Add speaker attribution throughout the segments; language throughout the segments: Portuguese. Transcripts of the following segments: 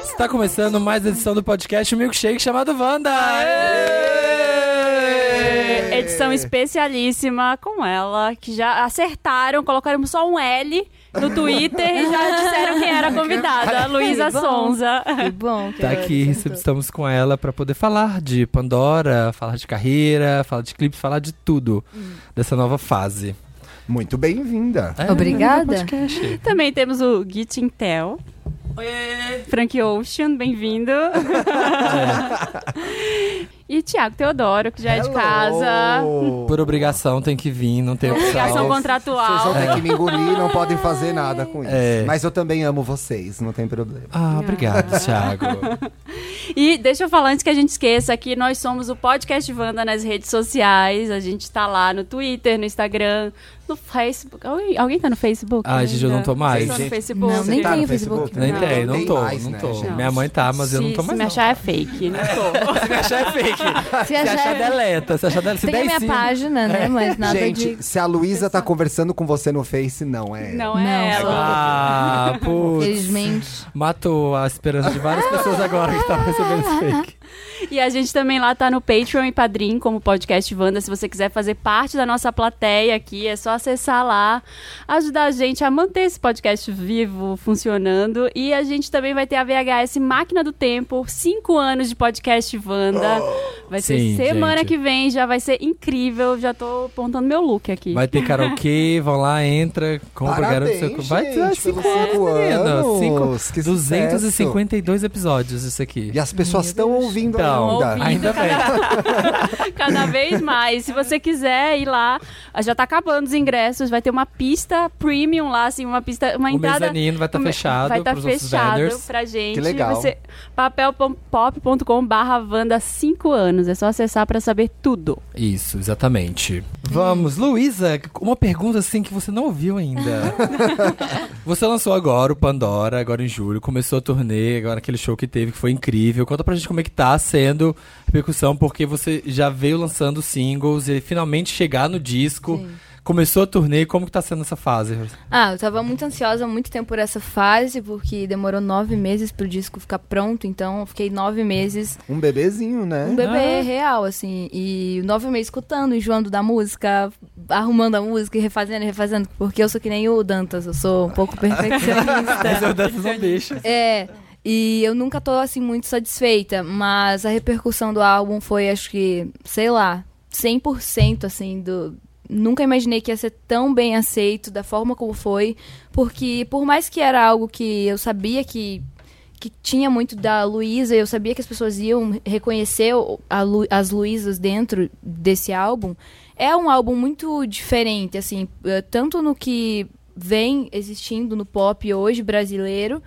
Speaker 1: Está Tá começando mais edição do podcast Milkshake chamado Wanda! Aê!
Speaker 2: É, Edição especialíssima com ela, que já acertaram, colocaram só um L no Twitter e já disseram quem era a convidada, a Luísa
Speaker 3: bom.
Speaker 2: Sonza.
Speaker 3: Que bom. Que
Speaker 1: Tá
Speaker 3: ela
Speaker 1: aqui,
Speaker 3: acertou.
Speaker 1: estamos com ela para poder falar de Pandora, falar de carreira, falar de clipes, falar de tudo dessa nova fase.
Speaker 4: Muito bem-vinda.
Speaker 1: É,
Speaker 3: Obrigada.
Speaker 1: podcast.
Speaker 2: Também temos o Gui Tintel. Frank Ocean, bem-vindo. e Tiago Teodoro, que já é de casa.
Speaker 1: Por obrigação tem que vir, não tem
Speaker 2: Obrigação
Speaker 1: opção.
Speaker 4: Vocês vão
Speaker 2: contratual.
Speaker 4: ter que me engolir, não podem fazer nada com isso.
Speaker 1: É.
Speaker 4: Mas eu também amo vocês, não tem problema.
Speaker 1: Ah, obrigado, Thiago.
Speaker 2: E deixa eu falar antes que a gente esqueça que nós somos o Podcast Wanda nas redes sociais. A gente tá lá no Twitter, no Instagram, no Facebook. Alguém, alguém tá no Facebook?
Speaker 1: Ai, gente, eu não tô mais.
Speaker 2: Vocês estão no
Speaker 4: Gente,
Speaker 2: Facebook.
Speaker 3: não,
Speaker 4: Você
Speaker 3: nem
Speaker 4: tá
Speaker 3: tem
Speaker 4: no
Speaker 3: o Facebook.
Speaker 1: Nem
Speaker 2: Não,
Speaker 1: tem,
Speaker 4: não
Speaker 1: não
Speaker 4: tem
Speaker 1: tô,
Speaker 4: mais,
Speaker 1: não
Speaker 4: né,
Speaker 1: tô.
Speaker 4: gente?
Speaker 1: Minha mãe tá, mas eu não tô
Speaker 2: Se-
Speaker 1: mais
Speaker 2: Se me
Speaker 1: não.
Speaker 2: achar é fake, não tô.
Speaker 1: Se me achar é fake.
Speaker 3: Se
Speaker 1: Se achar
Speaker 3: achar,
Speaker 1: deleta, se achar deleta. Se
Speaker 3: é
Speaker 1: der
Speaker 3: tem a minha
Speaker 1: em cima-
Speaker 3: página, né? Mas nada
Speaker 4: Gente,
Speaker 3: de...
Speaker 4: se a Luísa tá conversando com você no Face, não é.
Speaker 2: não é
Speaker 3: Não,
Speaker 2: ela.
Speaker 1: Ah, putz.
Speaker 3: Felizmente.
Speaker 1: Matou a esperança de várias pessoas agora que estavam recebendo esse fake.
Speaker 2: E a gente também lá tá no Patreon e Padrim, como Podcast Wanda. Se você quiser fazer parte da nossa plateia aqui, é só acessar lá, ajudar a gente a manter esse podcast vivo, funcionando. E a gente também vai ter a VHS Máquina do Tempo, cinco anos de Podcast Wanda. Vai
Speaker 1: Sim,
Speaker 2: ser semana
Speaker 1: gente.
Speaker 2: que vem, já vai ser incrível. Já tô apontando meu look aqui.
Speaker 1: Vai ter karaokê, vão lá, entra, compra, garante
Speaker 4: Parabéns,
Speaker 1: seu... Vai
Speaker 4: gente,
Speaker 1: ter
Speaker 4: pelos
Speaker 1: 5
Speaker 4: cinco
Speaker 1: anos,
Speaker 4: anos,
Speaker 1: menina.
Speaker 4: que
Speaker 1: 252 episódios isso aqui.
Speaker 4: E as pessoas estão ouvindo
Speaker 1: Então,
Speaker 4: ainda.
Speaker 2: ouvindo.
Speaker 1: Ainda bem.
Speaker 2: Cada vez mais. Se você quiser ir lá, já tá acabando os ingressos, vai ter uma pista premium lá, assim, uma pista, uma
Speaker 1: O
Speaker 2: entrada.
Speaker 1: mezanino vai estar fechado
Speaker 2: vai tá
Speaker 1: pros nossos
Speaker 2: fechado
Speaker 1: vendors.
Speaker 2: pra gente.
Speaker 4: Que legal.
Speaker 2: Você, papelpop.com barra Wanda 5 anos. É só acessar pra saber tudo.
Speaker 1: Isso, exatamente.
Speaker 4: Hum.
Speaker 1: Vamos, Luísa, uma pergunta assim que você não ouviu ainda. você lançou agora o Pandora, agora em julho, começou a turnê, agora aquele show que teve que foi incrível. Conta pra gente como é que tá sendo a repercussão, porque você já veio lançando singles e finalmente chegar no disco.
Speaker 3: Sim.
Speaker 1: Começou a turnê, como que tá sendo essa fase?
Speaker 3: Ah, eu tava muito ansiosa há muito tempo por essa fase, porque demorou nove meses pro disco ficar pronto, então eu fiquei nove meses
Speaker 4: Um bebezinho, né?
Speaker 3: um bebê
Speaker 1: Ah.
Speaker 3: real, assim, e nove meses escutando, enjoando da música, arrumando a música e refazendo e refazendo, porque eu sou que nem o Dantas, eu sou um pouco perfeccionista.
Speaker 1: Mas eu dessas não deixa.
Speaker 3: É, e eu nunca tô, assim, muito satisfeita, mas a repercussão do álbum foi, acho que, sei lá, 100%, assim, do... Nunca imaginei que ia ser tão bem aceito da forma como foi, porque por mais que era algo que eu sabia que que tinha muito da Luísa, eu sabia que as pessoas iam reconhecer o- a Lu- as Luísas dentro desse álbum. É um álbum muito diferente, assim, eh, tanto no que vem existindo no pop hoje brasileiro,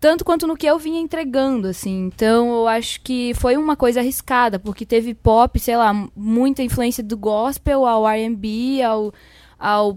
Speaker 3: tanto quanto no que eu vinha entregando, assim. Então, eu acho que foi uma coisa arriscada, porque teve pop, sei lá, m- muita influência do gospel ao R&B, ao, ao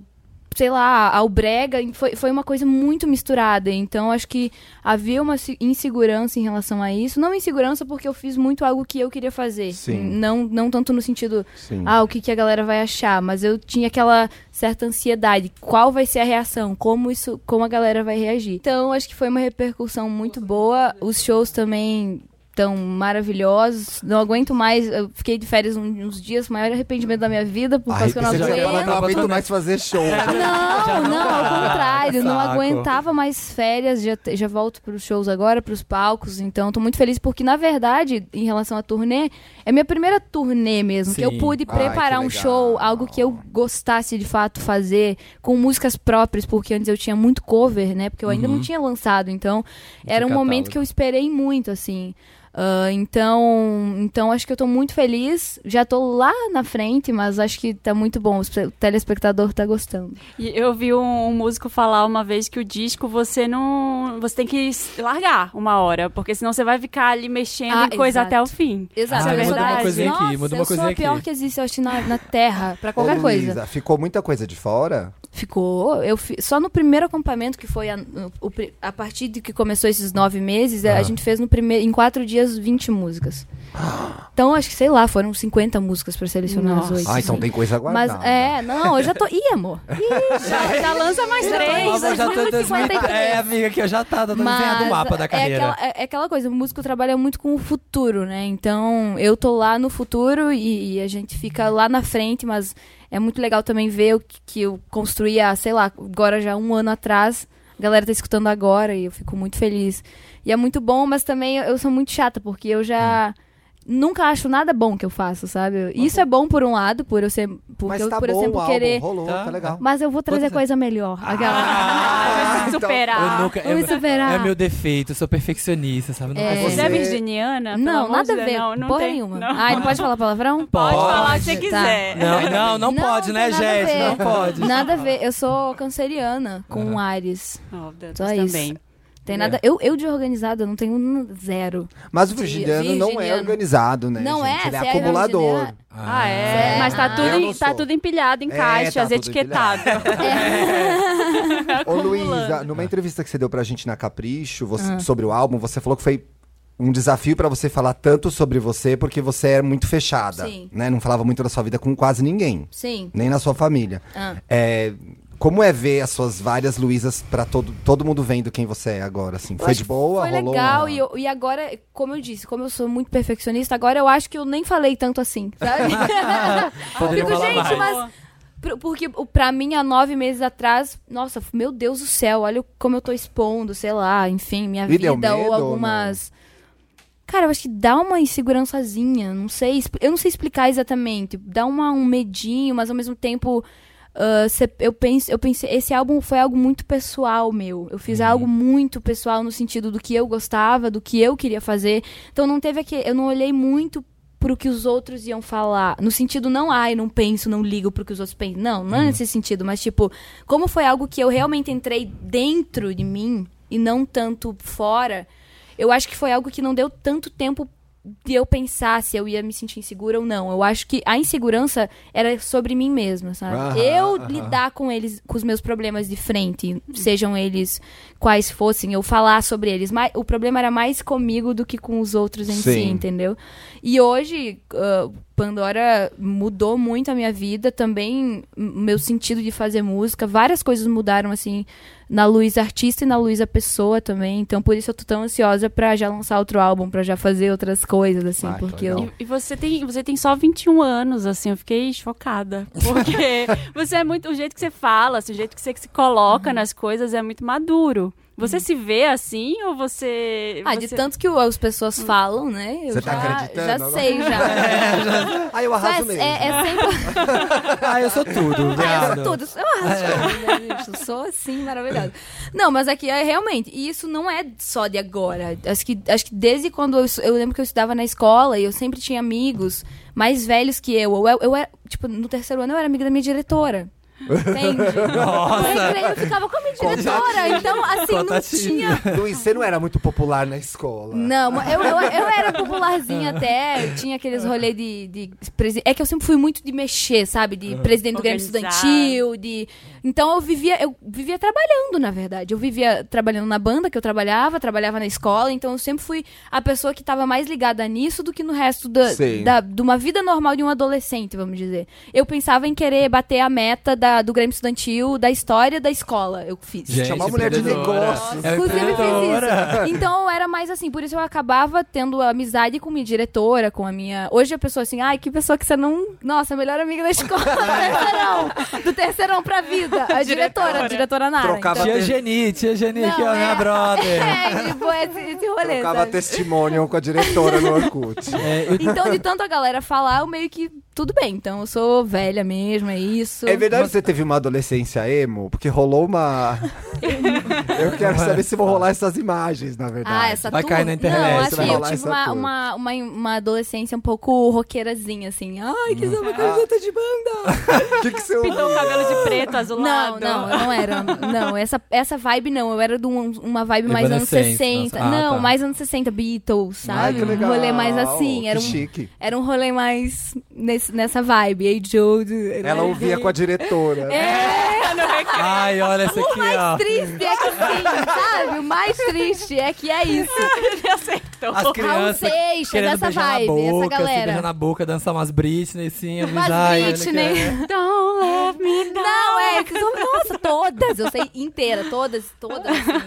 Speaker 3: sei lá, ao brega, e foi, foi uma coisa muito misturada. Então, acho que havia uma se- insegurança em relação a isso. Não insegurança porque eu fiz muito algo que eu queria fazer.
Speaker 4: Sim.
Speaker 3: Não, não tanto no sentido,
Speaker 4: Sim.
Speaker 3: ah, o que, que a galera vai achar? Mas eu tinha aquela certa ansiedade. Qual vai ser a reação? Como isso, como a galera vai reagir? Então, acho que foi uma repercussão muito boa. Os shows também tão maravilhosos. Não aguento mais. Eu fiquei de férias um- uns dias, maior arrependimento da minha vida, por
Speaker 4: Ai,
Speaker 3: causa que eu não
Speaker 4: pensei que Ah, você ia falar,
Speaker 3: aguento.
Speaker 4: não aguento mais fazer show.
Speaker 3: Não, não, ao contrário. Não
Speaker 1: Saco.
Speaker 3: aguentava mais férias, já, te- já volto pros shows agora, pros palcos. Então, tô muito feliz porque, na verdade, em relação à turnê, é minha primeira turnê mesmo. Que eu
Speaker 1: Sim.
Speaker 3: pude
Speaker 4: Ai,
Speaker 3: preparar
Speaker 4: que
Speaker 3: um
Speaker 4: legal.
Speaker 3: show, algo que eu gostasse de fato fazer, com músicas próprias, porque antes eu tinha muito cover, né? Porque eu ainda não tinha lançado. Então, era um
Speaker 1: catálogo.
Speaker 3: momento que eu esperei muito, assim. Ah, então, então acho que eu tô muito feliz. Já tô lá na frente, mas acho que tá muito bom. O espe- telespectador tá gostando.
Speaker 2: E eu vi um, um músico falar uma vez que o disco você não. Você tem que s- largar uma hora, porque senão você vai ficar ali mexendo
Speaker 3: Ah,
Speaker 2: em coisa
Speaker 3: exato.
Speaker 2: até o fim.
Speaker 3: Exato,
Speaker 2: Ah,
Speaker 3: é
Speaker 2: muda uma
Speaker 3: verdade.
Speaker 1: coisinha aqui,
Speaker 3: Nossa,
Speaker 1: muda uma
Speaker 3: eu
Speaker 1: coisinha
Speaker 3: sou a
Speaker 1: aqui.
Speaker 3: pior que existe, eu acho, na, na Terra, pra
Speaker 4: Ô,
Speaker 3: qualquer coisa.
Speaker 4: Luísa, ficou muita coisa de fora?
Speaker 3: Ficou. Eu fi- Só no primeiro acampamento, que foi a, no- o pri- a partir de que começou esses nove meses, a
Speaker 1: Ah.
Speaker 3: gente fez no primeiro, em quatro dias 20 músicas. Então, acho que, sei lá, foram 50 músicas pra selecionar
Speaker 2: Nossa.
Speaker 3: as oito.
Speaker 4: Ah, então tem né? coisa
Speaker 3: Mas
Speaker 4: guardada.
Speaker 3: é, não, eu já tô. Ih, amor. Ih, já, já lança mais
Speaker 2: Já
Speaker 3: três.
Speaker 2: tô-
Speaker 1: eu já tô em 2000.
Speaker 3: 53.
Speaker 1: É, amiga, que eu já tá dando desenho do mapa da carreira.
Speaker 3: É aquela, é- é aquela coisa, o músico trabalha muito com o futuro, né? Então, eu tô lá no futuro e, e a gente fica lá na frente, mas é muito legal também ver o que, que eu construí há, sei lá, agora já um ano atrás. A galera tá escutando agora e eu fico muito feliz. E é muito bom, mas também eu, eu sou muito chata, porque eu já. Nunca acho nada bom que eu faço, sabe? Isso é bom por um lado, por eu ser. Porque
Speaker 4: Mas
Speaker 3: eu,
Speaker 4: tá
Speaker 3: por eu
Speaker 4: bom,
Speaker 3: sempre
Speaker 4: o álbum
Speaker 3: querer.
Speaker 4: rolou, tá,
Speaker 1: Tá.
Speaker 4: legal.
Speaker 3: Mas eu vou trazer
Speaker 1: Quantas-
Speaker 3: coisa melhor. Aquela.
Speaker 2: Ah, vai se
Speaker 4: então-
Speaker 2: superar.
Speaker 1: Eu nunca, é,
Speaker 3: Vamos superar.
Speaker 1: é meu defeito, eu sou perfeccionista, sabe? Nunca
Speaker 3: É.
Speaker 1: vou
Speaker 2: Você é
Speaker 1: ser.
Speaker 2: virginiana? Pelo
Speaker 3: Não,
Speaker 2: amor
Speaker 3: nada
Speaker 2: de
Speaker 3: a
Speaker 2: Deus,
Speaker 3: ver.
Speaker 2: Não, não
Speaker 3: porra
Speaker 2: tem,
Speaker 3: nenhuma.
Speaker 2: Não.
Speaker 3: Ah, não pode falar palavrão?
Speaker 2: Pode,
Speaker 1: Pode.
Speaker 2: falar o que você
Speaker 3: Tá.
Speaker 2: quiser.
Speaker 1: Não, não, não
Speaker 3: Não,
Speaker 1: pode, né,
Speaker 3: tem nada a
Speaker 1: gente?
Speaker 3: ver.
Speaker 1: Não pode.
Speaker 3: Nada a ver. Eu sou canceriana com Ares.
Speaker 2: Oh, Deus,
Speaker 3: Só isso.
Speaker 2: também.
Speaker 3: Tem
Speaker 1: É.
Speaker 3: nada. Eu, eu de organizada, eu não tenho n- zero.
Speaker 4: Mas o virginiano não é
Speaker 3: Virginiano.
Speaker 4: organizado, né?
Speaker 3: Não
Speaker 4: gente?
Speaker 3: é?
Speaker 4: Ele é
Speaker 3: Você é
Speaker 4: acumulador.
Speaker 3: virginiano?
Speaker 2: Ah, é.
Speaker 3: É.
Speaker 2: Mas tá
Speaker 3: Ah.
Speaker 2: tudo,
Speaker 4: Eu
Speaker 2: em-
Speaker 4: não
Speaker 2: tá
Speaker 4: sou.
Speaker 2: tudo empilhado em
Speaker 4: É,
Speaker 2: caixas,
Speaker 4: tá tudo
Speaker 2: etiquetado.
Speaker 4: Ô Luísa, numa entrevista que você deu pra gente na Capricho,
Speaker 3: Ah.
Speaker 4: você- sobre o álbum, você falou que foi um desafio pra você falar tanto sobre você, porque você é muito fechada,
Speaker 3: Sim.
Speaker 4: né? Não falava muito da sua vida com quase ninguém,
Speaker 3: Sim.
Speaker 4: nem na sua família.
Speaker 3: Ah.
Speaker 4: É, como é ver as suas várias Luísas pra todo, todo mundo vendo quem você é agora, assim? Foi de boa?
Speaker 3: Foi
Speaker 4: rolou
Speaker 3: legal.
Speaker 4: uma-
Speaker 3: E, eu- e agora, como eu disse, como eu sou muito perfeccionista, agora eu acho que eu nem falei tanto assim, sabe?
Speaker 1: Poderia
Speaker 3: Fico,
Speaker 1: falar
Speaker 3: gente,
Speaker 1: mais.
Speaker 3: mas- Pro- Porque o- pra mim, há nove meses atrás, nossa, meu Deus do céu, olha o- como eu tô expondo, sei lá, enfim, minha
Speaker 4: E deu
Speaker 3: vida
Speaker 4: medo
Speaker 3: ou
Speaker 4: ou
Speaker 3: algumas. Cara, eu acho que dá uma insegurançazinha, não sei. expl- Eu não sei explicar exatamente. Dá uma, um medinho, mas ao mesmo tempo. ah, cê- eu, penso, eu pensei, esse álbum foi algo muito pessoal meu. Eu
Speaker 4: Uhum.
Speaker 3: fiz algo muito pessoal no sentido do que eu gostava, do que eu queria fazer. Então não teve aquele. Eu não olhei muito pro que os outros iam falar. No sentido, não, ai, não penso, não ligo pro que os outros pensam. Não,
Speaker 4: Uhum.
Speaker 3: não é nesse sentido, mas tipo, como foi algo que eu realmente entrei dentro de mim e não tanto fora, eu acho que foi algo que não deu tanto tempo de eu pensar se eu ia me sentir insegura ou não. Eu acho que a insegurança era sobre mim mesma, sabe?
Speaker 4: Aham,
Speaker 3: eu
Speaker 4: aham.
Speaker 3: lidar com eles, com os meus problemas de frente, sejam eles quais fossem, eu falar sobre eles. Mas o problema era mais comigo do que com os outros em si,
Speaker 4: Sim.
Speaker 3: entendeu? E hoje, ah, Pandora mudou muito a minha vida, também m- meu sentido de fazer música. Várias coisas mudaram, assim, na Luísa Artista e na Luísa Pessoa também. Então, por isso eu tô tão ansiosa pra já lançar outro álbum, pra já fazer outras coisas, assim,
Speaker 4: Ah, que
Speaker 3: porque
Speaker 4: legal.
Speaker 3: eu.
Speaker 2: E, e você tem, você tem só 21 anos, assim, eu fiquei chocada. Porque você é muito. O jeito que você fala, assim, o jeito que você se coloca
Speaker 3: Uhum.
Speaker 2: nas coisas é muito maduro. Você se vê assim ou você.
Speaker 3: Ah,
Speaker 2: você...
Speaker 3: de tanto que o- as pessoas falam, né? Eu
Speaker 4: Você
Speaker 3: já,
Speaker 4: tá acreditando
Speaker 3: já
Speaker 4: agora?
Speaker 3: sei, já.
Speaker 4: Ah, eu arraso
Speaker 3: é,
Speaker 4: mesmo.
Speaker 3: é, é sempre
Speaker 1: Ah, eu sou tudo,
Speaker 3: Ah, eu
Speaker 1: viado.
Speaker 3: sou tudo. Eu arraso tudo, né, gente? Eu sou assim, maravilhosa. Não, mas aqui é realmente. E isso não é só de agora. Acho que, acho que desde quando eu, estu- eu lembro que eu estudava na escola e eu sempre tinha amigos mais velhos que eu. Ou eu, eu era, tipo, no terceiro ano eu era amiga da minha diretora. Entende?
Speaker 1: Nossa.
Speaker 3: Eu, eu ficava com a minha diretora. Então, assim, não
Speaker 1: Contatinho.
Speaker 3: tinha.
Speaker 4: Luiz, você não era muito popular na escola.
Speaker 3: Não, mas eu, eu, eu era popularzinha até, eu tinha aqueles rolês de, de presi- É que eu sempre fui muito de mexer, sabe? De presidente do Grêmio
Speaker 2: Organizar.
Speaker 3: Estudantil, de. Então eu vivia, eu vivia trabalhando, na verdade. Eu vivia trabalhando na banda que eu trabalhava, trabalhava na escola, então eu sempre fui a pessoa que estava mais ligada nisso do que no resto da,
Speaker 4: Sim.
Speaker 3: da- de uma vida normal de um adolescente, vamos dizer. Eu pensava em querer bater a meta da- do Grêmio Estudantil, da história da escola. Eu fiz.
Speaker 1: Gente,
Speaker 4: Chamar mulher de
Speaker 1: empreendedora.
Speaker 4: negócios.
Speaker 1: É
Speaker 3: Inclusive, eu
Speaker 1: empreendedora.
Speaker 3: fiz isso. Então, eu era mais assim. Por isso, eu acabava tendo amizade com minha diretora, com a minha... Hoje, a pessoa assim... Ai, que pessoa que você não... Nossa, a melhor amiga da escola. do terceirão. Do terceirão pra vida. A diretora. A diretora Nara.
Speaker 4: Trocava
Speaker 3: então.
Speaker 1: Tia Geni, tia Geni,
Speaker 3: Não,
Speaker 1: que é a minha
Speaker 3: é-
Speaker 1: brother.
Speaker 3: É, tipo, esse, esse rolê,
Speaker 4: Trocava
Speaker 3: sabe?
Speaker 4: testemunho com a diretora no Orkut.
Speaker 1: É, eu-
Speaker 3: Então, de tanto a galera falar, eu meio que... Tudo bem. Então, eu sou velha mesmo, é isso.
Speaker 4: É verdade que você teve uma adolescência emo? Porque rolou uma. Eu quero saber se vão rolar essas imagens, na verdade.
Speaker 3: Ah, essa
Speaker 1: Vai
Speaker 3: tour?
Speaker 1: cair na internet,
Speaker 3: Não,
Speaker 1: vai
Speaker 3: assim, eu
Speaker 4: rolar
Speaker 3: tive
Speaker 4: essa
Speaker 3: uma,
Speaker 4: tour.
Speaker 3: uma, uma, uma adolescência um pouco roqueirazinha, assim. Ai,
Speaker 1: Uhum.
Speaker 3: que uma camiseta de banda!
Speaker 4: O que, que você ouviu?
Speaker 2: Pintou o cabelo de preto, azulado.
Speaker 3: Não, não, eu não era. Não, essa, essa vibe não. Eu era de um- uma vibe mais anos
Speaker 1: Evanescence,
Speaker 3: 60.
Speaker 1: nossa. Ah,
Speaker 3: não,
Speaker 1: tá.
Speaker 3: mais anos 60, Beatles, sabe?
Speaker 4: Ai, que legal.
Speaker 3: Um rolê mais assim.
Speaker 4: Que
Speaker 3: Era um,
Speaker 4: chique.
Speaker 3: era um rolê mais nesse nesse, nessa vibe. Ei, Joe.
Speaker 4: Ela ouvia com a diretora.
Speaker 2: É, no recreio.
Speaker 1: Ai, olha essa aqui, ó.
Speaker 3: Triste é que sim, sabe? O mais triste é que é isso.
Speaker 2: Ele aceitou.
Speaker 1: As
Speaker 3: Raul
Speaker 1: crianças
Speaker 3: Seixas,
Speaker 1: querendo
Speaker 3: essa
Speaker 1: beijar
Speaker 3: vibe,
Speaker 1: na boca,
Speaker 3: essa
Speaker 1: se beijar
Speaker 3: galera.
Speaker 1: na boca, dançar umas Britney, assim.
Speaker 3: Mas
Speaker 1: Ai, olha que- é.
Speaker 3: Britney.
Speaker 2: Don't let me down.
Speaker 3: Não, é. que são- Nossa, todas. Eu sei inteira. Todas, todas. Assim.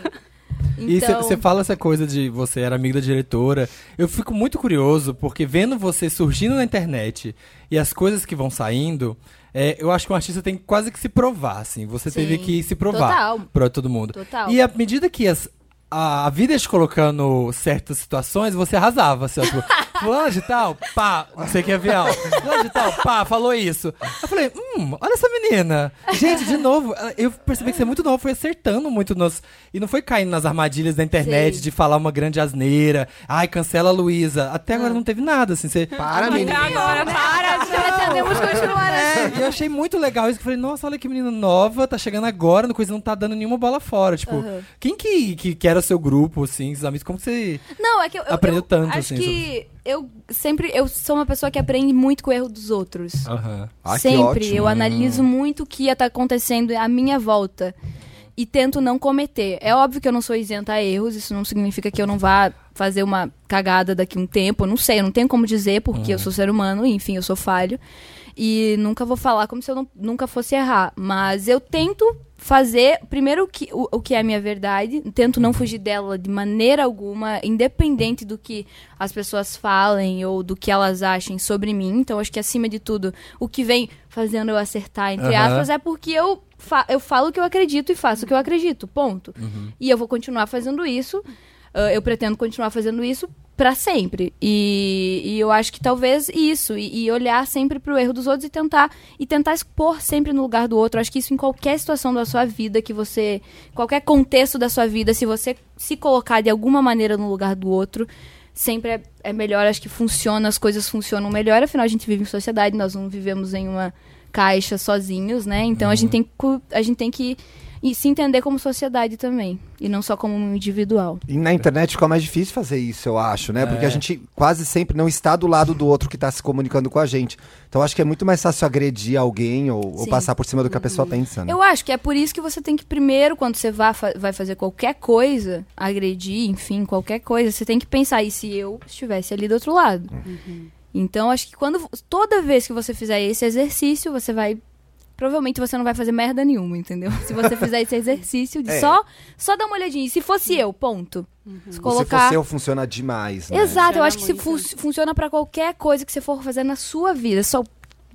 Speaker 1: E
Speaker 3: Então,
Speaker 1: você fala essa coisa de você era amiga da diretora. Eu fico muito curioso, porque vendo você surgindo na internet e as coisas que vão saindo, é, eu acho que um artista tem quase que se provar, assim. Você
Speaker 3: Sim.
Speaker 1: teve que se provar
Speaker 3: Total.
Speaker 1: pra todo mundo.
Speaker 3: Total.
Speaker 1: E à medida que as- a, a vida te colocando certas situações, você arrasava. Assim, ó, tipo, fulano de tal, pá, não sei que avião. Fulano de tal, pá, falou isso. Eu falei, hum, olha essa menina. Gente, de novo, ela- eu percebi que você é muito novo, foi acertando muito nos... E não foi caindo nas armadilhas da internet
Speaker 3: Sim.
Speaker 1: de falar uma grande asneira. Ai, cancela a Luísa. Até agora não teve nada, assim. Você...
Speaker 4: Para,
Speaker 2: Até
Speaker 4: menina.
Speaker 3: Né?
Speaker 2: agora, para.
Speaker 3: Então, pretendemos continuar assim.
Speaker 1: E É, eu achei muito legal isso, que eu falei, nossa, olha que menina nova, tá chegando agora, no coisa não tá dando nenhuma bola fora. Tipo,
Speaker 3: Aham.
Speaker 1: quem que, que, que era seu grupo, assim, os amigos, como que você...
Speaker 3: Não, é que eu, eu-
Speaker 1: Aprendeu
Speaker 3: eu
Speaker 1: tanto,
Speaker 3: acho
Speaker 1: assim,
Speaker 3: que eu sempre... Eu sou uma pessoa que aprende muito com o erro dos outros.
Speaker 1: Aham.
Speaker 4: Ah, que
Speaker 3: Sempre.
Speaker 4: ótimo.
Speaker 3: Eu analiso muito o que tá acontecendo à minha volta. E tento não cometer. É óbvio que eu não sou isenta a erros, isso não significa que eu não vá fazer uma cagada daqui a um tempo. Eu não sei, eu não tenho como dizer, porque eu sou ser humano, enfim, eu sou falho. E nunca vou falar como se eu não- nunca fosse errar. Mas eu tento fazer, primeiro, o que, o, o que é a minha verdade. Tento não fugir dela de maneira alguma, independente do que as pessoas falem ou do que elas achem sobre mim. Então, acho que, acima de tudo, o que vem fazendo eu acertar, entre
Speaker 1: Aham.
Speaker 3: aspas, é porque eu, fa- eu falo o que eu acredito e faço o que eu acredito. Ponto. E eu vou continuar fazendo isso. ah, eu pretendo continuar fazendo isso pra sempre. E, e eu acho que talvez isso. E, e olhar sempre pro erro dos outros e tentar e tentar expor sempre no lugar do outro. Eu acho que isso em qualquer situação da sua vida que você. Qualquer contexto da sua vida, se você se colocar de alguma maneira no lugar do outro. Sempre é, é melhor, acho que funciona, as coisas funcionam melhor, afinal a gente vive em sociedade, nós não vivemos em uma caixa sozinhos, né? Então
Speaker 4: Uhum.
Speaker 3: a gente tem que, cu- a gente tem que e se entender como sociedade também, e não só como um individual.
Speaker 4: E na internet fica mais difícil fazer isso, eu acho, né? Porque
Speaker 1: É.
Speaker 4: a gente quase sempre não está do lado do outro que está se comunicando com a gente. Então acho que é muito mais fácil agredir alguém ou, ou
Speaker 3: Sim. Uhum.
Speaker 4: passar por cima do que a pessoa pensa, né?
Speaker 3: Eu acho que é por isso que você tem que primeiro, quando você vá fa- vai fazer qualquer coisa, agredir, enfim, qualquer coisa, você tem que pensar, e se eu estivesse ali do outro lado?
Speaker 4: Uhum.
Speaker 3: Então, acho que quando toda vez que você fizer esse exercício, você vai... Provavelmente você não vai fazer merda nenhuma, entendeu? Se você fizer esse exercício de
Speaker 4: É. Uhum.
Speaker 3: só, só dar uma olhadinha. E se fosse eu, ponto. Se
Speaker 4: Se
Speaker 3: colocar...
Speaker 4: fosse eu, funciona demais,
Speaker 1: É.
Speaker 4: né?
Speaker 3: Exato, eu
Speaker 2: Funciona
Speaker 3: acho que se
Speaker 2: muito.
Speaker 3: fun- funciona pra qualquer coisa que você for fazer na sua vida. Só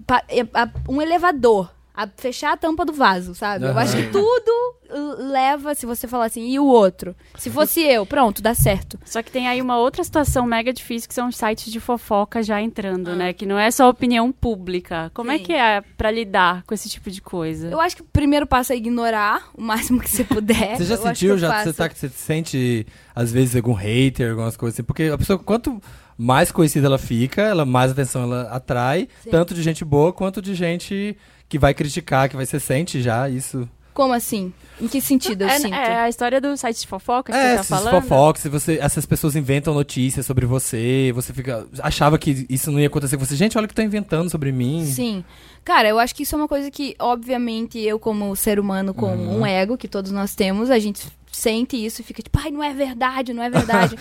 Speaker 3: pa- é- a- um elevador. A fechar a tampa do vaso, sabe? Eu
Speaker 1: Aham.
Speaker 3: acho que tudo l- leva, se você falar assim, e o outro? Se fosse eu, pronto, dá certo.
Speaker 2: Só que tem aí uma outra situação mega difícil que são os sites de fofoca já entrando, né? Que não é só opinião pública. Como é
Speaker 3: Ah. Sim.
Speaker 2: que é pra lidar com esse tipo de coisa?
Speaker 3: Eu acho que o primeiro passo é ignorar o máximo que você puder.
Speaker 1: Você já
Speaker 3: É, Eu acho que
Speaker 1: sentiu,
Speaker 3: eu
Speaker 1: já,
Speaker 3: faço.
Speaker 1: você, tá, você sente, às vezes, algum hater, algumas coisas assim, porque a pessoa, quanto mais conhecida ela fica, ela mais atenção ela atrai, tanto de gente boa quanto de gente que vai criticar, que vai ser sente já, isso.
Speaker 3: Como assim? Em que sentido eu
Speaker 2: é,
Speaker 3: sinto?
Speaker 2: é a história do site de fofoca que
Speaker 1: é,
Speaker 2: você tá
Speaker 1: esses
Speaker 2: falando?
Speaker 1: fofocos, se você, essas pessoas inventam notícias sobre você, você fica, achava que isso não ia acontecer com você, gente, olha o que estão inventando sobre mim.
Speaker 3: Sim. Cara, eu acho que isso é uma coisa que, obviamente, eu, como ser humano com
Speaker 1: Uhum.
Speaker 3: um ego que todos nós temos, a gente sente isso e fica tipo, ai, não é verdade, não é verdade.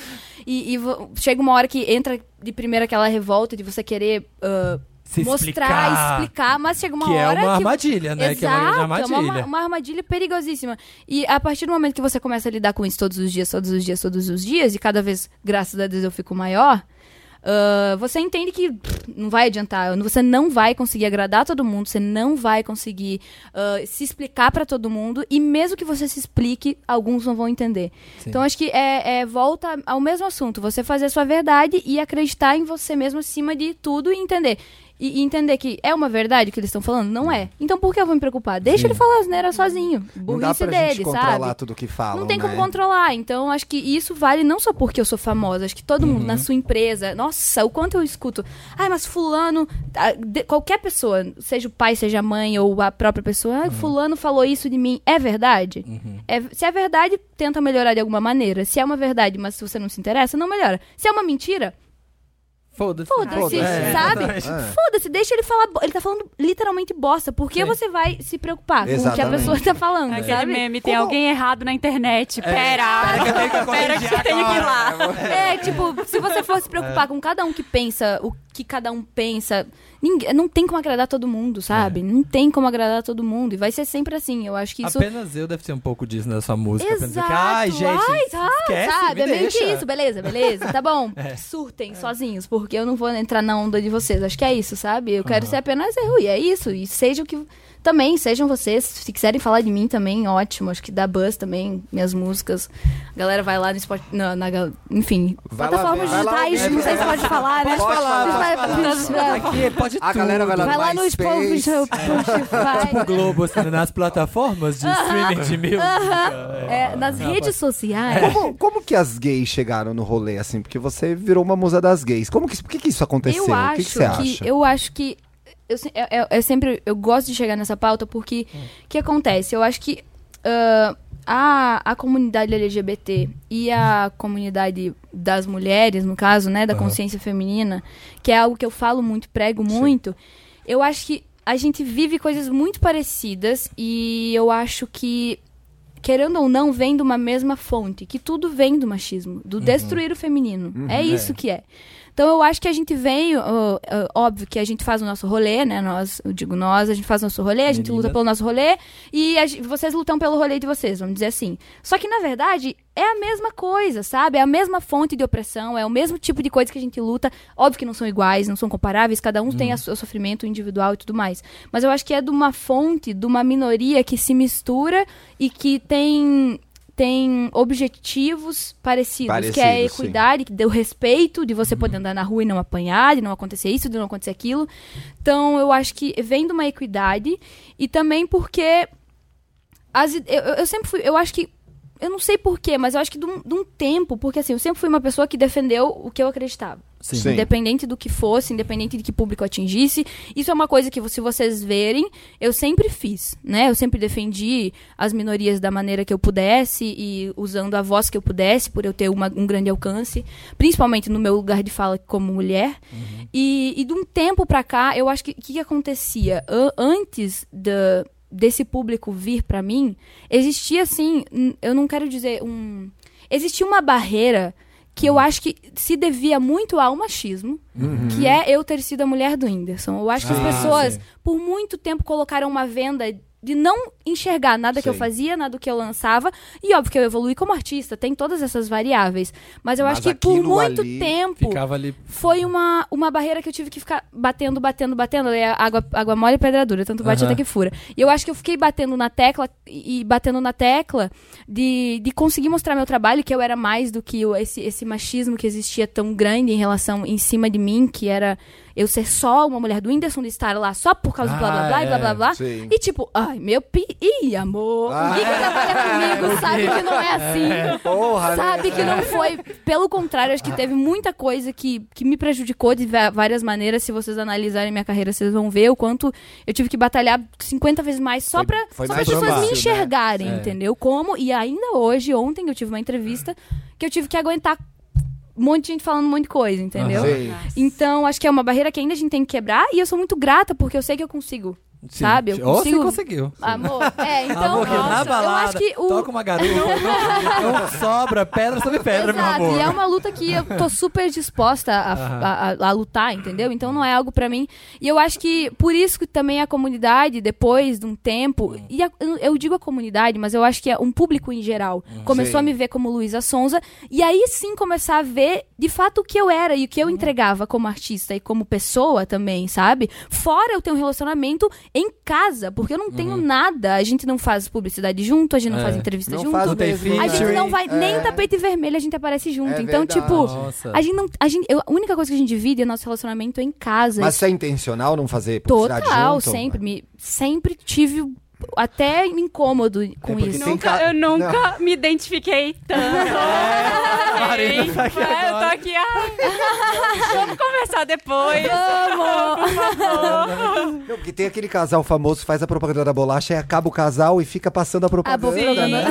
Speaker 3: e e vo- chega uma hora que entra de primeira aquela revolta de você querer ah,
Speaker 1: Se
Speaker 3: mostrar, explicar, mas chega uma
Speaker 1: que é
Speaker 3: hora
Speaker 1: uma
Speaker 3: que
Speaker 1: armadilha, né? que é uma grande
Speaker 3: Exato,
Speaker 1: armadilha.
Speaker 3: é uma, uma armadilha perigosíssima. E a partir do momento que você começa a lidar com isso todos os dias, todos os dias, todos os dias, e cada vez, graças a Deus, eu fico maior, ah, você entende que pff, não vai adiantar. Você não vai conseguir agradar todo mundo, você não vai conseguir ah, se explicar pra todo mundo, e mesmo que você se explique, alguns não vão entender.
Speaker 1: Sim.
Speaker 3: Então acho que é, é volta ao mesmo assunto, você fazer a sua verdade e acreditar em você mesmo acima de tudo e entender. E e entender que é uma verdade o que eles estão falando? Não é. Então por que eu vou me preocupar? Deixa
Speaker 1: Sim.
Speaker 3: ele falar asneira sozinho.
Speaker 4: Não dá
Speaker 3: Burrice
Speaker 4: pra
Speaker 3: dele,
Speaker 4: gente
Speaker 3: sabe?
Speaker 4: controlar tudo que falam,
Speaker 3: não tem como
Speaker 4: né?
Speaker 3: controlar. Então, acho que isso vale não só porque eu sou famosa, acho que todo mundo
Speaker 4: Uhum.
Speaker 3: na sua empresa. Nossa, o quanto eu escuto. Ai, mas Fulano. ah, de- qualquer pessoa, seja o pai, seja a mãe ou a própria pessoa.
Speaker 4: Uhum.
Speaker 3: Ai, Fulano falou isso de mim. É verdade? É- se é verdade, tenta melhorar de alguma maneira. Se é uma verdade, mas se você não se interessa, não melhora. Se é uma mentira.
Speaker 1: Foda-se.
Speaker 3: Foda-se,
Speaker 4: Foda-se, é,
Speaker 3: sabe?
Speaker 4: exatamente.
Speaker 3: Foda-se, deixa ele falar. bo- Ele tá falando literalmente bosta. Por que
Speaker 1: Sim.
Speaker 3: você vai se preocupar com o que a
Speaker 4: Exatamente.
Speaker 3: pessoa tá falando?
Speaker 2: É. Aquele
Speaker 3: sabe?
Speaker 2: meme, tem
Speaker 3: Como-
Speaker 2: alguém errado na internet.
Speaker 1: Pera que eu tenho que
Speaker 2: Pera, pera que
Speaker 1: corrigir
Speaker 2: eu tenho que ir lá.
Speaker 3: É, tipo, se você for se preocupar com cada um que pensa o que cada um pensa, ninguém, não tem como agradar todo mundo, sabe? Não tem como agradar todo mundo. E vai ser sempre assim. Eu acho que isso.
Speaker 1: Apenas eu deve ter um pouco disso nessa música. apenas eu
Speaker 3: Exato.
Speaker 1: que, Ai, gente,
Speaker 3: Ai, tá,
Speaker 1: esquece,
Speaker 3: sabe?
Speaker 1: me
Speaker 3: é meio que
Speaker 1: deixa."
Speaker 3: isso, beleza, beleza. Tá bom.
Speaker 4: É.
Speaker 3: Surtem sozinhos, porque eu não vou entrar na onda de vocês. Acho que é isso, sabe? Eu quero ser apenas eu, e é isso. E seja o que. Também, sejam vocês. Se quiserem falar de mim também, ótimo. Acho que dá buzz também, minhas músicas. A galera vai lá no Spotify. Na, na gal- enfim,
Speaker 4: Vai lá
Speaker 3: plataformas
Speaker 4: ver, vai lá
Speaker 3: digitais,
Speaker 4: ver.
Speaker 3: não sei se pode falar, né?
Speaker 4: Pode falar,
Speaker 3: Vai-
Speaker 1: Aqui pode
Speaker 4: A
Speaker 1: tudo.
Speaker 4: galera vai lá
Speaker 3: Vai lá
Speaker 4: no
Speaker 3: no Spotify.
Speaker 4: MySpace. É.
Speaker 1: Tipo o
Speaker 3: Spotify.
Speaker 1: Globo, assim, nas plataformas de streaming de música.
Speaker 3: É, nas redes sociais.
Speaker 4: Como, como que as gays chegaram no rolê, assim? Porque você virou uma musa das gays. Como que, isso- por que, que isso aconteceu?
Speaker 3: Eu
Speaker 4: o
Speaker 3: acho
Speaker 4: que, que você acha?
Speaker 3: eu acho que eu, se- eu- eu- eu sempre eu gosto de chegar nessa pauta porque o que acontece? Eu acho que ah, a, a comunidade LGBT e a comunidade das mulheres, no caso, né, da
Speaker 1: Aham.
Speaker 3: consciência feminina, que é algo que eu falo muito, prego muito, eu acho que a gente vive coisas muito parecidas e eu acho que querendo ou não, vem de uma mesma fonte, que tudo vem do machismo, do destruir o feminino. é isso que é. Então eu acho que a gente vem, ó, ó, óbvio que a gente faz o nosso rolê, né? Nós, eu digo nós, a gente faz o nosso rolê, a gente
Speaker 1: Meninas.
Speaker 3: luta pelo nosso rolê e a gen- vocês lutam pelo rolê de vocês, vamos dizer assim. Só que na verdade é a mesma coisa, sabe? É a mesma fonte de opressão, é o mesmo tipo de coisa que a gente luta. Óbvio que não são iguais, não são comparáveis, cada um tem a su- o sofrimento individual e tudo mais. Mas eu acho que é de uma fonte, de uma minoria que se mistura e que tem tem objetivos parecidos, que é a
Speaker 4: Parecidos, sim. Uhum.
Speaker 3: equidade, que deu respeito de você poder andar na rua e não apanhar, de não acontecer isso, de não acontecer aquilo. Então, eu acho que vem de uma equidade e também porque as ide- eu, eu- eu sempre fui, eu acho que eu não sei porquê, mas eu acho que de um, de um tempo, porque assim, eu sempre fui uma pessoa que defendeu o que eu acreditava.
Speaker 1: Sim.
Speaker 4: Sim.
Speaker 3: Independente do que fosse, independente de que público atingisse. Isso é uma coisa que, se vocês verem, eu sempre fiz, né? Eu sempre defendi as minorias da maneira que eu pudesse e usando a voz que eu pudesse, por eu ter uma- um grande alcance, principalmente no meu lugar de fala como mulher. E, e de um tempo pra cá, eu acho que o que, que acontecia? An- antes da- desse público vir pra mim, existia assim, n- eu não quero dizer um. Existia uma barreira que eu acho que se devia muito ao machismo,
Speaker 4: Uhum.
Speaker 3: que é eu ter sido a mulher do Whindersson. Eu acho que as
Speaker 1: Ah,
Speaker 3: pessoas,
Speaker 1: sim.
Speaker 3: por muito tempo, colocaram uma venda de não enxergar nada que eu
Speaker 4: Sim.
Speaker 3: fazia, nada que eu lançava. E óbvio que eu evoluí como artista, tem todas essas variáveis. Mas eu
Speaker 4: Mas
Speaker 3: acho que por
Speaker 4: aquilo
Speaker 3: muito
Speaker 4: ali
Speaker 3: tempo
Speaker 1: Ficava ali.
Speaker 3: foi uma, uma barreira que eu tive que ficar batendo, batendo, batendo. É água, água mole e pedra dura, tanto bate
Speaker 1: Aham.
Speaker 3: até que fura. E eu acho que eu fiquei batendo na tecla e e batendo na tecla de, de conseguir mostrar meu trabalho, que eu era mais do que o- esse, esse machismo que existia tão grande em relação em cima de mim, que era eu ser só uma mulher do Whindersson, de estar lá só por causa do blá blá
Speaker 1: Ah,
Speaker 3: blá e blá
Speaker 1: é,
Speaker 3: blá blá.
Speaker 4: sim.
Speaker 3: E tipo, ai, meu pi. Ih, amor,
Speaker 4: Ah,
Speaker 3: ninguém que trabalha comigo sabe que não é assim
Speaker 4: Porra, né?
Speaker 3: sabe que não foi. Pelo contrário, acho que teve muita coisa que, que me prejudicou de va- várias maneiras. Se vocês analisarem minha carreira, vocês vão ver o quanto eu tive que batalhar 50 vezes mais só
Speaker 4: Foi-
Speaker 3: pra
Speaker 4: foi
Speaker 3: só
Speaker 4: mais
Speaker 3: as pessoas
Speaker 4: trabalho,
Speaker 3: me
Speaker 4: né?
Speaker 3: enxergarem,
Speaker 1: É.
Speaker 3: entendeu? Como, e ainda hoje, ontem eu tive uma entrevista que eu tive que aguentar um monte de gente falando um monte de coisa, entendeu?
Speaker 1: Aham.
Speaker 4: Sim.
Speaker 3: Então, acho que é uma barreira que ainda a gente tem que quebrar e eu sou muito grata porque eu sei que eu consigo.
Speaker 1: Sim.
Speaker 3: Sabe, eu
Speaker 1: Ou você
Speaker 3: consigo-
Speaker 1: conseguiu.
Speaker 3: Amor, é, então,
Speaker 1: amor, que na
Speaker 3: nossa, eu
Speaker 1: balada,
Speaker 3: acho que o,
Speaker 1: toca uma garupa, não, não sobra pedra sobre pedra, meu
Speaker 3: Exato,
Speaker 1: amor.
Speaker 3: E é uma luta que eu tô super disposta a,
Speaker 1: Aham.
Speaker 3: a- a- a lutar, entendeu? Então não é algo pra mim. E eu acho que por isso que também a comunidade, depois de um tempo,
Speaker 1: Uhum.
Speaker 3: e a- eu- eu digo a comunidade, mas eu acho que é um público em geral,
Speaker 1: Uhum.
Speaker 3: começou a
Speaker 4: Sim.
Speaker 3: me ver como Luísa Sonza, e aí sim começar a ver de fato o que eu era e o que
Speaker 1: Uhum.
Speaker 3: eu entregava como artista e como pessoa também, sabe? Fora eu ter um relacionamento em casa, porque eu não tenho nada, a gente não faz publicidade junto, a gente não
Speaker 1: Uhum. É.
Speaker 3: faz entrevista
Speaker 4: Não
Speaker 3: junto.
Speaker 4: faz
Speaker 1: Não
Speaker 4: o
Speaker 1: tem
Speaker 4: mesmo,
Speaker 1: feat.
Speaker 3: A
Speaker 4: né?
Speaker 3: gente não vai nem
Speaker 4: É.
Speaker 3: em tapete vermelho, a gente aparece junto.
Speaker 4: É
Speaker 3: então,
Speaker 4: verdade.
Speaker 3: tipo,
Speaker 1: Nossa.
Speaker 3: a gente não. A, gente, eu- a única coisa que a gente divide é nosso relacionamento em casa.
Speaker 1: tá
Speaker 4: Mas isso é intencional não fazer publicidade
Speaker 3: Total,
Speaker 4: junto?
Speaker 3: sempre. Me, sempre tive até incômodo
Speaker 4: É
Speaker 3: com
Speaker 4: porque
Speaker 3: isso.
Speaker 4: tem
Speaker 2: Nunca-
Speaker 4: ca-
Speaker 2: Eu nunca me identifiquei tanto.
Speaker 1: Marina tá aqui
Speaker 2: Ei, vai, Eu tô
Speaker 1: agora.
Speaker 2: aqui, ah, vamos conversar depois.
Speaker 3: Vamos!
Speaker 4: Não, porque tem aquele casal famoso que faz a propaganda da bolacha e acaba o casal e fica passando a propaganda,
Speaker 3: propaganda.
Speaker 4: né?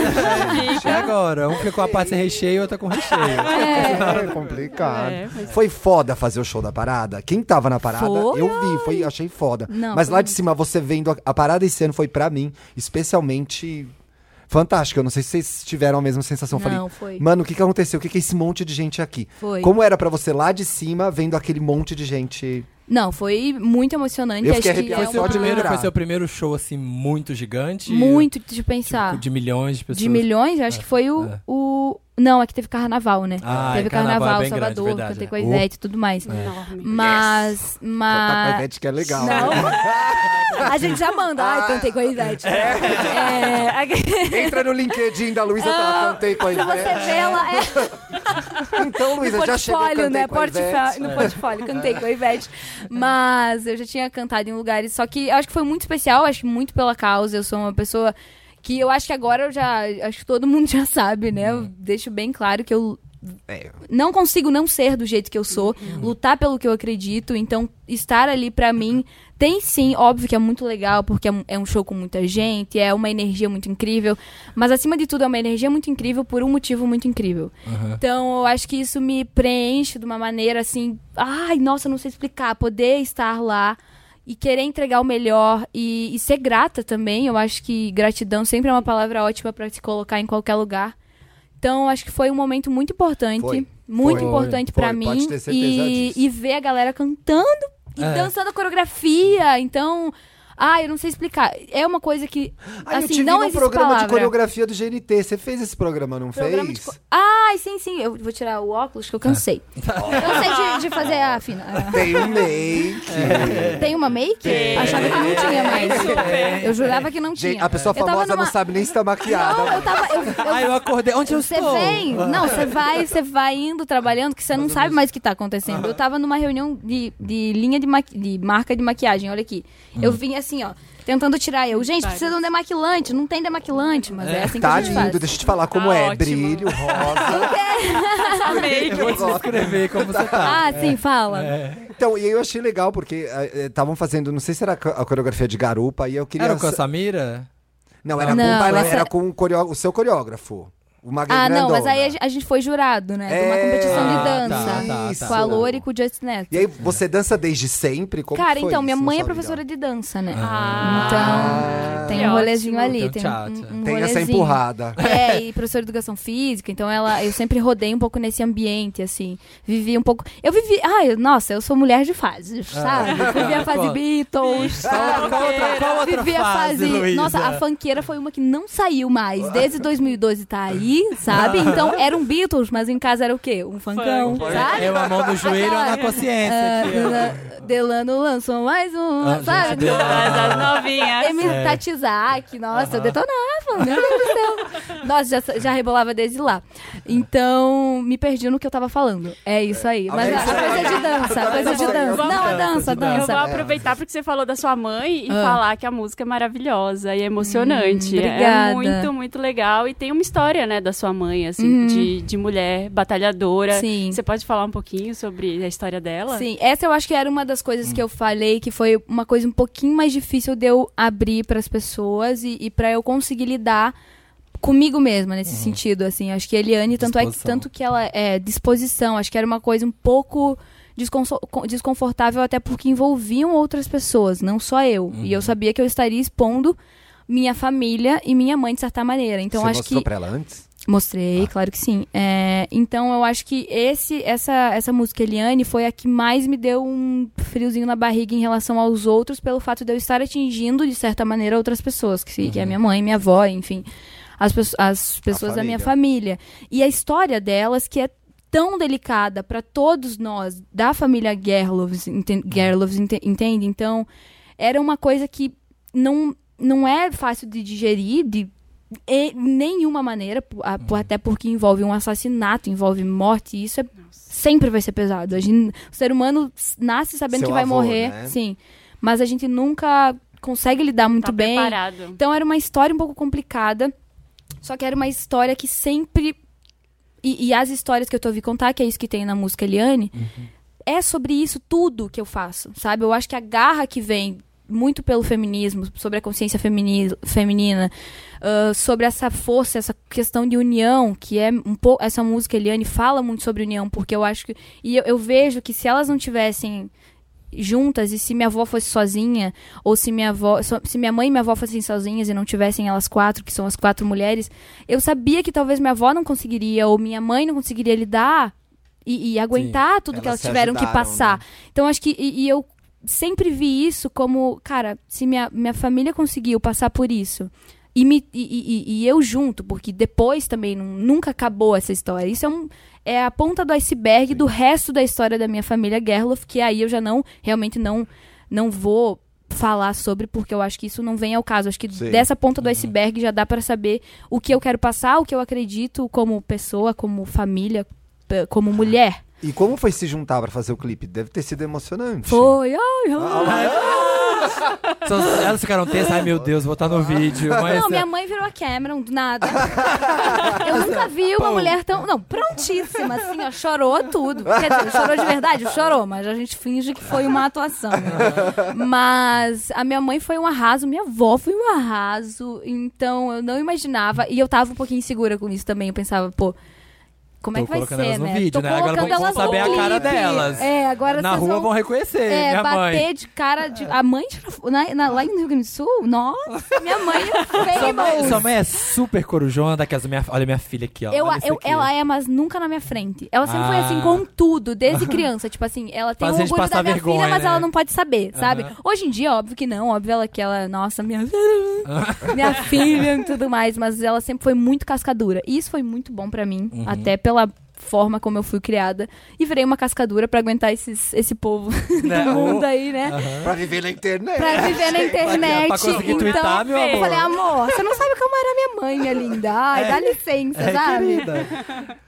Speaker 2: Sim,
Speaker 1: E agora? Um fica com a parte sem recheio e outra com recheio.
Speaker 4: É complicado. Foi foda fazer o show da parada. Quem tava na parada,
Speaker 3: é. Foi.
Speaker 4: eu vi, foi, achei foda.
Speaker 3: Não,
Speaker 4: Mas
Speaker 3: foi
Speaker 4: lá de
Speaker 3: muito.
Speaker 4: cima, você vendo a, a parada esse ano foi pra mim especialmente fantástica. Eu não sei se vocês tiveram a mesma sensação. Eu
Speaker 3: Não,
Speaker 4: Falei,
Speaker 3: foi.
Speaker 4: mano, o que que aconteceu? O que que é esse monte de gente aqui?
Speaker 3: Foi.
Speaker 4: Como era pra você lá de cima vendo aquele monte de gente?
Speaker 3: Não, foi muito emocionante.
Speaker 4: Eu fiquei
Speaker 3: Acho que
Speaker 4: arrepiado
Speaker 3: é
Speaker 1: Foi seu,
Speaker 4: uma-
Speaker 1: primeiro, foi
Speaker 4: lembrar.
Speaker 1: seu primeiro show, assim, muito gigante?
Speaker 3: muito de
Speaker 1: Tipo,
Speaker 3: pensar.
Speaker 1: de milhões de pessoas?
Speaker 3: De milhões, eu acho que foi o,
Speaker 1: é.
Speaker 3: o. Não, é que teve carnaval, né?
Speaker 1: Ah,
Speaker 3: teve
Speaker 1: é, carnaval é bem
Speaker 3: Salvador,
Speaker 1: grande, verdade,
Speaker 3: cantei
Speaker 1: é.
Speaker 3: com a Ivete e tudo mais. Mas.
Speaker 4: Já tá com a
Speaker 3: Mas.
Speaker 4: Ivete, que é legal.
Speaker 3: Não. A gente já manda. Ai, cantei com a Ivete. É.
Speaker 4: Entra no LinkedIn da Luísa, tá? Cantei com a
Speaker 3: Se Ah, você
Speaker 4: Ivete.
Speaker 3: vê ela, é
Speaker 4: Então, Luísa,
Speaker 3: no
Speaker 4: já chegou
Speaker 3: portfólio,
Speaker 4: cantei
Speaker 3: né?
Speaker 4: com a Ivete.
Speaker 3: Portfólio, no portfólio, cantei com a Ivete. Mas eu já tinha cantado em lugares, só que eu acho que foi muito especial, acho que muito pela causa. Eu sou uma pessoa que eu acho que agora eu já. Acho que todo mundo já sabe, né? Eu deixo bem claro que eu
Speaker 4: É, Uhum.
Speaker 3: não consigo não ser do jeito que eu sou, lutar pelo que eu acredito, então estar ali pra mim tem sim, óbvio que é muito legal, porque é um- é um show com muita gente, é uma energia muito incrível, mas acima de tudo é uma energia muito incrível por um motivo muito incrível. Então eu acho que isso me preenche de uma maneira assim, ai, nossa, não sei explicar, poder estar lá e querer entregar o melhor e, e ser grata também, eu acho que gratidão sempre é uma palavra ótima pra se colocar em qualquer lugar. Então, acho que foi um momento muito importante.
Speaker 4: Foi.
Speaker 3: Muito
Speaker 4: Foi.
Speaker 3: importante
Speaker 4: Foi.
Speaker 3: pra
Speaker 4: Pode
Speaker 3: mim.
Speaker 4: ter certeza
Speaker 3: E,
Speaker 4: disso.
Speaker 3: e ver a galera cantando e
Speaker 1: É.
Speaker 3: dançando a coreografia. Então, ah, eu não sei explicar. É uma coisa que.
Speaker 4: Ah, eu
Speaker 3: assim,
Speaker 4: te
Speaker 3: não
Speaker 4: vi no
Speaker 3: existe
Speaker 4: programa
Speaker 3: palavra.
Speaker 4: de coreografia do GNT. Você fez esse programa, não
Speaker 3: Programa de
Speaker 4: fez?
Speaker 3: co- Ai, sim, sim. Eu vou tirar o óculos
Speaker 4: Ah.
Speaker 3: que eu cansei. Eu sei de, de fazer a fina.
Speaker 4: Tem um make.
Speaker 3: a- Tem uma make? Achava que não tinha, mas. Eu jurava que não tinha.
Speaker 4: Gente, a pessoa
Speaker 3: Eu tava
Speaker 4: famosa
Speaker 3: numa-
Speaker 4: não sabe nem se tá maquiada.
Speaker 3: Não, eu tava. eu- eu
Speaker 1: Ah, eu acordei. Onde eu
Speaker 3: Você
Speaker 1: estou?
Speaker 3: vem, não, você vai, você vai indo trabalhando que você não sabe mais o que tá acontecendo. Eu tava numa reunião de, de linha de, maqui- de marca de maquiagem, olha aqui.
Speaker 4: Hum.
Speaker 3: Eu vim assim, ó, tentando tirar eu. Gente, precisa de um demaquilante, não tem demaquilante, mas é, assim que
Speaker 4: Tá
Speaker 3: a gente faz.
Speaker 4: lindo, deixa eu te falar como
Speaker 2: Tá
Speaker 4: é.
Speaker 2: ótimo.
Speaker 4: Brilho, rosa.
Speaker 2: Amei.
Speaker 1: Eu vou te descrever como você tá.
Speaker 3: Ah,
Speaker 4: É.
Speaker 3: sim, fala.
Speaker 4: Então, e aí eu achei legal, porque estavam fazendo, não sei se era a co- a coreografia de garupa, e eu queria.
Speaker 1: Era com a Samira?
Speaker 4: Não, era
Speaker 3: Não,
Speaker 4: com, o baila-
Speaker 3: essa-
Speaker 4: era com o, coreó- o seu coreógrafo. O Magrinho
Speaker 3: Ah, não, mas aí a ge- a gente foi jurado, né? De uma
Speaker 4: É,
Speaker 3: competição
Speaker 1: ah,
Speaker 3: de
Speaker 1: tá,
Speaker 3: dança.
Speaker 1: tá, tá.
Speaker 3: Com a Loura e com o Just Neto.
Speaker 4: E aí, você dança desde sempre? Como
Speaker 3: Cara,
Speaker 4: que foi
Speaker 3: então, minha
Speaker 4: isso,
Speaker 3: mãe é
Speaker 4: na sua
Speaker 3: professora
Speaker 4: vida?
Speaker 3: de dança, né?
Speaker 2: Ah.
Speaker 3: então, tem
Speaker 2: que
Speaker 3: um rolezinho
Speaker 2: ótimo.
Speaker 1: Tem
Speaker 3: ali.
Speaker 1: um
Speaker 3: Tem,
Speaker 1: tchatcha.
Speaker 3: um, um
Speaker 4: Tem essa
Speaker 3: rolezinho.
Speaker 4: empurrada.
Speaker 3: É, e professora de educação física, então ela, eu sempre rodei um pouco nesse ambiente, assim. Vivi um pouco. Eu vivi. Ai, nossa, eu sou mulher de fases, sabe? Vivi a fase
Speaker 1: É. Qual-
Speaker 3: Beatles.
Speaker 1: Qual, qual outra, qual outra
Speaker 3: Vivi a
Speaker 1: fase,
Speaker 3: fase.
Speaker 1: Luísa?
Speaker 3: Nossa, a funkeira foi uma que não saiu mais. Desde 2012 tá aí, sabe? Então era um Beatles, mas em casa era o quê? Um funkão, sabe?
Speaker 1: É uma mão no joelho ou na consciência.
Speaker 3: Ah,
Speaker 1: aqui, ó.
Speaker 3: Delano- Delano lançou mais um,
Speaker 1: Ah, gente,
Speaker 3: sabe?
Speaker 1: Delano.
Speaker 2: As novinhas.
Speaker 3: Emir Tatizak, nossa, eu detonava, meu Deus do céu. Nossa, já, já rebolava desde lá. Então, me perdi no que eu tava falando. É isso aí. Mas a, a coisa de dança, a coisa de dança. Não, a dança, a
Speaker 2: Eu vou
Speaker 3: dança.
Speaker 2: aproveitar porque você falou da sua mãe e
Speaker 3: Ah.
Speaker 2: falar que a música é maravilhosa e emocionante.
Speaker 3: Hum,
Speaker 2: é
Speaker 3: obrigada.
Speaker 2: muito, muito legal. E tem uma história, né, da sua mãe, assim, de, de mulher batalhadora.
Speaker 3: Sim.
Speaker 2: Você pode falar um pouquinho sobre a história dela?
Speaker 3: Sim, essa eu acho que era uma das coisas que eu falei que foi uma coisa um pouquinho mais difícil de eu abrir pras pessoas e, e para eu conseguir lidar comigo mesma nesse sentido, assim. Acho que a Eliane, tanto é que
Speaker 1: Disposição.
Speaker 3: tanto que ela é disposição, acho que era uma coisa um pouco desconso- co- desconfortável até porque envolviam outras pessoas, não só eu. E eu sabia que eu estaria expondo minha família e minha mãe de certa maneira. Então
Speaker 4: você
Speaker 3: acho
Speaker 4: mostrou
Speaker 3: que
Speaker 4: pra ela antes?
Speaker 3: Mostrei, claro que sim. É, então eu acho que esse, essa, essa música Eliane foi a que mais me deu um friozinho na barriga em relação aos outros, pelo fato de eu estar atingindo, de certa maneira, outras pessoas, que, se- que é minha mãe, minha avó, enfim. As, pesso- as pessoas da minha família. E a história delas, que é tão delicada para todos nós, da família Gerloves, enten- Gerloves, ente- entende? Então, era uma coisa que não, não é fácil de digerir, de e- nenhuma maneira, po- a-
Speaker 4: Uhum.
Speaker 3: po- até porque envolve um assassinato, envolve morte, e isso é, sempre vai ser pesado. A gente- o ser humano s- nasce sabendo
Speaker 4: Seu
Speaker 3: que vai
Speaker 4: avô,
Speaker 3: morrer,
Speaker 4: né?
Speaker 3: sim. Mas a gente nunca consegue lidar muito
Speaker 2: tá
Speaker 3: bem.
Speaker 2: preparado.
Speaker 3: Então era uma história um pouco complicada, só que era uma história que sempre. E, e as histórias que eu tô ouvindo contar, que é isso que tem na música Eliane, é sobre isso tudo que eu faço, sabe? Eu acho que a garra que vem muito pelo feminismo, sobre a consciência femini feminina, ah, sobre essa força, essa questão de união, que é um pouco. Essa música Eliane fala muito sobre união, porque eu acho que. E eu- eu vejo que se elas não tivessem juntas e se minha avó fosse sozinha ou se minha avó so- se minha mãe e minha avó fossem sozinhas e não tivessem elas quatro que são as quatro mulheres eu sabia que talvez minha avó não conseguiria ou minha mãe não conseguiria lidar e, e aguentar tudo que
Speaker 4: Elas
Speaker 3: elas
Speaker 4: se
Speaker 3: tiveram que
Speaker 4: ajudaram,
Speaker 3: passar
Speaker 4: né?
Speaker 3: então acho que e, e eu sempre vi isso como cara se minha, minha família conseguiu passar por isso e, me, e, e- e- e eu junto, porque depois também nu- nunca acabou essa história. Isso é, um- é a ponta do iceberg do resto da história da minha família Gerloff, que aí eu já não, realmente não, não vou falar sobre, porque eu acho que isso não vem ao caso. Acho que
Speaker 4: Sim.
Speaker 3: dessa ponta do iceberg já dá pra saber o que eu quero passar, o que eu acredito como pessoa, como família, p- como mulher.
Speaker 4: E como foi se juntar pra fazer o clipe? Deve ter sido emocionante.
Speaker 3: Foi, ai, ai.
Speaker 1: Só- elas ficaram tensas, ai meu Deus, vou estar no vídeo. Mas,
Speaker 3: Ah. Não, minha mãe virou a Cameron do nada. Eu nunca vi uma
Speaker 1: Pão.
Speaker 3: mulher tão. Não, prontíssima, assim, ó, chorou tudo. Quer dizer, chorou de verdade? Chorou, mas a gente finge que foi uma atuação. né? Mas a minha mãe foi um arraso, minha avó foi um arraso. Então eu não imaginava. E eu tava um pouquinho insegura com isso também. Eu pensava, pô. Como é
Speaker 1: Tô
Speaker 3: que vai
Speaker 1: colocando
Speaker 3: ser,
Speaker 1: elas no
Speaker 3: né?
Speaker 1: vídeo,
Speaker 3: Tô
Speaker 1: né? Agora
Speaker 3: colocando
Speaker 1: vão- vão
Speaker 3: elas no
Speaker 1: saber a cara
Speaker 3: clipe.
Speaker 1: delas.
Speaker 3: É, agora
Speaker 1: na
Speaker 3: vocês
Speaker 1: rua
Speaker 3: vão
Speaker 1: vão reconhecer,
Speaker 3: é,
Speaker 1: minha
Speaker 3: bater
Speaker 1: mãe.
Speaker 3: de cara de. A mãe tirou- na- na- lá no Rio Grande do Sul? Nossa, minha mãe é
Speaker 1: Sua mãe,
Speaker 3: famous.
Speaker 1: sua mãe é super corujona, daquelas minha, olha minha filha aqui, ó.
Speaker 3: Eu,
Speaker 1: olha isso
Speaker 3: eu-
Speaker 1: aqui.
Speaker 3: ela é, mas nunca na minha frente. Ela sempre foi
Speaker 1: Ah.
Speaker 3: assim com tudo, desde criança. Tipo assim, ela tem
Speaker 1: Faz a
Speaker 3: o
Speaker 1: gente
Speaker 3: orgulho
Speaker 1: passar
Speaker 3: da minha
Speaker 1: vergonha,
Speaker 3: filha, mas
Speaker 1: né?
Speaker 3: ela não pode saber, sabe?
Speaker 1: Aham.
Speaker 3: Hoje em dia, óbvio que não. Óbvio ela que ela, nossa, minha, minha filha e tudo mais. Mas ela sempre foi muito cascadura. E isso foi muito bom pra mim,
Speaker 1: Uhum.
Speaker 3: até pela forma como eu fui criada. E virei uma cascadura pra aguentar esses, esse povo
Speaker 1: Né?
Speaker 3: do mundo
Speaker 1: Ô.
Speaker 3: aí, né?
Speaker 4: Pra viver na internet.
Speaker 3: pra viver na internet.
Speaker 1: É. pra conseguir
Speaker 3: então,
Speaker 1: twittar, meu
Speaker 3: eu
Speaker 1: amor.
Speaker 3: falei, amor, você não sabe como era minha mãe, minha linda. Ai, dá licença,
Speaker 1: É,
Speaker 3: sabe?
Speaker 1: querida.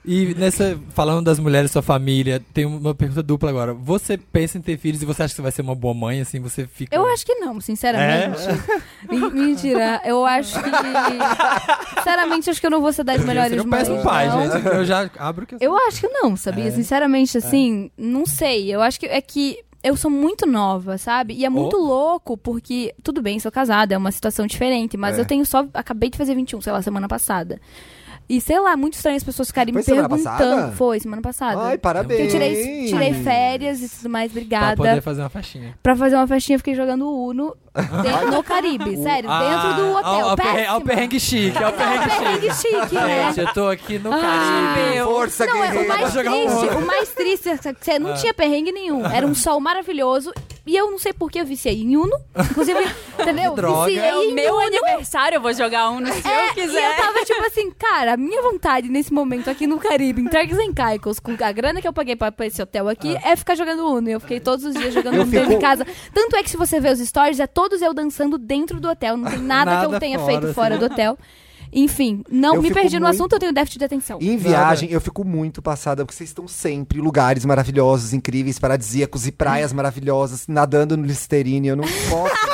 Speaker 1: E nessa, falando das mulheres da sua família, tem uma pergunta dupla agora. Você pensa em ter filhos e você acha que você vai ser uma boa mãe, assim? Você fica.
Speaker 3: Eu acho que não, sinceramente.
Speaker 1: É?
Speaker 3: Men- Mentira, eu acho que. Sinceramente, acho que eu não vou ser das melhores
Speaker 1: Eu
Speaker 3: mães.
Speaker 1: peço um pai,
Speaker 3: não.
Speaker 1: gente. Eu já abro que
Speaker 3: Eu acho que não, sabia?
Speaker 1: É.
Speaker 3: Sinceramente, assim, não sei. Eu acho que é que eu sou muito nova, sabe? E é muito
Speaker 4: Oh.
Speaker 3: louco, porque, tudo bem, sou casada, é uma situação diferente, mas
Speaker 4: É.
Speaker 3: eu tenho só. Acabei de fazer 21, sei lá, semana passada. E sei lá, é muito estranho as pessoas ficarem
Speaker 4: Foi
Speaker 3: me
Speaker 4: semana
Speaker 3: perguntando.
Speaker 4: passada?
Speaker 3: Foi, semana passada.
Speaker 4: Ai,
Speaker 3: Que
Speaker 4: parabéns.
Speaker 3: eu tirei, tirei férias e tudo mais,
Speaker 1: Pra poder
Speaker 3: obrigada.
Speaker 1: fazer uma faixinha.
Speaker 3: Pra fazer uma festinha, eu fiquei jogando Uno dentro, no Caribe, sério, dentro do hotel.
Speaker 1: Olha Ah, o perrengue,
Speaker 3: Péssimo.
Speaker 1: ao perrengue chique, ao
Speaker 3: É um
Speaker 1: perrengue chique. É.
Speaker 3: perrengue chique, né?
Speaker 1: Gente, eu tô aqui no
Speaker 3: Ah,
Speaker 1: Caribe.
Speaker 4: Força,
Speaker 3: Não, é, o
Speaker 4: guerreira.
Speaker 1: Vai
Speaker 3: mais
Speaker 1: jogar um
Speaker 3: triste, o mais triste é que você não tinha perrengue nenhum. Era um sol maravilhoso. E eu não sei por que eu viciei em Uno. Inclusive, entendeu?
Speaker 1: droga.
Speaker 3: Viciei
Speaker 2: É o
Speaker 3: em
Speaker 2: meu
Speaker 3: Uno. É,
Speaker 2: aniversário, eu vou jogar um no se eu
Speaker 3: E eu
Speaker 2: quiser.
Speaker 3: tava tipo assim, cara, a minha vontade nesse momento aqui no Caribe, em Turks and Caicos, com a grana que eu paguei pra, pra esse hotel aqui, é ficar jogando Uno. E Eu fiquei todos os dias jogando
Speaker 4: Eu
Speaker 3: Uno dentro
Speaker 4: fico-
Speaker 3: de casa. Tanto é que se você ver os stories, é todos eu dançando dentro do hotel. Não tem nada, que
Speaker 1: Nada
Speaker 3: eu tenha
Speaker 1: fora,
Speaker 3: feito
Speaker 1: assim.
Speaker 3: fora do hotel. Enfim, não
Speaker 4: Eu
Speaker 3: me
Speaker 4: fico
Speaker 3: perdi no
Speaker 4: muito-
Speaker 3: assunto, eu tenho déficit de atenção.
Speaker 4: E Em viagem, eu fico muito passada, porque vocês estão sempre em lugares maravilhosos, incríveis, paradisíacos e praias maravilhosas, nadando no Listerine. Eu não posso.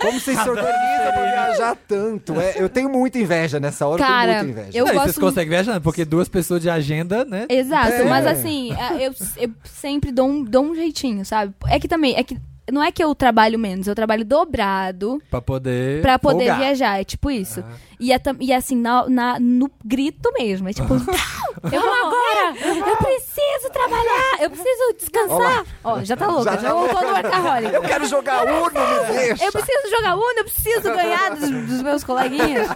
Speaker 4: Como vocês se organizam pra viajar tanto? É, eu tenho muita inveja nessa hora, eu
Speaker 3: Cara,
Speaker 4: tenho muita inveja.
Speaker 3: eu
Speaker 1: não, e vocês
Speaker 3: gosto muito-
Speaker 1: conseguem viajar, porque duas pessoas de agenda, né?
Speaker 3: Exato,
Speaker 4: É.
Speaker 3: mas assim, a- eu, eu sempre dou um, dou um jeitinho, sabe? É que também, é que não é que eu trabalho menos, eu trabalho dobrado
Speaker 1: Pra poder.
Speaker 3: pra poder
Speaker 1: folgar.
Speaker 3: viajar, é tipo isso. E, é tam- e é assim, na, na- no grito mesmo, é tipo, não, eu vou agora, eu preciso trabalhar, eu preciso descansar. Ó, já tá louca, já, voltou no workaholic.
Speaker 4: Eu quero jogar Uno, me deixa!
Speaker 3: Eu preciso jogar Uno, eu preciso ganhar dos, dos meus coleguinhas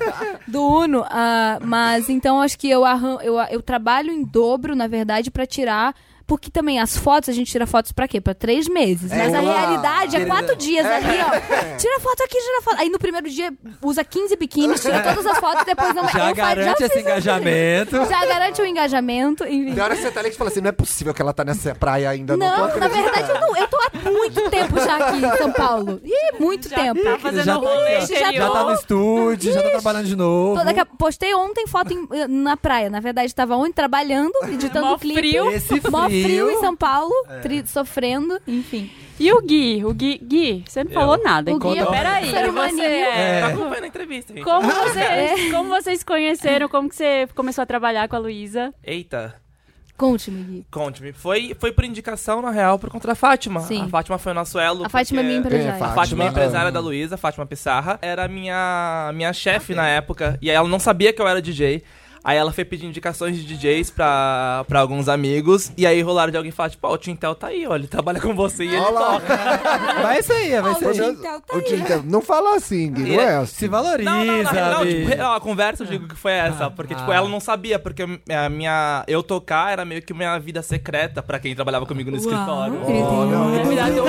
Speaker 3: do Uno. ah, mas então acho que eu, arran eu, eu trabalho em dobro, na verdade, pra tirar. Porque também as fotos, a gente tira fotos pra quê? Pra três meses.
Speaker 4: É,
Speaker 3: Mas a
Speaker 4: vamos lá.
Speaker 3: realidade é
Speaker 1: Querida.
Speaker 3: quatro dias ali, ó. Tira foto aqui, tira foto. Aí no primeiro dia usa 15 biquínis, tira todas as fotos, depois não
Speaker 1: Já
Speaker 3: eu fa-
Speaker 1: garante
Speaker 3: já
Speaker 1: esse
Speaker 3: fiz isso.
Speaker 1: engajamento.
Speaker 3: Já garante o engajamento, enfim.
Speaker 4: Tem hora que você tá ali que você fala assim, não é possível que ela tá nessa praia ainda, não, tô
Speaker 3: Não, na
Speaker 4: acreditando.
Speaker 3: verdade eu não. Eu tô há muito tempo já aqui em São Paulo. Ih, muito tempo.
Speaker 2: Tá fazendo
Speaker 1: já,
Speaker 2: rolê
Speaker 1: tá, já,
Speaker 2: exterior.
Speaker 1: tá no estúdio, já tá trabalhando de novo.
Speaker 3: Tô daqui a- eh, postei ontem foto em- na praia. Na verdade, tava ontem trabalhando, editando
Speaker 2: Mó
Speaker 3: o clipe.
Speaker 2: frio. É.
Speaker 1: Esse
Speaker 3: Mó
Speaker 1: frio. frio.
Speaker 3: frio em São Paulo, tri- sofrendo, enfim.
Speaker 2: E o Gui? O Gui, Gui você não
Speaker 5: Eu.
Speaker 2: falou nada.
Speaker 3: O
Speaker 2: Enquanto...
Speaker 3: Gui é um
Speaker 2: Peraí,
Speaker 3: ser
Speaker 2: você
Speaker 3: humaninho.
Speaker 2: é...
Speaker 5: Tá acompanhando a entrevista,
Speaker 3: então.
Speaker 5: gente.
Speaker 2: Como
Speaker 3: É.
Speaker 2: vocês, como vocês conheceram? Como que você começou a trabalhar com a Luísa?
Speaker 5: Eita,
Speaker 3: Conte-me, Gui.
Speaker 5: conte-me. Foi, foi por indicação, na real, por contra a Fátima.
Speaker 3: Sim.
Speaker 5: A Fátima foi o nosso elo.
Speaker 3: A Fátima é minha
Speaker 5: porque-
Speaker 3: empresária.
Speaker 4: É,
Speaker 5: A Fátima é a
Speaker 4: Fátima,
Speaker 5: empresária
Speaker 4: ah.
Speaker 5: da Luísa, a Fátima Pissarra. Era minha, minha chefe na época. E aí ela não sabia que eu era DJ. Aí ela foi pedir indicações de DJs pra, pra alguns amigos. E aí rolaram de alguém falar, tipo, ó, o Tintel tá aí, ó. Ele trabalha com você e ele
Speaker 4: Olha lá.
Speaker 5: toca.
Speaker 1: Vai isso aí, vai isso aí.
Speaker 4: Poderoso- o Tintel- Não fala assim, Gui, não é assim.
Speaker 1: Se valoriza,
Speaker 5: Não, não, na real, tipo,
Speaker 1: bicho.
Speaker 5: real, a conversa eu digo que foi essa. Porque, tipo,
Speaker 1: ah.
Speaker 5: ela não sabia, porque a minha. Eu tocar era meio que minha vida secreta pra quem trabalhava comigo no escritório.
Speaker 1: Olha,
Speaker 2: Me dá teu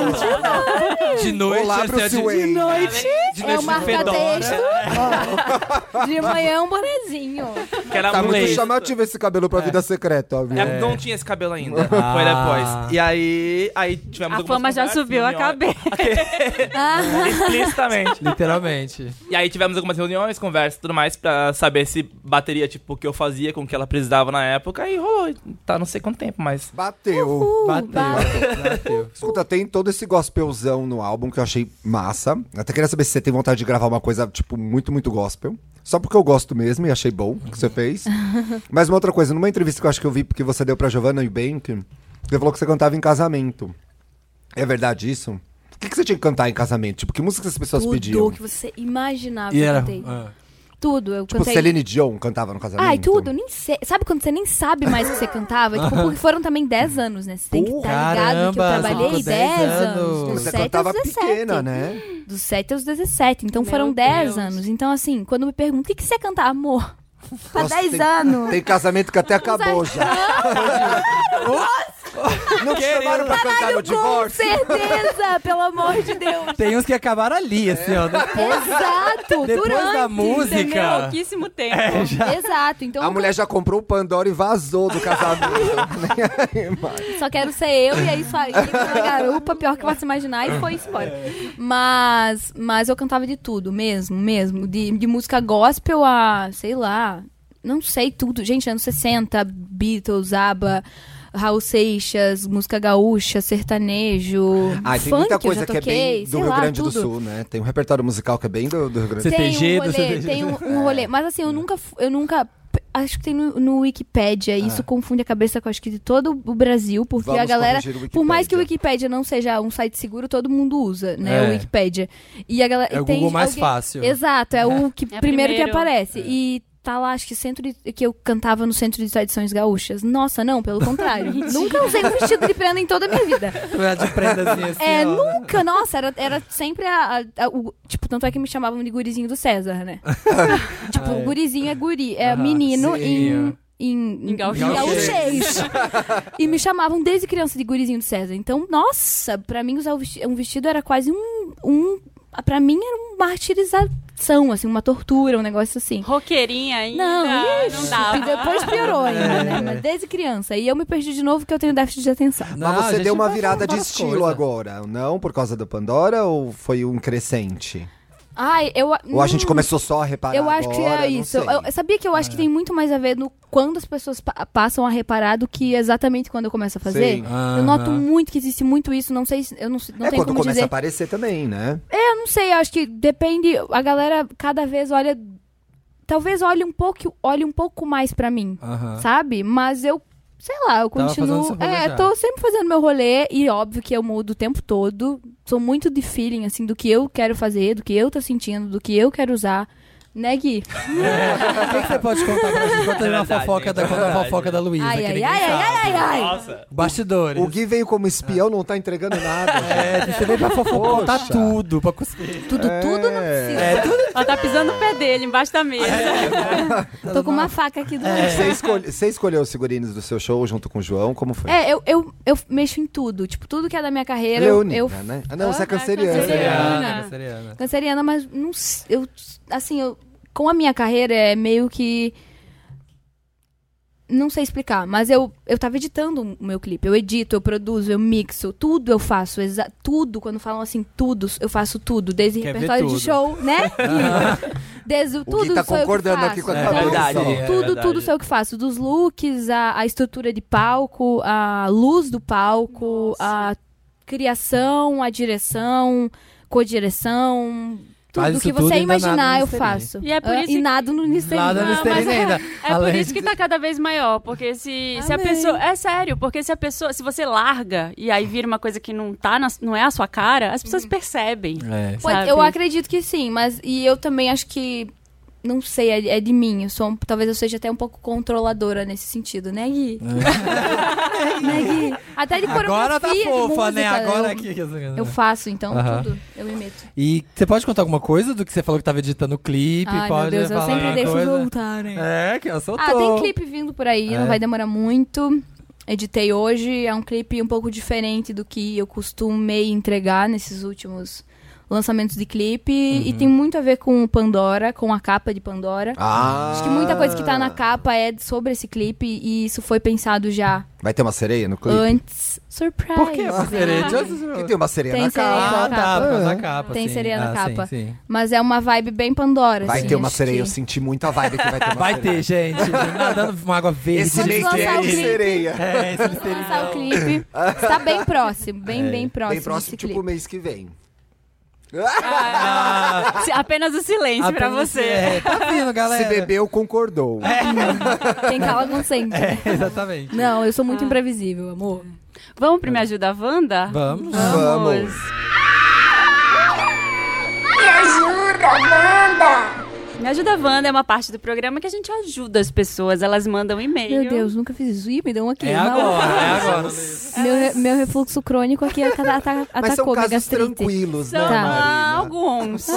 Speaker 1: De noite,
Speaker 4: Olá,
Speaker 1: assim,
Speaker 4: Bruce
Speaker 1: de-
Speaker 4: Wayne.
Speaker 5: De
Speaker 3: É
Speaker 5: noite
Speaker 3: o
Speaker 5: de
Speaker 3: marca-texto.
Speaker 5: fedora,
Speaker 3: De manhã é um bonezinho.
Speaker 5: Que era
Speaker 4: Tá muito
Speaker 5: mulher.
Speaker 4: chamativo esse cabelo pra vida secreta, ó, viu?
Speaker 5: É, Não tinha esse cabelo ainda. Foi
Speaker 1: Ah.
Speaker 5: depois. E aí. aí tivemos
Speaker 2: A
Speaker 5: algumas
Speaker 2: fama já
Speaker 5: conversas,
Speaker 2: subiu a
Speaker 5: reuniões-
Speaker 2: cabeça.
Speaker 5: Explicitamente.
Speaker 1: Literalmente.
Speaker 5: E aí tivemos algumas reuniões, conversas e tudo mais pra saber se bateria, tipo, o que eu fazia com o que ela precisava na época. E rolou. Tá não sei quanto tempo, mas.
Speaker 4: Bateu.
Speaker 3: Uh,
Speaker 1: Bateu.
Speaker 3: bate.
Speaker 1: Bateu.
Speaker 4: Escuta, tem todo esse gospelzão no álbum que eu achei massa. Até queria saber se você tem vontade de gravar uma coisa, tipo, muito, muito gospel. Só porque eu gosto mesmo e achei bom o que você fez. Mas uma outra coisa, numa entrevista que eu acho que eu vi, porque você deu pra Giovanna Eubank, você falou que você cantava em casamento. É verdade isso? O que, que você tinha que cantar em casamento? Tipo, que música as pessoas
Speaker 3: Tudo
Speaker 4: pediam?
Speaker 3: que você imaginava.
Speaker 1: E
Speaker 3: eu
Speaker 1: era.
Speaker 3: cantei.
Speaker 1: ah.
Speaker 3: Tudo, eu
Speaker 4: Tipo,
Speaker 3: cantei.
Speaker 4: Celine então. Dion cantava no casamento?
Speaker 3: Ai, tudo, eu nem sei. Sabe quando você nem sabe mais o que você cantava? Tipo, porque foram também 10 anos, né? Você tem que estar ligado que eu
Speaker 1: Caramba, você
Speaker 3: trabalhei
Speaker 1: ficou
Speaker 3: 10
Speaker 1: 10
Speaker 3: anos.
Speaker 1: anos.
Speaker 3: Dos
Speaker 4: Você
Speaker 3: 7
Speaker 4: cantava
Speaker 3: aos 17.
Speaker 4: pequena, né?
Speaker 3: Dos 7 aos 17. Então
Speaker 2: Meu
Speaker 3: foram 10
Speaker 2: Deus.
Speaker 3: anos. Então, assim, quando me perguntam o que, que você canta, amor? Há
Speaker 4: Nossa,
Speaker 3: 10
Speaker 4: tem-
Speaker 3: Tá anos.
Speaker 4: Tem casamento que até acabou já. Não te chamaram pra cantar no
Speaker 3: Com
Speaker 4: divórcio?
Speaker 3: certeza, pelo amor de Deus.
Speaker 1: Tem uns que acabaram ali, assim, ó. Depois,
Speaker 3: Exato,
Speaker 1: depois
Speaker 3: durante.
Speaker 1: da
Speaker 2: Entendeu?
Speaker 1: música.
Speaker 2: Pouquíssimo tempo.
Speaker 3: Exato, então
Speaker 4: A mulher já comprou o Pandora e vazou do casamento.
Speaker 3: só quero ser eu, e aí só aí na garupa, pior que eu posso imaginar, e foi isso, foi. Mas, mas eu cantava de tudo, mesmo, mesmo. De, de música gospel a, sei lá, não sei tudo. Gente, anos 60, Beatles, ABBA, Raul Seixas, música gaúcha, sertanejo,
Speaker 4: Ah, tem
Speaker 3: funk,
Speaker 4: muita
Speaker 3: eu
Speaker 4: coisa
Speaker 3: já
Speaker 4: que é
Speaker 3: toquei,
Speaker 4: bem do
Speaker 3: sei
Speaker 4: Rio
Speaker 3: lá,
Speaker 4: Grande
Speaker 3: tudo.
Speaker 4: do Sul, né? Tem um repertório musical que é bem do, do Rio Grande do Sul.
Speaker 1: Tem
Speaker 3: Tem um
Speaker 1: jeito,
Speaker 3: rolê,
Speaker 1: você tem
Speaker 3: tem um, um rolê. Mas assim, eu nunca. fu- Eu nunca acho que tem no, no Wikipédia. e Isso confunde a cabeça com acho que de todo o Brasil, porque
Speaker 4: Ah. Vamos
Speaker 3: a galera.
Speaker 4: corrigir o
Speaker 3: Por mais que o
Speaker 4: Wikipédia.
Speaker 3: Wikipédia não seja um site seguro, todo mundo usa, né?
Speaker 1: É.
Speaker 3: O Wikipédia. E a galera.
Speaker 1: É
Speaker 3: e
Speaker 1: o
Speaker 3: tem
Speaker 1: Google mais
Speaker 3: alguém-
Speaker 1: fácil.
Speaker 3: Exato, é o que
Speaker 2: É
Speaker 3: primeiro que
Speaker 2: primeiro.
Speaker 3: aparece. E tá lá, acho que centro de- que eu cantava no Centro de Tradições Gaúchas. Nossa, não, pelo contrário. nunca usei um vestido de prenda em toda a minha vida.
Speaker 1: é De prendazinha, assim,
Speaker 4: né?
Speaker 3: É,
Speaker 1: ó.
Speaker 3: nunca, nossa, era, era sempre a, a- a- o- Tipo, tanto é que me chamavam de gurizinho do César, né? tipo,
Speaker 1: Ah, é.
Speaker 3: gurizinho é guri, é
Speaker 1: Aham,
Speaker 3: menino
Speaker 1: sim,
Speaker 3: em.
Speaker 1: é.
Speaker 3: Em,
Speaker 2: Em gauchês.
Speaker 3: gauchês. e me chamavam desde criança de gurizinho do César. Então, nossa, pra mim usar um vesti- um vestido era quase um. um pra mim era uma martirização, assim, uma tortura, um negócio assim.
Speaker 2: Roqueirinha ainda.
Speaker 3: Não,
Speaker 2: não
Speaker 3: ixi,
Speaker 2: dava.
Speaker 3: e depois piorou ainda,
Speaker 4: É.
Speaker 3: né? Mas desde criança. E eu me perdi de novo porque eu tenho déficit de atenção.
Speaker 1: Não,
Speaker 4: Mas
Speaker 1: a
Speaker 4: você
Speaker 1: gente
Speaker 4: deu uma
Speaker 1: vai
Speaker 4: virada de
Speaker 1: várias
Speaker 4: estilo
Speaker 1: coisas.
Speaker 4: agora, não? Por causa do Pandora ou foi um crescente?
Speaker 3: Ai, eu.
Speaker 4: Ou a gente
Speaker 3: Hum.
Speaker 4: começou só a reparar
Speaker 3: Eu acho que
Speaker 4: agora?
Speaker 3: é
Speaker 4: Não
Speaker 3: isso. Eu,
Speaker 4: sei. Ah.
Speaker 3: eu sabia que eu acho que tem muito mais a ver no quando as pessoas pa- passam a reparar do que exatamente quando eu começo a fazer.
Speaker 4: Sim.
Speaker 1: Aham.
Speaker 3: Eu noto muito que existe muito isso, não sei, se- eu não, se- não
Speaker 4: é
Speaker 3: tenho
Speaker 4: quando
Speaker 3: como
Speaker 4: começa a
Speaker 3: dizer.
Speaker 4: aparecer também, né?
Speaker 3: Eu não sei, eu acho que depende, a galera cada vez olha talvez olhe um pouco, olhe um pouco mais pra mim,
Speaker 1: Aham.
Speaker 3: sabe? Mas eu Sei lá, eu
Speaker 1: Tava
Speaker 3: continuo.
Speaker 1: fazendo seu rolê
Speaker 3: É,
Speaker 1: já.
Speaker 3: tô sempre fazendo meu rolê e óbvio que eu mudo o tempo todo. Sou muito de feeling, assim, do que eu quero fazer, do que eu tô sentindo, do que eu quero usar. Né, Gui?
Speaker 1: O que, que você pode contar pra gente? Conta uma
Speaker 5: Verdade,
Speaker 1: fofoca da,
Speaker 5: gente,
Speaker 1: conta uma
Speaker 5: verdade.
Speaker 1: fofoca da Luísa.
Speaker 3: Ai,
Speaker 1: que
Speaker 3: ai,
Speaker 1: ninguém
Speaker 3: ai,
Speaker 1: sabe.
Speaker 3: ai, ai, ai.
Speaker 5: Nossa.
Speaker 1: Bastidores.
Speaker 4: O Gui veio como espião, não tá entregando nada.
Speaker 1: É, você veio pra fofoca, contar
Speaker 4: Poxa.
Speaker 1: tudo. Pra... conseguir.
Speaker 3: Tudo, tudo não
Speaker 1: É.
Speaker 3: precisa.
Speaker 2: Ela tá pisando o pé dele, embaixo da mesa.
Speaker 3: Tô com uma faca aqui do
Speaker 1: É.
Speaker 3: lado.
Speaker 4: Você, escolhe- você escolheu os figurinos do seu show junto com o João? Como foi?
Speaker 3: É, eu, eu, eu mexo em tudo. Tipo, tudo que é da minha carreira. eu-
Speaker 4: Leonina,
Speaker 3: eu,
Speaker 4: né? Ah, não, você é
Speaker 3: Ah,
Speaker 4: canceriana.
Speaker 2: canceriana.
Speaker 1: Canceriana, canceriana.
Speaker 3: Canceriana, mas não. s- Eu, assim, eu, com a minha carreira é meio que. Não sei explicar, mas eu, eu tava editando o meu clipe. Eu edito, eu produzo, eu mixo, tudo eu faço. exa- Tudo, quando falam assim, tudo, eu faço tudo. Desde
Speaker 1: Quer ver
Speaker 3: repertório
Speaker 1: tudo.
Speaker 3: de show, né? desde o
Speaker 4: Gui
Speaker 3: tudo
Speaker 4: tá
Speaker 3: sou eu que
Speaker 4: concordando aqui
Speaker 3: faço.
Speaker 4: com a
Speaker 1: É
Speaker 4: cabeça.
Speaker 5: verdade.
Speaker 4: ó.
Speaker 5: É
Speaker 3: Tudo,
Speaker 5: verdade.
Speaker 3: tudo sou eu que faço. Dos looks, a, a estrutura de palco, a luz do palco, a criação, a direção, codireção. Tudo
Speaker 1: Faz isso
Speaker 3: que
Speaker 1: tudo
Speaker 3: você
Speaker 1: e ainda nada
Speaker 3: imaginar,
Speaker 1: no
Speaker 3: eu
Speaker 1: Listerine.
Speaker 3: faço.
Speaker 2: E é por
Speaker 3: Ah,
Speaker 2: isso
Speaker 3: e
Speaker 2: que-
Speaker 3: nada no Listerine.
Speaker 1: Nada no
Speaker 2: Ah, mas
Speaker 1: Listerine
Speaker 2: é-
Speaker 1: ainda.
Speaker 2: É por
Speaker 1: Além
Speaker 2: isso que tá cada vez maior, porque se, se a
Speaker 3: Amei.
Speaker 2: pessoa. É sério, porque se a pessoa. Se você larga e aí vira uma coisa que não tá na- não é a sua cara, as
Speaker 3: Uhum.
Speaker 2: pessoas percebem.
Speaker 1: É.
Speaker 3: Pode-
Speaker 2: sabe?
Speaker 3: eu acredito que sim, mas e eu também acho que não sei, é, é de mim. Eu sou, um- talvez eu seja até um pouco controladora nesse sentido, né, Gui? né, Gui? Até de
Speaker 1: É. Agora
Speaker 3: coreografia,
Speaker 1: tá
Speaker 3: de
Speaker 1: fofa, né?
Speaker 3: música,
Speaker 1: Agora
Speaker 3: eu,
Speaker 1: aqui.
Speaker 3: Eu faço, então,
Speaker 1: Aham.
Speaker 3: tudo. Eu me meto.
Speaker 1: E você pode contar alguma coisa do que você falou que tava editando o clipe?
Speaker 3: Ai,
Speaker 1: pode
Speaker 3: meu Deus, eu
Speaker 1: falar
Speaker 3: sempre
Speaker 1: alguma
Speaker 3: deixo
Speaker 1: coisa?
Speaker 3: voltarem.
Speaker 1: É, que eu soltou.
Speaker 3: Ah, tem clipe vindo por aí,
Speaker 1: É.
Speaker 3: não vai demorar muito. Editei hoje, é um clipe um pouco diferente do que eu costumei entregar nesses últimos lançamentos de clipe.
Speaker 1: Uhum.
Speaker 3: E tem muito a ver com o Pandora, com a capa de Pandora.
Speaker 4: Ah.
Speaker 3: Acho que muita coisa que tá na capa é sobre esse clipe e isso foi pensado já
Speaker 4: Vai ter uma sereia no clipe?
Speaker 3: antes. Surprise! Né?
Speaker 1: Por quê? Uma sereia assim? de-
Speaker 4: Que tem uma sereia
Speaker 3: Tem
Speaker 4: na
Speaker 3: sereia
Speaker 4: capa.
Speaker 1: Ah, tá,
Speaker 3: na capa.
Speaker 1: por causa da capa.
Speaker 3: Tem
Speaker 1: sim.
Speaker 3: sereia na
Speaker 1: Ah,
Speaker 3: capa.
Speaker 1: Sim, sim.
Speaker 3: Mas é uma vibe bem Pandora.
Speaker 4: Vai
Speaker 3: assim,
Speaker 4: ter uma
Speaker 3: acho
Speaker 4: sereia, eu
Speaker 3: que-
Speaker 4: senti muito a vibe que vai ter uma
Speaker 1: Vai
Speaker 4: sereia.
Speaker 1: ter, gente. Nadando uma água verde.
Speaker 4: Esse
Speaker 3: Vamos
Speaker 4: mês
Speaker 3: lançar
Speaker 4: tem
Speaker 3: o
Speaker 4: aí
Speaker 3: clipe.
Speaker 4: sereia.
Speaker 1: É, esse
Speaker 3: Vamos
Speaker 1: mistério.
Speaker 3: lançar o clipe. Está bem próximo, bem,
Speaker 1: É.
Speaker 3: bem próximo.
Speaker 4: Bem próximo,
Speaker 3: esse
Speaker 4: tipo,
Speaker 3: clipe.
Speaker 4: mês que vem.
Speaker 1: Ah,
Speaker 2: Se- apenas o silêncio pra
Speaker 1: apenas-
Speaker 2: você.
Speaker 1: É, tá vindo, galera.
Speaker 4: Se bebeu, concordou.
Speaker 3: Quem cala consente.
Speaker 1: É, exatamente.
Speaker 3: Não, eu sou muito imprevisível, amor.
Speaker 2: Vamos pro Me Ajuda Wanda?
Speaker 1: Vamos.
Speaker 4: Vamos.
Speaker 6: Me ajuda, Wanda!
Speaker 2: Me Ajuda Wanda é uma parte do programa que a gente ajuda as pessoas, elas mandam e-mail.
Speaker 3: Meu Deus, nunca fiz isso. Ih, me deu um aqui.
Speaker 1: É
Speaker 3: mal.
Speaker 1: agora, é agora.
Speaker 3: Meu, re- meu refluxo crônico aqui é ata- ata-
Speaker 4: Mas são
Speaker 3: atacou minha
Speaker 4: casos
Speaker 3: gastrite.
Speaker 4: tranquilos,
Speaker 2: São
Speaker 4: né,
Speaker 3: Tá.
Speaker 2: ah,
Speaker 4: Marina?
Speaker 2: alguns.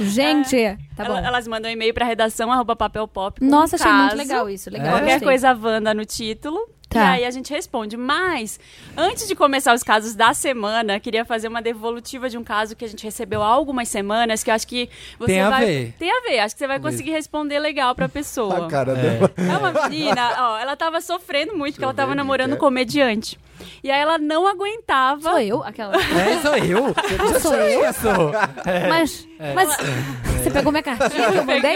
Speaker 3: Gente, tá bom.
Speaker 2: Ela- Elas mandam e-mail pra redação arroba papelpop. com
Speaker 3: Nossa,
Speaker 2: um
Speaker 3: achei muito
Speaker 2: caso.
Speaker 3: legal isso.
Speaker 1: É.
Speaker 3: Legal.
Speaker 2: Qualquer
Speaker 3: gostei.
Speaker 2: coisa Wanda no título. E
Speaker 3: Tá.
Speaker 2: aí a gente responde. Mas, antes de começar os casos da semana, queria fazer uma devolutiva de um caso que a gente recebeu há algumas semanas, que eu acho que você
Speaker 1: Tem a
Speaker 2: vai.
Speaker 1: ver.
Speaker 2: Tem a ver, acho que você vai conseguir responder legal pra pessoa.
Speaker 4: A Ah, cara dela.
Speaker 2: É uma menina, ó, ela tava sofrendo muito, porque ela tava
Speaker 4: ver aqui,
Speaker 2: namorando um
Speaker 4: quer?
Speaker 2: comediante. E aí ela não aguentava.
Speaker 3: Sou eu, aquela.
Speaker 1: É, sou eu. Já
Speaker 3: Sou
Speaker 1: sou
Speaker 3: eu?
Speaker 1: Sou.
Speaker 3: Mas,
Speaker 1: É.
Speaker 3: mas você pegou minha cartinha que eu mandei?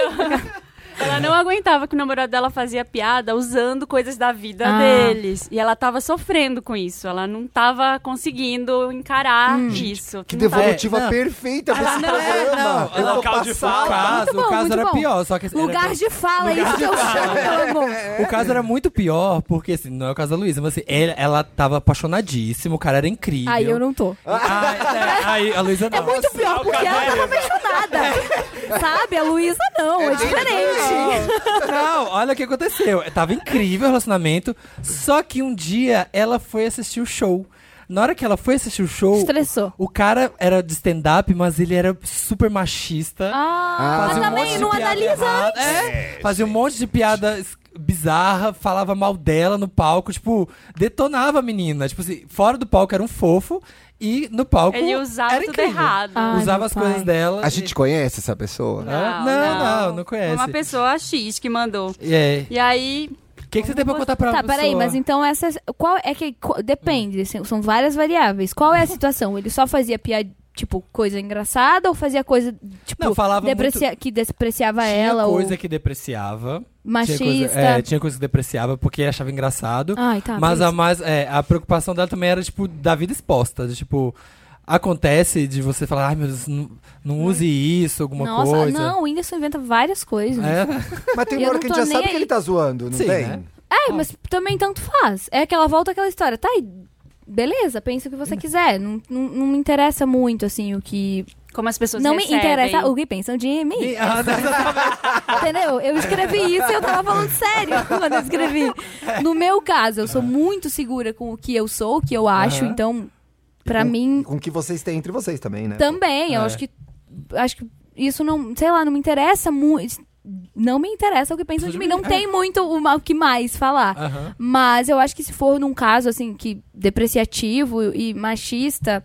Speaker 2: Ela não aguentava que o namorado dela fazia piada usando coisas da vida
Speaker 3: Ah.
Speaker 2: deles. E ela tava sofrendo com isso. Ela não tava conseguindo encarar
Speaker 3: Hum.
Speaker 2: isso.
Speaker 4: Que
Speaker 2: Não tava-
Speaker 4: devolutiva
Speaker 1: É, não.
Speaker 4: perfeita
Speaker 3: Ah,
Speaker 4: pra esse
Speaker 1: não, é,
Speaker 4: programa.
Speaker 1: não.
Speaker 4: Ah, Eu
Speaker 5: Ela
Speaker 4: tô
Speaker 5: caldo de
Speaker 1: O
Speaker 5: fala.
Speaker 4: passada.
Speaker 1: caso,
Speaker 3: muito bom,
Speaker 1: o caso
Speaker 3: muito
Speaker 1: era
Speaker 3: bom.
Speaker 1: pior, só que...
Speaker 3: Lugar de fala, é isso que eu chamo, meu amor.
Speaker 1: O caso era muito pior, porque assim, não é o caso da Luísa, mas assim, ela, ela tava apaixonadíssima, o cara era incrível.
Speaker 3: Aí eu não tô.
Speaker 1: Ai, é, aí a Luísa não.
Speaker 3: É muito pior porque ela tava apaixonada. Sabe? A Luísa não, é diferente.
Speaker 1: Não, olha o que aconteceu. Tava incrível o relacionamento, só que um dia ela foi assistir o show. Na hora que ela foi assistir o show,
Speaker 3: Estressou.
Speaker 1: o cara era de stand-up, mas ele era super machista.
Speaker 3: Ah, mas
Speaker 1: Fazia um monte
Speaker 3: também
Speaker 1: de
Speaker 3: não
Speaker 1: piada
Speaker 3: analisa
Speaker 1: errada. É, fazia um monte de piada es- bizarra, falava mal dela no palco, tipo, detonava a menina. Tipo assim, fora do palco era um fofo e no palco.
Speaker 2: Ele usava
Speaker 1: era
Speaker 2: tudo
Speaker 1: incrível.
Speaker 2: errado.
Speaker 3: Ai,
Speaker 1: usava
Speaker 3: meu
Speaker 1: as
Speaker 3: pai.
Speaker 1: coisas dela.
Speaker 4: A gente conhece essa
Speaker 3: É.
Speaker 4: pessoa?
Speaker 1: Hã? Não, não, não conhece.
Speaker 2: Uma pessoa X que mandou.
Speaker 1: E aí?
Speaker 2: E aí,
Speaker 1: O É. que, que você tem pra contar pra
Speaker 3: Tá,
Speaker 1: pessoa?
Speaker 3: peraí, mas então essa. Qual é que. co- Depende, assim, são várias variáveis. Qual é a situação? Ele só fazia piada, tipo, coisa engraçada ou fazia coisa, tipo,
Speaker 1: Não, falava
Speaker 3: deprecia- que despreciava
Speaker 1: Tinha
Speaker 3: ela ou
Speaker 1: coisa que depreciava.
Speaker 3: machista?
Speaker 1: Tinha coisa, é, tinha coisa que depreciava porque achava engraçado.
Speaker 3: Ai, tá.
Speaker 1: mas a
Speaker 3: beleza.
Speaker 1: mais. é, a preocupação dela também era, tipo, da vida exposta. De, tipo, acontece de você falar, ai meu Deus, não, não use isso, alguma
Speaker 3: Nossa,
Speaker 1: coisa.
Speaker 3: não, o Whindersson inventa várias coisas. É,
Speaker 1: É,
Speaker 4: Mas tem
Speaker 3: Eu
Speaker 4: uma hora
Speaker 3: não
Speaker 4: que a gente
Speaker 3: tô
Speaker 4: já
Speaker 3: nem
Speaker 4: sabe que
Speaker 3: aí.
Speaker 4: ele tá zoando, não
Speaker 1: Sim,
Speaker 4: tem?
Speaker 1: né?
Speaker 3: É, mas também tanto faz. É aquela volta àquela história. Tá aí. Beleza, pensa o que você quiser. Não, não, não me interessa muito, assim, o que.
Speaker 2: como as pessoas
Speaker 3: Não me
Speaker 2: recebem.
Speaker 3: interessa o que pensam de mim.
Speaker 1: E- ah,
Speaker 3: Entendeu? Eu escrevi isso e eu tava falando sério quando eu escrevi. No meu caso, eu sou muito segura com o que eu sou, o que eu acho,
Speaker 1: Aham. Uhum.
Speaker 3: então, pra
Speaker 4: Com-
Speaker 3: mim,
Speaker 4: Com o que vocês têm entre vocês também, né?
Speaker 3: também. Eu
Speaker 1: É.
Speaker 3: acho que. Acho que isso não. Sei lá, não me interessa muito. Não me interessa o que pensam de mim.
Speaker 1: Uhum.
Speaker 3: Não tem muito uma- o que mais falar.
Speaker 1: aham.
Speaker 3: Mas eu acho que se for num caso, assim, que depreciativo e machista,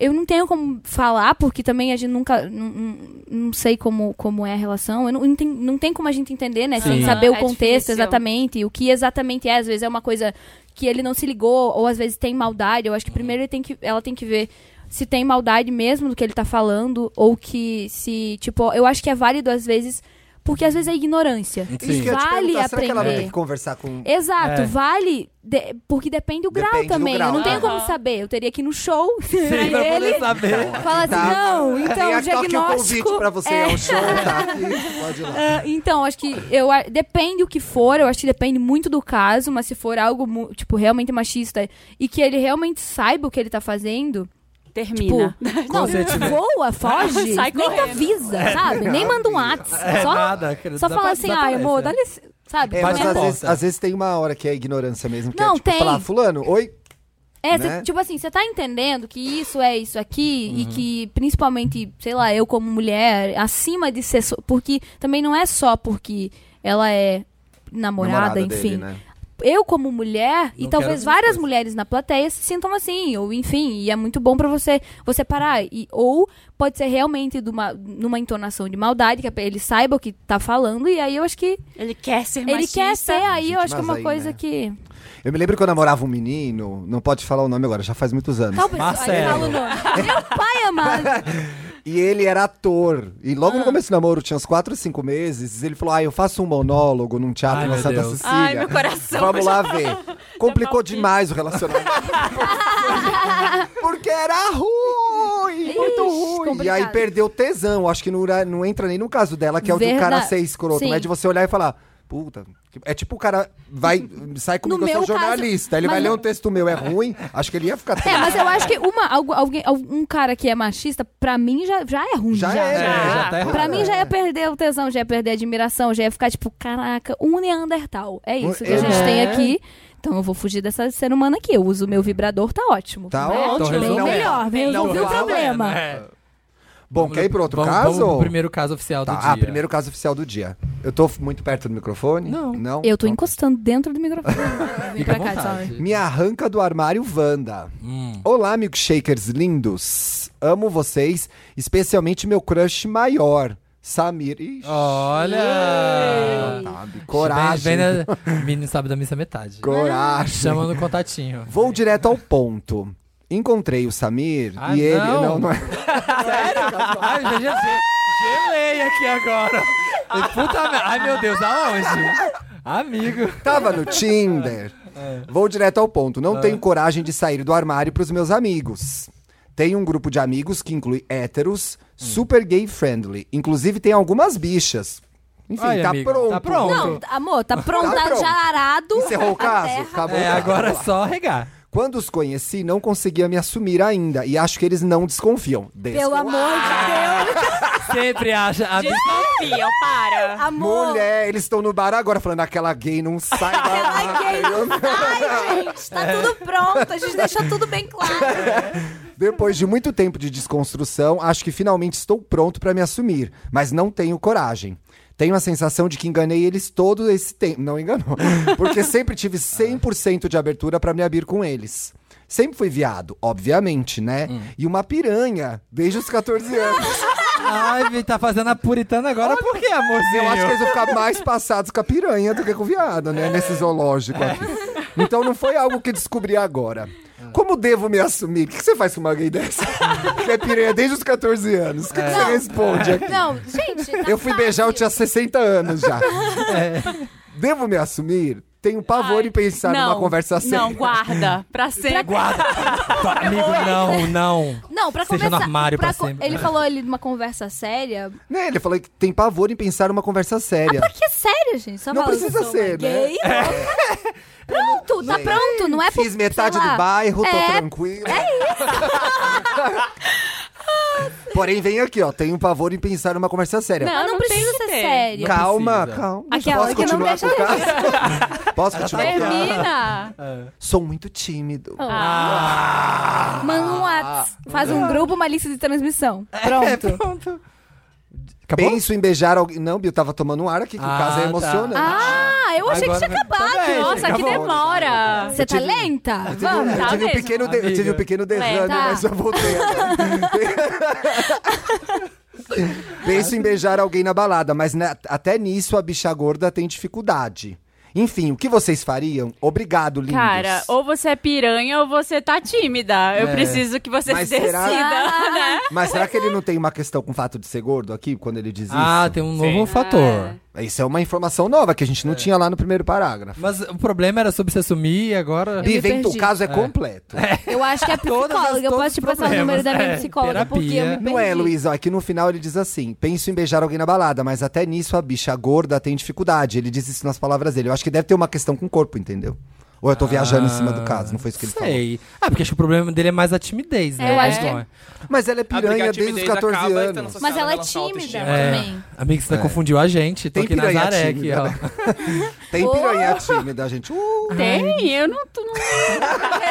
Speaker 3: eu não tenho como falar, porque também a gente nunca. Não, não- não sei como, como é a relação. Eu não, não, tem, não tem como a gente entender, né? Sem
Speaker 1: Sim.
Speaker 3: saber
Speaker 4: Ah,
Speaker 3: o
Speaker 2: É
Speaker 3: contexto
Speaker 2: difícil.
Speaker 3: exatamente, o que exatamente é. Às vezes é uma coisa que ele não se ligou, ou às vezes tem maldade. Eu acho que
Speaker 1: Uhum.
Speaker 3: primeiro ele tem que, ela tem que ver se tem maldade mesmo do que ele tá falando, ou que se. Tipo, eu acho que é válido às vezes, porque às vezes é ignorância.
Speaker 1: Sim.
Speaker 4: Isso que eu ia te
Speaker 3: Vale
Speaker 4: perguntar, Será que ela vai
Speaker 3: aprender.
Speaker 4: ter que conversar com...
Speaker 3: Exato,
Speaker 1: É.
Speaker 3: vale. de- porque depende do grau
Speaker 4: Depende do
Speaker 3: também.
Speaker 4: grau.
Speaker 3: Eu não tenho como
Speaker 2: Aham.
Speaker 3: saber. Eu teria que ir no show.
Speaker 1: Sim,
Speaker 3: aí
Speaker 1: pra poder
Speaker 3: ele
Speaker 1: saber.
Speaker 3: fala assim:
Speaker 4: Tá.
Speaker 3: não, então
Speaker 4: Tem aqui,
Speaker 3: o
Speaker 4: ó, aqui o convite
Speaker 3: diagnóstico.
Speaker 4: pra você,
Speaker 3: é-
Speaker 4: é um show, tá aqui, pode ir lá.
Speaker 3: Ah, então, acho que eu a- depende o que for, eu acho que depende muito do caso, mas se for algo mu- tipo realmente machista e que ele realmente saiba o que ele tá fazendo, tipo,
Speaker 2: Termina.
Speaker 3: não,
Speaker 1: você tiver-
Speaker 3: voa, foge,
Speaker 2: Sai
Speaker 3: nem
Speaker 2: correndo.
Speaker 3: avisa, sabe? Nem manda um ato,
Speaker 1: É
Speaker 3: só,
Speaker 1: nada, cara,
Speaker 3: só
Speaker 1: dá
Speaker 3: fala
Speaker 1: pra-
Speaker 3: assim:
Speaker 1: dá pra né?" Então,
Speaker 3: ai, amor,
Speaker 1: essa.
Speaker 3: dá licença, sabe?
Speaker 4: É, mas
Speaker 1: Não
Speaker 4: às
Speaker 1: importa.
Speaker 4: vezes, às vezes tem uma hora que é ignorância mesmo, que é
Speaker 3: Não,
Speaker 4: tipo
Speaker 3: tem.
Speaker 4: falar, fulano, oi, né?
Speaker 3: É,
Speaker 4: Uhum.
Speaker 3: cê- tipo assim, você tá entendendo que isso é isso aqui e que principalmente, sei lá, eu como mulher, acima de ser. so- Porque também não é só porque ela é namorada,
Speaker 4: dele,
Speaker 3: enfim.
Speaker 4: né?
Speaker 3: Eu como mulher e
Speaker 1: Não quero
Speaker 3: talvez
Speaker 1: essas
Speaker 3: várias
Speaker 1: coisas.
Speaker 3: mulheres na plateia se sintam assim, ou enfim, e é muito bom pra você você parar e ou pode ser realmente de uma- numa entonação de maldade que a pe- ele saiba o que tá falando e aí eu acho que
Speaker 2: Ele quer ser
Speaker 3: ele
Speaker 2: machista.
Speaker 3: quer ser aí, eu
Speaker 4: Gente,
Speaker 3: acho que é
Speaker 4: mas
Speaker 3: uma
Speaker 4: aí,
Speaker 3: coisa
Speaker 4: né?
Speaker 3: que
Speaker 4: Eu me lembro que eu namorava um menino, não pode falar o nome agora, já faz muitos anos.
Speaker 3: talvez aí
Speaker 1: Marcelo.
Speaker 3: fala o nome. Meu pai amado.
Speaker 4: E ele era ator. E
Speaker 3: Ah.
Speaker 4: logo no começo do namoro, tinha uns 4 ou 5 meses, ele falou: Ah, eu faço um monólogo num teatro
Speaker 1: Ai,
Speaker 4: na
Speaker 1: meu
Speaker 4: Santa
Speaker 1: Deus.
Speaker 4: Cecília.
Speaker 2: Ai, meu coração.
Speaker 4: Vamos lá ver. Complicou demais o relacionamento. Porque era ruim, muito
Speaker 3: Ixi,
Speaker 4: ruim. E
Speaker 3: complicado.
Speaker 4: aí perdeu o tesão. Acho que não, era- não entra nem no caso dela, que é o de o cara
Speaker 3: Verdade.
Speaker 4: ser escroto.
Speaker 3: Sim.
Speaker 4: Mas de você olhar e falar, puta. que- É tipo o cara vai, sai comigo, eu sou
Speaker 3: meu caso-
Speaker 4: jornalista. ele
Speaker 3: mas
Speaker 4: vai ler
Speaker 3: não-
Speaker 4: um texto meu, é ruim. Acho que ele ia ficar.
Speaker 3: É,
Speaker 4: triste.
Speaker 3: mas eu acho que uma, algu- alguém, um cara que é machista, pra mim, já, já é ruim.
Speaker 4: Já
Speaker 3: Já,
Speaker 1: É,
Speaker 4: é,
Speaker 2: já.
Speaker 1: já tá errado.
Speaker 3: Pra mim, já ia perder o tesão, já ia perder a admiração, já ia ficar tipo, caraca, um Neandertal. É isso que a gente
Speaker 4: É.
Speaker 3: tem aqui. Então eu vou fugir dessa ser humano aqui. Eu uso o meu vibrador, tá ótimo.
Speaker 4: Tá
Speaker 3: Né?
Speaker 4: ótimo.
Speaker 1: Então
Speaker 3: Bem
Speaker 1: resolveu.
Speaker 3: melhor, bem
Speaker 4: Então
Speaker 3: resolvi o
Speaker 4: fala,
Speaker 3: problema.
Speaker 4: Bom, quer ir pro outro
Speaker 1: é. vamos,
Speaker 4: caso?
Speaker 1: Vamos pro primeiro caso oficial
Speaker 4: Tá,
Speaker 1: do dia.
Speaker 4: ah, primeiro caso oficial do dia. Eu tô f- muito perto do microfone?
Speaker 1: Não.
Speaker 4: Não?
Speaker 3: Eu tô
Speaker 4: Então,
Speaker 3: encostando dentro do microfone. Vem
Speaker 1: Fica à
Speaker 3: pra cá,
Speaker 1: vontade.
Speaker 3: sorry.
Speaker 4: Me arranca do armário, Wanda.
Speaker 1: Hum.
Speaker 4: Olá, milkshakers lindos. Amo vocês, especialmente meu crush maior, Samir. Ixi,
Speaker 1: Olha!
Speaker 4: sabe,
Speaker 1: Vem,
Speaker 4: coragem.
Speaker 1: vem na... Ah. Menino sabe da missa metade.
Speaker 4: Coragem.
Speaker 1: Chama no contatinho.
Speaker 4: Vou direto ao ponto. Encontrei o Samir
Speaker 1: Ah,
Speaker 4: e ele.
Speaker 1: não.
Speaker 4: Não, não é.
Speaker 1: Ai, já, já, já gelei aqui agora. E Puta merda. Ai, meu Deus, aonde? Amigo.
Speaker 4: Tava no Tinder.
Speaker 1: É.
Speaker 4: Vou direto ao ponto. Não tenho coragem de sair do armário pros meus amigos. Tenho um grupo de amigos que inclui
Speaker 1: Hum.
Speaker 4: héteros, super gay friendly. Inclusive tem algumas bichas. Enfim,
Speaker 1: Ai,
Speaker 4: tá,
Speaker 1: amigo,
Speaker 4: pronto.
Speaker 1: tá pronto.
Speaker 3: Não, amor, tá pronto,
Speaker 4: Tá
Speaker 3: tá
Speaker 4: pronto.
Speaker 3: já arado.
Speaker 4: Encerrou o
Speaker 3: A
Speaker 4: caso?
Speaker 3: terra.
Speaker 4: Acabou.
Speaker 1: É, agora é só regar.
Speaker 4: Quando os conheci, não conseguia me assumir ainda. E acho que eles não desconfiam.
Speaker 3: Pelo
Speaker 4: Desconfiam.
Speaker 3: amor de Deus.
Speaker 1: Sempre acha. A...
Speaker 2: Desconfiam, para.
Speaker 3: Amor.
Speaker 4: Mulher, eles estão no bar agora falando aquela gay não sai da
Speaker 3: Ela
Speaker 4: armário.
Speaker 3: gay não sai, gente. Tá tudo
Speaker 4: É.
Speaker 3: pronto. A gente deixou tudo bem claro.
Speaker 4: Depois de muito tempo de desconstrução, acho que finalmente estou pronto para me assumir, mas não tenho coragem. Tenho a sensação de que enganei eles todo esse tempo. Não enganou. Porque sempre tive 100% de abertura para me abrir com eles. Sempre fui viado, obviamente, né? E uma piranha, desde os 14 anos.
Speaker 1: Ai, Vi, tá fazendo a puritana agora. Por que, amorzinho?
Speaker 4: Eu acho que eles vão ficar mais passados com a piranha do que com o viado, né? Nesse zoológico aqui. Então não foi algo que descobri agora. Como devo me assumir? O que que você faz com uma gay dessa? Que é piranha desde os 14 anos. O que, que você responde aqui?
Speaker 3: Não, gente. tá
Speaker 4: Eu fui beijar, eu tinha 60 anos já. Devo me assumir? Tenho pavor em pensar numa conversa séria.
Speaker 2: Não, guarda. Pra sempre.
Speaker 1: Guarda. Tá, Amigo, não, não.
Speaker 3: Não, pra
Speaker 1: Seja
Speaker 3: começar.
Speaker 1: no armário pra
Speaker 3: co-
Speaker 1: sempre. né?
Speaker 3: Ele falou ali de uma conversa séria.
Speaker 4: Né, Ele falou que tem pavor em pensar numa conversa séria.
Speaker 3: Porque é sério, gente. Só
Speaker 4: Não
Speaker 3: fala,
Speaker 4: precisa
Speaker 3: eu sou
Speaker 4: ser,
Speaker 3: uma
Speaker 4: né?
Speaker 3: gay. Pronto, tá pronto. Não é por-
Speaker 4: Fiz metade
Speaker 3: sei lá.
Speaker 4: do bairro, tô
Speaker 3: É,
Speaker 4: tranquilo. É isso. Porém, vem aqui, ó. Tenho um pavor em pensar numa conversa séria.
Speaker 3: Não,
Speaker 2: Não,
Speaker 3: não
Speaker 2: não tem
Speaker 3: precisa
Speaker 2: que
Speaker 3: ser
Speaker 2: ter.
Speaker 1: é
Speaker 3: sério.
Speaker 4: Calma,
Speaker 1: precisa.
Speaker 4: calma.
Speaker 3: Aquela
Speaker 4: Posso
Speaker 3: que não
Speaker 4: continuar
Speaker 3: deixa
Speaker 4: com o caso? Posso continuar com o caso?
Speaker 2: Termina.
Speaker 4: Sou muito tímido.
Speaker 2: Ah.
Speaker 1: Ah.
Speaker 3: um
Speaker 4: Ah.
Speaker 3: Manda um WhatsApp. Faz um grupo, uma lista de transmissão. Pronto.
Speaker 1: Pronto. É, Acabou?
Speaker 4: Penso em beijar alguém. Não, Bill, tava tomando um ar aqui, que o
Speaker 1: Ah,
Speaker 4: caso é
Speaker 1: tá.
Speaker 4: emocionante.
Speaker 3: Ah, eu achei
Speaker 1: Agora
Speaker 3: que tinha acabado.
Speaker 1: Também,
Speaker 2: Nossa, que
Speaker 4: acabou.
Speaker 2: demora.
Speaker 3: Você tá lenta? Vamos.
Speaker 4: Eu
Speaker 2: tá
Speaker 4: tive, um
Speaker 2: mesmo.
Speaker 4: pequeno de- eu tive
Speaker 1: Amiga.
Speaker 4: um pequeno derrame,
Speaker 2: É,
Speaker 3: tá.
Speaker 4: mas eu voltei. Penso em beijar alguém na balada, mas na- até nisso a bicha gorda tem dificuldade. Enfim, o que vocês fariam? Obrigado, lindos.
Speaker 2: Cara, ou você é piranha ou você tá tímida.
Speaker 1: É.
Speaker 2: Eu preciso que você
Speaker 4: Mas
Speaker 2: se decida,
Speaker 4: será-
Speaker 2: né?
Speaker 4: Mas será que ele não tem uma questão com o fato de ser gordo aqui, quando ele diz
Speaker 1: Ah,
Speaker 4: isso?
Speaker 1: tem um novo fator.
Speaker 4: Isso é uma informação nova que a gente não tinha lá no primeiro parágrafo.
Speaker 1: Mas o problema era sobre se assumir e agora.
Speaker 3: me
Speaker 4: Bi, vem,
Speaker 3: perdi.
Speaker 4: o caso é completo.
Speaker 3: Eu acho que é
Speaker 1: Todas as-
Speaker 3: psicóloga. Eu
Speaker 1: todos
Speaker 3: posso te
Speaker 1: os
Speaker 3: passar o número
Speaker 1: problemas.
Speaker 3: da minha
Speaker 1: É,
Speaker 3: psicóloga, porque eu me
Speaker 1: terapia.
Speaker 3: perdi.
Speaker 4: Não é, Luísa? Aqui no final ele diz assim: penso em beijar alguém na balada, mas até nisso a bicha gorda tem dificuldade. Ele diz isso nas palavras dele. Eu acho que deve ter uma questão com o corpo, entendeu? Ou eu tô viajando em cima do caso, não foi isso que ele falou.
Speaker 1: Sei. Ah, porque acho que o problema dele é mais a timidez, né?
Speaker 3: Eu acho
Speaker 1: Não
Speaker 3: que-
Speaker 1: é.
Speaker 4: Mas ela é
Speaker 5: A briga
Speaker 4: piranha
Speaker 5: timidez
Speaker 4: desde os 14
Speaker 5: acaba então tá estando
Speaker 4: anos.
Speaker 5: associada
Speaker 3: Mas ela é
Speaker 5: à nossa
Speaker 3: tímida.
Speaker 5: autoestima.
Speaker 1: É.
Speaker 3: Também.
Speaker 1: Amiga, você tá confundiu a gente. Tô
Speaker 4: Tem
Speaker 1: aqui na
Speaker 4: piranha
Speaker 1: Nazaré, aqui,
Speaker 4: tímida,
Speaker 1: ó.
Speaker 4: né? Tem piranha tímida, gente. Uh!
Speaker 2: Tem, eu não, tô- não,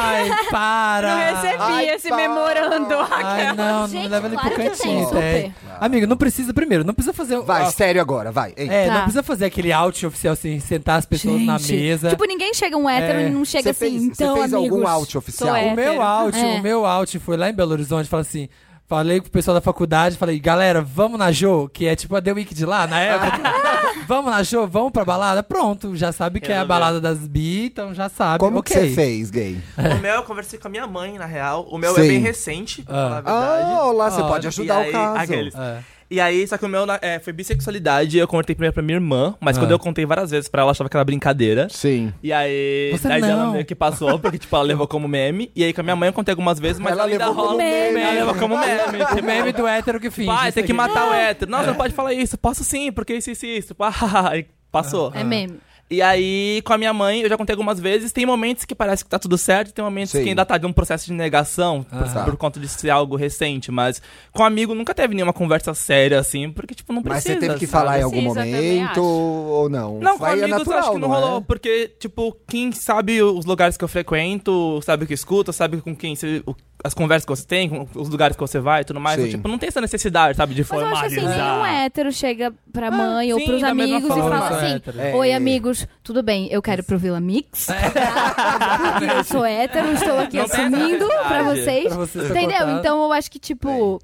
Speaker 1: Ai, para!
Speaker 2: não recebi
Speaker 4: Ai,
Speaker 2: esse
Speaker 4: pá.
Speaker 2: memorando.
Speaker 1: Ai, não, não
Speaker 3: Gente,
Speaker 1: leva ele
Speaker 3: claro
Speaker 1: pro
Speaker 3: que tem,
Speaker 1: cantinho.
Speaker 3: super.
Speaker 1: tem. Amigo, não precisa, primeiro, não precisa fazer.
Speaker 4: Vai,
Speaker 1: ó,
Speaker 4: sério agora, vai. Ei.
Speaker 1: é, não
Speaker 3: Tá.
Speaker 1: precisa fazer aquele out oficial assim, sentar as pessoas na
Speaker 3: Gente,
Speaker 1: mesa.
Speaker 3: Tipo, ninguém chega um hétero
Speaker 1: Né? É.
Speaker 3: e não chega
Speaker 4: Você
Speaker 3: assim,
Speaker 4: fez- você
Speaker 3: então,
Speaker 4: fez algum
Speaker 3: amigos,
Speaker 4: out oficial?
Speaker 3: sou
Speaker 1: o
Speaker 4: O
Speaker 3: hétero.
Speaker 1: meu out,
Speaker 3: É.
Speaker 1: o meu out foi lá em Belo Horizonte, falei assim. Falei com o pessoal da faculdade, falei, galera, vamos na Jô, que é tipo a The Week de lá, na época. vamos na Jô, vamos pra balada. Pronto, já sabe que é a
Speaker 5: Resolveu.
Speaker 1: balada das bi, então já sabe.
Speaker 4: Como
Speaker 1: ok.
Speaker 4: que você fez, gay?
Speaker 5: O meu, eu conversei com a minha mãe, na real. O meu é
Speaker 4: Sim.
Speaker 5: bem recente, na É verdade.
Speaker 4: Ah, olá, você
Speaker 1: Ah,
Speaker 4: pode
Speaker 1: e
Speaker 4: ajudar
Speaker 5: aí,
Speaker 4: o caso.
Speaker 5: aqueles-
Speaker 1: É.
Speaker 5: E aí, só que o meu na- é, foi bissexualidade. Eu contei primeiro pra minha irmã, mas
Speaker 1: Ah.
Speaker 5: quando eu contei várias vezes pra ela, ela achava que era brincadeira.
Speaker 4: Sim.
Speaker 5: E aí,
Speaker 1: Você
Speaker 5: daí ela
Speaker 1: não.
Speaker 5: meio que passou, porque tipo, ela levou como meme. E aí com a minha mãe eu contei algumas vezes, mas
Speaker 4: Ela
Speaker 5: ela, ainda
Speaker 4: levou como
Speaker 5: rola. um
Speaker 4: meme.
Speaker 5: Ela levou como meme. Tipo,
Speaker 1: O meme do hétero que finge.
Speaker 5: Pai,
Speaker 1: isso
Speaker 5: tem
Speaker 1: aqui.
Speaker 5: que matar
Speaker 3: Ah!
Speaker 5: o hétero.
Speaker 3: É.
Speaker 5: Nossa, não pode falar isso. Posso sim, porque isso, isso, isso. Ah, e passou.
Speaker 3: É meme.
Speaker 5: E aí, com a minha mãe, eu já contei algumas vezes. Tem momentos que parece que tá tudo certo, tem momentos
Speaker 4: Sim.
Speaker 5: que ainda tá de um processo de negação, por,
Speaker 4: Tá.
Speaker 5: por conta de ser algo recente. Mas com amigo nunca teve nenhuma conversa séria assim, porque, tipo, não
Speaker 4: Mas você
Speaker 5: precisa.
Speaker 4: teve que
Speaker 5: sabe?
Speaker 4: falar em algum
Speaker 2: Precisa, também
Speaker 4: momento
Speaker 2: acho.
Speaker 4: ou não?
Speaker 5: Não, com
Speaker 4: Aí é
Speaker 5: amigos eu acho que não,
Speaker 4: é?
Speaker 5: rolou, porque, tipo, quem sabe os lugares que eu frequento, sabe o que eu escuto, sabe com quem você- o- as conversas que você tem, com os lugares que você vai e tudo mais.
Speaker 4: Sim.
Speaker 5: Então, tipo, não tem essa necessidade, sabe, de
Speaker 3: Mas eu acho
Speaker 5: formalizar.
Speaker 3: que assim, nenhum hétero chega pra mãe ou
Speaker 5: sim,
Speaker 3: pros
Speaker 5: da mesma
Speaker 3: amigos e
Speaker 5: forma,
Speaker 3: fala
Speaker 1: sou
Speaker 3: assim:
Speaker 1: hétero.
Speaker 4: É.
Speaker 3: Oi, amigos, tudo bem, eu quero ir pro Vila Mix. Porque eu sou hétero, estou aqui
Speaker 5: Não tem essa
Speaker 3: assumindo pra
Speaker 5: necessidade.
Speaker 3: vocês.
Speaker 1: Pra vocês tô
Speaker 3: Entendeu?
Speaker 1: contando.
Speaker 3: Então eu acho que, tipo.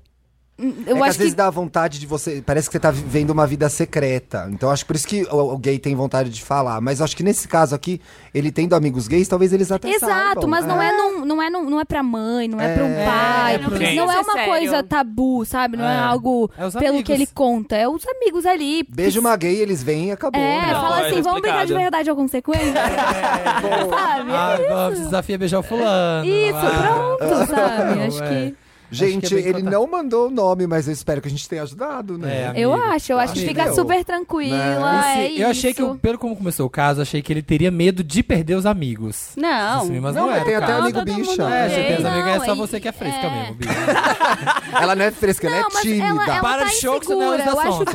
Speaker 4: é
Speaker 3: Eu
Speaker 4: que às
Speaker 3: acho que.
Speaker 4: vezes dá vontade de você. Parece que você tá vivendo uma vida secreta. Então acho que por isso que o, o gay tem vontade de falar. Mas acho que nesse caso aqui, ele tendo amigos gays, talvez eles até
Speaker 3: Exato,
Speaker 4: saibam.
Speaker 3: mas não é,
Speaker 4: É.
Speaker 3: num, não é num, não é pra mãe, não é, pra um
Speaker 4: É,
Speaker 3: pai,
Speaker 2: não
Speaker 5: precisa
Speaker 3: não é
Speaker 2: ser
Speaker 3: uma
Speaker 2: sério.
Speaker 3: coisa tabu, sabe? Não é,
Speaker 1: É.
Speaker 3: algo
Speaker 1: É os
Speaker 3: pelo
Speaker 1: amigos.
Speaker 3: que ele conta, é os amigos ali.
Speaker 4: Beijo uma gay, eles vêm e acabou.
Speaker 3: É,
Speaker 4: né?
Speaker 5: Não,
Speaker 3: fala
Speaker 5: é
Speaker 3: assim, vamos brigar de
Speaker 5: explicado.
Speaker 3: verdade ou consequência? sabe?
Speaker 1: É, Ah, vamos, desafia beijar o fulano.
Speaker 3: Isso,
Speaker 1: Ah.
Speaker 3: pronto, sabe?
Speaker 1: Não,
Speaker 3: Acho
Speaker 1: é.
Speaker 3: que.
Speaker 4: Gente,
Speaker 1: Acho que é bem
Speaker 4: ele
Speaker 1: contato.
Speaker 4: não mandou o nome, mas eu espero que a gente tenha ajudado,
Speaker 1: É,
Speaker 4: né?
Speaker 1: amigo.
Speaker 3: Eu acho, eu acho que
Speaker 4: Amigo.
Speaker 3: fica super tranquila.
Speaker 1: Esse-
Speaker 3: é
Speaker 1: eu achei que,
Speaker 3: isso.
Speaker 1: eu- pelo como começou o caso, achei que ele teria medo de perder os amigos.
Speaker 2: Não.
Speaker 1: Assumir, mas
Speaker 4: Não,
Speaker 1: não,
Speaker 4: mas
Speaker 1: é,
Speaker 4: tem até
Speaker 1: cara.
Speaker 4: amigo
Speaker 3: todo
Speaker 4: bicha.
Speaker 3: mundo
Speaker 1: É, você
Speaker 3: gay.
Speaker 1: tem os amigos, é
Speaker 3: Não,
Speaker 1: só
Speaker 3: e-
Speaker 1: você que é fresca
Speaker 3: é.
Speaker 1: mesmo, bicho.
Speaker 4: Ela não é fresca, ela
Speaker 3: Não,
Speaker 4: é
Speaker 3: mas
Speaker 4: tímida.
Speaker 3: ela, ela
Speaker 1: Para
Speaker 3: tá
Speaker 1: de show que senão
Speaker 3: insegura.
Speaker 1: eles dá
Speaker 3: eu acho
Speaker 1: sonsa.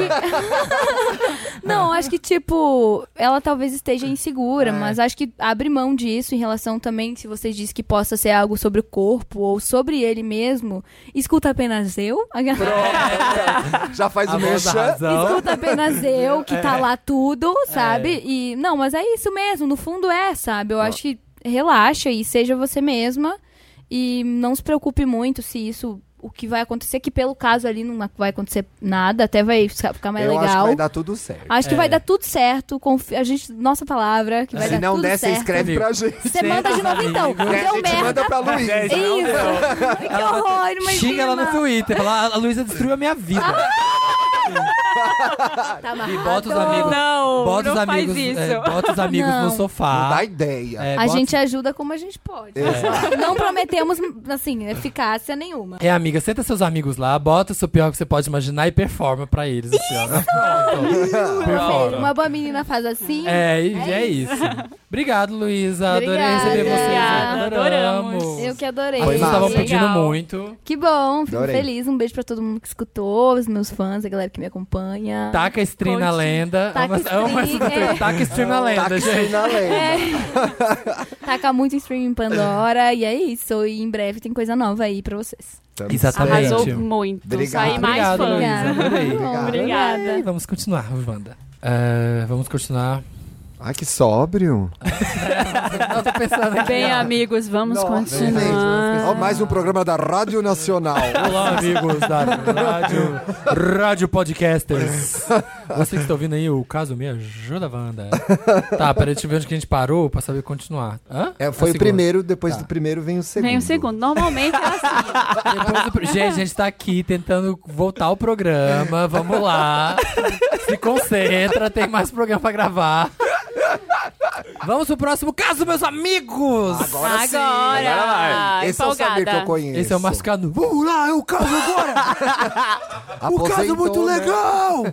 Speaker 3: que. não, eu acho que, tipo, ela talvez esteja
Speaker 1: É.
Speaker 3: insegura, mas acho que abre mão disso em relação também, se você diz que possa ser algo sobre o corpo ou sobre ele mesmo, escuta apenas eu.
Speaker 4: Já faz
Speaker 1: A
Speaker 4: o
Speaker 1: voz da
Speaker 4: merchan.
Speaker 1: razão.
Speaker 3: Escuta apenas eu, que tá lá tudo,
Speaker 1: É.
Speaker 3: sabe? E não, mas é isso mesmo, no fundo é, sabe? Eu acho que relaxa e seja você mesma e não se preocupe muito se isso o que vai acontecer que pelo caso ali não vai acontecer nada, até vai ficar ficar mais
Speaker 4: eu acho que
Speaker 3: legal.
Speaker 4: vai dar tudo certo.
Speaker 3: Acho que
Speaker 1: É.
Speaker 3: vai dar tudo certo, confi- a gente, nossa palavra, que vai
Speaker 4: Se
Speaker 3: dar
Speaker 4: não
Speaker 3: tudo
Speaker 4: der, você
Speaker 3: certo.
Speaker 4: escreve pra gente.
Speaker 3: Você manda de novo então.
Speaker 4: Né? A
Speaker 3: Deu
Speaker 4: gente
Speaker 3: merda.
Speaker 4: manda pra Luísa.
Speaker 3: Isso. que horror, imagina.
Speaker 1: Xinga ela no Twitter, fala, "Ah, "A- a Luísa destruiu a minha vida.
Speaker 3: Tá
Speaker 1: e
Speaker 3: amarrado.
Speaker 1: bota os amigos.
Speaker 2: Não,
Speaker 1: bota os
Speaker 2: não
Speaker 1: amigos,
Speaker 2: faz isso.
Speaker 1: é, bota os amigos
Speaker 3: Não.
Speaker 1: no
Speaker 4: Não
Speaker 1: sofá.
Speaker 4: dá ideia.
Speaker 1: É,
Speaker 3: A
Speaker 1: bota-
Speaker 3: gente ajuda como a gente pode. Não prometemos, assim, eficácia nenhuma.
Speaker 1: É, amiga, senta seus amigos lá, bota o seu pior que você pode imaginar e performa pra eles. Assim, ó. Pronto. Performa.
Speaker 3: Uma boa menina faz assim.
Speaker 1: É, e é, isso. Obrigado, Luísa. Adorei receber
Speaker 3: Obrigada.
Speaker 1: vocês.
Speaker 2: Obrigada,
Speaker 1: Adoramos.
Speaker 2: adoramos.
Speaker 3: Eu que adorei.
Speaker 1: Vocês
Speaker 4: Foi
Speaker 1: estavam
Speaker 4: massa.
Speaker 1: pedindo
Speaker 2: Legal.
Speaker 1: muito.
Speaker 3: Que bom, fico
Speaker 4: Adorei.
Speaker 3: feliz. Um beijo pra todo mundo que escutou, os meus fãs, a galera que me acompanha. Espanha.
Speaker 1: Taca stream na
Speaker 3: Conte-
Speaker 1: lenda.
Speaker 3: Taca
Speaker 1: Amo essa- amo essa-
Speaker 3: stream, é.
Speaker 1: Taca um stream na lenda,
Speaker 4: Taxi
Speaker 1: gente.
Speaker 4: Tá na lenda.
Speaker 3: Taca muito stream em Pandora. e é isso. E em breve tem coisa nova aí pra vocês.
Speaker 4: Tamo
Speaker 1: Exatamente.
Speaker 2: Arrasou
Speaker 4: certo.
Speaker 2: muito.
Speaker 4: Obrigado.
Speaker 2: Saí mais
Speaker 1: Obrigado,
Speaker 2: fã.
Speaker 1: Luísa. Adorei.
Speaker 3: Obrigado.
Speaker 2: Obrigada.
Speaker 1: Adorei. Vamos continuar, Wanda. Ah, vamos continuar.
Speaker 4: Ai, que sóbrio.
Speaker 1: Não, tô pensando aqui.
Speaker 2: Bem,
Speaker 1: ó.
Speaker 2: amigos, vamos
Speaker 4: Nossa, gente,
Speaker 2: continuar.
Speaker 4: Ó, mais um programa da Rádio Nacional.
Speaker 1: Olá, amigos da Rádio, Rádio Podcasters. Você que está ouvindo aí o caso Me Ajuda, Wanda. Tá, peraí, deixa eu ver onde que a gente parou pra saber continuar. Hã? A
Speaker 4: É, foi o
Speaker 1: segunda.
Speaker 4: primeiro, depois
Speaker 1: Tá.
Speaker 4: do primeiro vem o um segundo.
Speaker 2: Vem o segundo. Normalmente é assim.
Speaker 1: Depois do pr- Gente, a gente tá aqui tentando voltar ao programa. Vamos lá. Se concentra, tem mais programa pra gravar. Vamos pro próximo caso, meus amigos!
Speaker 4: Agora sim.
Speaker 2: Agora.
Speaker 4: Agora vai.
Speaker 2: Ah,
Speaker 4: Esse é o
Speaker 2: empolgada.
Speaker 4: saber que eu conheço. Tá
Speaker 1: Esse é o Márcio Canu. Vamos lá, é o caso agora! O caso
Speaker 4: Aposentou,
Speaker 1: muito
Speaker 4: né?
Speaker 1: legal!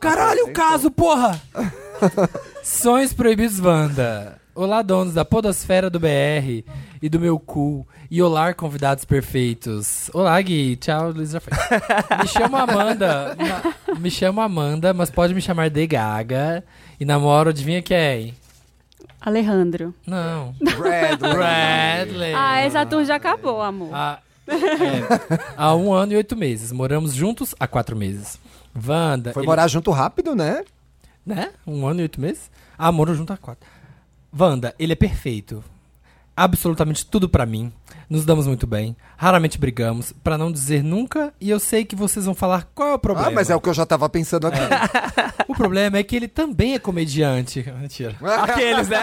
Speaker 1: Caralho, o caso, porra! Sonhos Proibidos Wanda. Olá, donos da podosfera do BR e do meu cu. E olá, convidados perfeitos. Olá, Gui. Tchau, Luiz já foi. Me chamo Amanda. ma- Me chamo Amanda, mas pode me chamar de Gaga. E namoro, adivinha quem?
Speaker 2: Alejandro.
Speaker 1: Não.
Speaker 4: Bradley.
Speaker 1: Bradley.
Speaker 2: Ah, essa tour já acabou, amor.
Speaker 1: Há, é, há um ano e oito meses. Moramos juntos há quatro meses. Wanda.
Speaker 4: Foi
Speaker 1: ele-
Speaker 4: morar junto rápido, né?
Speaker 1: Né? Um ano e oito meses? Ah, moram junto há quatro. Wanda, ele é perfeito. Absolutamente tudo pra mim. Nos damos muito bem. Raramente brigamos. Pra não dizer nunca. E eu sei que vocês vão falar qual é o problema.
Speaker 4: Ah, mas é o que eu já tava pensando aqui.
Speaker 1: O problema é que ele também é comediante. Mentira.
Speaker 4: É.
Speaker 5: Aqueles, né?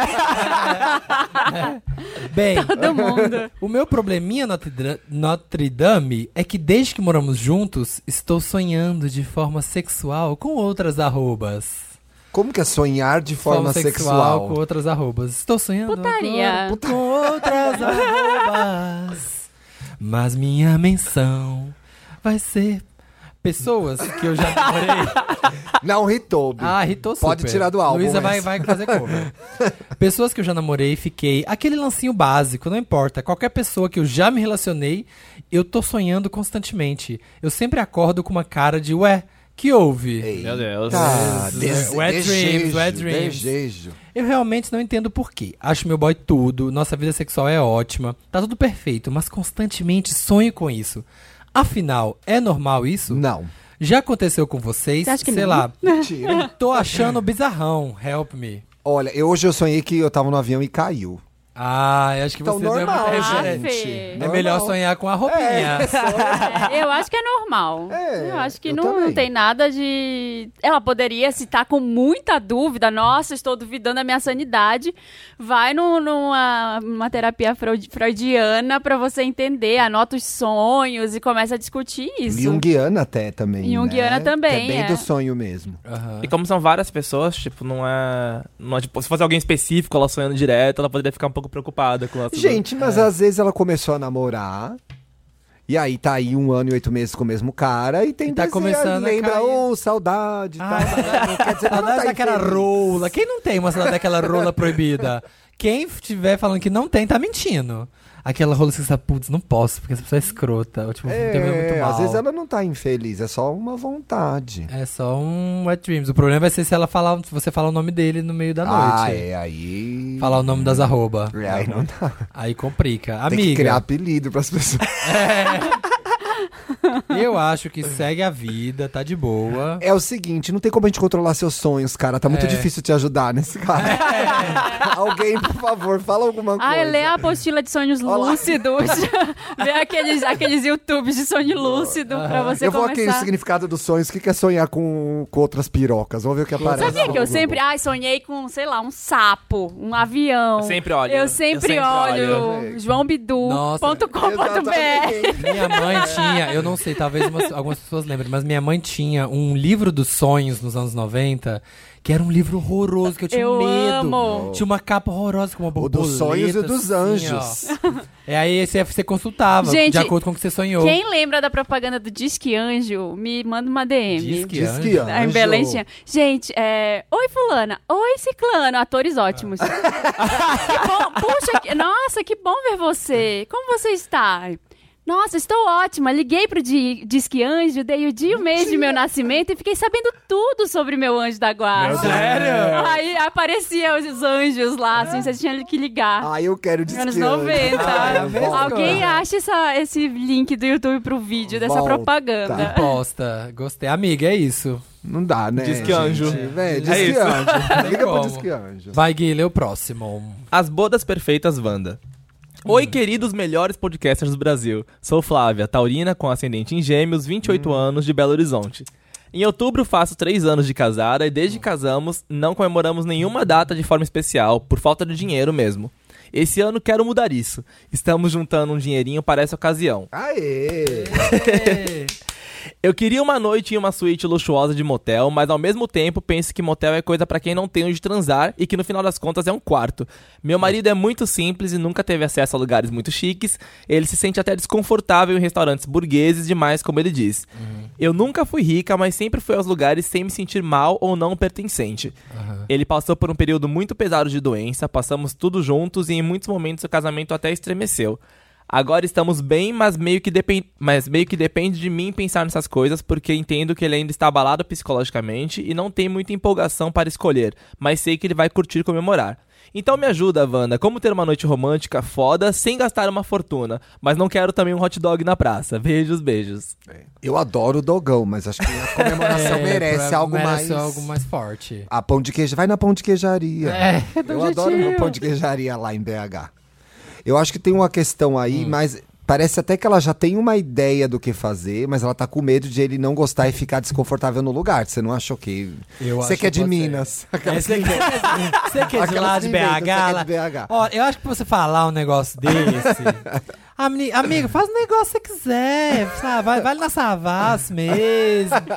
Speaker 1: Bem,
Speaker 2: Todo mundo.
Speaker 1: O meu probleminha Notre Dra- Notre Dame é que desde que moramos juntos, estou sonhando de forma sexual com outras arrobas.
Speaker 4: Como que é sonhar de forma sexual?
Speaker 1: com outras arrobas. Estou sonhando
Speaker 2: Putaria.
Speaker 1: agora com outras arrobas. Mas minha menção vai ser pessoas que eu já namorei.
Speaker 4: Não, Ritobe.
Speaker 1: Ah, irritou super.
Speaker 4: Pode tirar do álbum
Speaker 1: Luísa vai,
Speaker 4: essa.
Speaker 1: vai fazer cover. Pessoas que eu já namorei, fiquei. Aquele lancinho básico, não importa. Qualquer pessoa que eu já me relacionei, eu tô sonhando constantemente. Eu sempre acordo com uma cara de, ué, que houve?
Speaker 5: Meu Deus.
Speaker 4: Tá,
Speaker 1: Deus.
Speaker 4: des-
Speaker 1: Wet dreams,
Speaker 4: desejo,
Speaker 1: wet dreams.
Speaker 4: desejo.
Speaker 1: Eu realmente não entendo por quê. Acho meu boy tudo, nossa vida sexual é ótima, tá tudo perfeito, mas constantemente sonho com isso. Afinal, é normal isso?
Speaker 4: Não.
Speaker 1: Já aconteceu com vocês?
Speaker 2: Você acha que
Speaker 1: Sei
Speaker 2: não?
Speaker 1: lá,
Speaker 4: Mentira.
Speaker 1: tô achando bizarrão. Help me.
Speaker 4: Olha, eu- hoje eu sonhei que eu tava no avião e caiu.
Speaker 1: Ah, eu acho que
Speaker 4: Então,
Speaker 1: você
Speaker 4: normal,
Speaker 1: não é muito
Speaker 2: Ah,
Speaker 1: referente.
Speaker 2: Fê.
Speaker 1: É melhor sonhar com a roupinha.
Speaker 2: É, Eu acho que é normal.
Speaker 4: É,
Speaker 2: eu acho que
Speaker 4: eu
Speaker 2: não, não
Speaker 4: também.
Speaker 2: tem nada de. Ela poderia, se tá com muita dúvida, nossa, estou duvidando da minha sanidade, vai no- numa, numa terapia freud- freudiana pra você entender, anota os sonhos e começa a discutir isso.
Speaker 4: Jungiana até também. né?
Speaker 2: Junguiana também,
Speaker 4: Que é bem
Speaker 2: é.
Speaker 4: do sonho mesmo.
Speaker 1: Aham.
Speaker 5: E como são várias pessoas, tipo, não é. Não é tipo, se fosse alguém específico, ela sonhando direto, ela poderia ficar um pouco preocupada com essa.
Speaker 4: Gente, mas
Speaker 1: É.
Speaker 4: às vezes ela começou a namorar. E aí tá aí um ano e oito meses com o mesmo cara e tem
Speaker 1: E tá
Speaker 4: desejo,
Speaker 1: começando a
Speaker 4: lembra,
Speaker 1: cair.
Speaker 4: ô, saudade,
Speaker 1: Ah,
Speaker 4: tal. Quer dizer, ela
Speaker 1: Saudades
Speaker 4: tá
Speaker 1: daquela
Speaker 4: infeliz.
Speaker 1: rola. Quem não tem uma saudade daquela rola proibida? Quem estiver falando que não tem, tá mentindo. Aquela rola que você sabe, putz, não posso, porque essa pessoa é escrota. Ou, tipo,
Speaker 4: É,
Speaker 1: tem muito mal.
Speaker 4: às vezes ela não tá infeliz, é só uma vontade.
Speaker 1: É só um wet dreams. O problema vai ser se ela falar, se você falar o nome dele no meio da
Speaker 4: ah,
Speaker 1: noite.
Speaker 4: é, aí...
Speaker 1: Falar o nome das arroba.
Speaker 4: É, aí não dá.
Speaker 1: Aí complica.
Speaker 4: Tem que criar
Speaker 1: Amiga,
Speaker 4: apelido pras pessoas.
Speaker 1: eu acho que segue a vida, tá de boa.
Speaker 4: É o seguinte, não tem como a gente controlar seus sonhos, cara. Tá muito
Speaker 1: É.
Speaker 4: difícil te ajudar nesse cara. Alguém, por favor, fala alguma coisa.
Speaker 2: Ah, lê a apostila de sonhos
Speaker 4: Olá.
Speaker 2: lúcidos. Vê aqueles, aqueles YouTubes de sonho lúcido pra você
Speaker 4: Ah. Eu vou aqui no
Speaker 2: começar.
Speaker 4: significado dos sonhos. O que que é sonhar com, com outras pirocas? Vamos ver o que aparece.
Speaker 2: Sabia
Speaker 4: no
Speaker 2: que eu
Speaker 4: Google.
Speaker 2: sempre, ai, sonhei com, sei lá, um sapo, um avião.
Speaker 5: Eu sempre olho.
Speaker 2: Eu sempre,
Speaker 5: Eu sempre
Speaker 2: olho joãobidu.com.br.
Speaker 4: Exatamente.
Speaker 1: Minha mãe tinha, eu não sei, talvez umas- algumas pessoas lembrem, mas minha mãe tinha um livro dos sonhos nos anos 90, que era um livro horroroso, que eu tinha
Speaker 2: Eu
Speaker 1: medo.
Speaker 2: amo.
Speaker 1: Tinha uma capa horrorosa com uma
Speaker 4: O
Speaker 1: borboleta.
Speaker 4: dos sonhos e dos
Speaker 1: assim,
Speaker 4: anjos.
Speaker 1: ó. É aí você, você consultava,
Speaker 2: Gente,
Speaker 1: de acordo com o que você sonhou.
Speaker 2: Quem lembra da propaganda do Disque Anjo, me manda uma DM.
Speaker 1: Diz que
Speaker 4: Diz
Speaker 1: anjo.
Speaker 4: que
Speaker 2: Ah, Em
Speaker 4: anjo.
Speaker 2: Belém tinha. Gente, é... Oi, fulana. Oi, ciclano. Atores ótimos. que bom. Puxa, que- nossa, que bom ver você. Como você está? Nossa, estou ótima. Liguei pro Di- Disque Anjo, dei o dia e o mês de meu nascimento e fiquei sabendo tudo sobre meu anjo da guarda.
Speaker 1: Sério?
Speaker 2: Aí apareciam os anjos lá, assim, você tinha que ligar.
Speaker 4: Ah, eu quero dizer.
Speaker 2: Anos 90.
Speaker 4: Ah, eu volto.
Speaker 2: Alguém acha essa- esse link do YouTube pro vídeo dessa
Speaker 4: Volta.
Speaker 2: propaganda.
Speaker 1: Posta. Gostei. Amiga, é isso.
Speaker 4: Não dá, né?
Speaker 5: Diz que anjo.
Speaker 4: gente? Véi, diz
Speaker 5: É
Speaker 4: que
Speaker 5: isso.
Speaker 4: anjo. Liga pro
Speaker 1: como.
Speaker 4: diz que anjo.
Speaker 1: Vai, Gui, lê o próximo.
Speaker 5: As Bodas Perfeitas Wanda. Oi, queridos melhores podcasters do Brasil. Sou Flávia, taurina com ascendente em gêmeos, 28 anos, de Belo Horizonte. Em outubro faço 3 anos de casada e desde que casamos não comemoramos nenhuma data de forma especial, por falta de dinheiro mesmo. Esse ano quero mudar isso. Estamos juntando um dinheirinho para essa ocasião.
Speaker 4: Aê!
Speaker 5: Eu queria uma noite em uma suíte luxuosa de motel, mas ao mesmo tempo penso que motel é coisa pra quem não tem onde transar e que no final das contas é um quarto. Meu marido é muito simples e nunca teve acesso a lugares muito chiques. Ele se sente até desconfortável em restaurantes burgueses demais, como ele diz. Eu nunca fui rica, mas sempre fui aos lugares sem me sentir mal ou não pertencente. Ele passou por um período muito pesado de doença, passamos tudo juntos e em muitos momentos o casamento até estremeceu. Agora estamos bem, mas meio, que depen- mas meio que depende de mim pensar nessas coisas, porque entendo que ele ainda está abalado psicologicamente e não tem muita empolgação para escolher, mas sei que ele vai curtir e comemorar. Então me ajuda, Wanda, como ter uma noite romântica foda sem gastar uma fortuna, mas não quero também um hot dog na praça. Beijos, beijos.
Speaker 4: Eu adoro o dogão, mas acho que a comemoração
Speaker 1: É,
Speaker 4: merece
Speaker 1: pra-
Speaker 4: algo
Speaker 1: merece
Speaker 4: mais.
Speaker 1: algo mais forte.
Speaker 4: A pão de queijo. Vai na pão de queijaria.
Speaker 1: É,
Speaker 4: Eu adoro meu pão de queijaria lá em BH. Eu acho que tem uma questão
Speaker 1: Hum.
Speaker 4: aí, mas parece até que ela já tem uma ideia do que fazer, mas ela tá com medo de ele não gostar e ficar desconfortável no lugar. Você não achou que.
Speaker 1: Eu
Speaker 4: Você
Speaker 1: acho
Speaker 4: que é de
Speaker 1: que pode ser.
Speaker 4: Minas.
Speaker 1: Você que é- você que é de lá
Speaker 4: Aquelas
Speaker 1: de
Speaker 4: que inventam,
Speaker 1: BH?
Speaker 4: você que é de
Speaker 1: lá-
Speaker 4: BH.
Speaker 1: Ó, eu acho que pra você falar um negócio desse. a meni- Amiga, faz o negócio que você quiser. Sabe? Vai, vai na Savas mesmo. Sabe?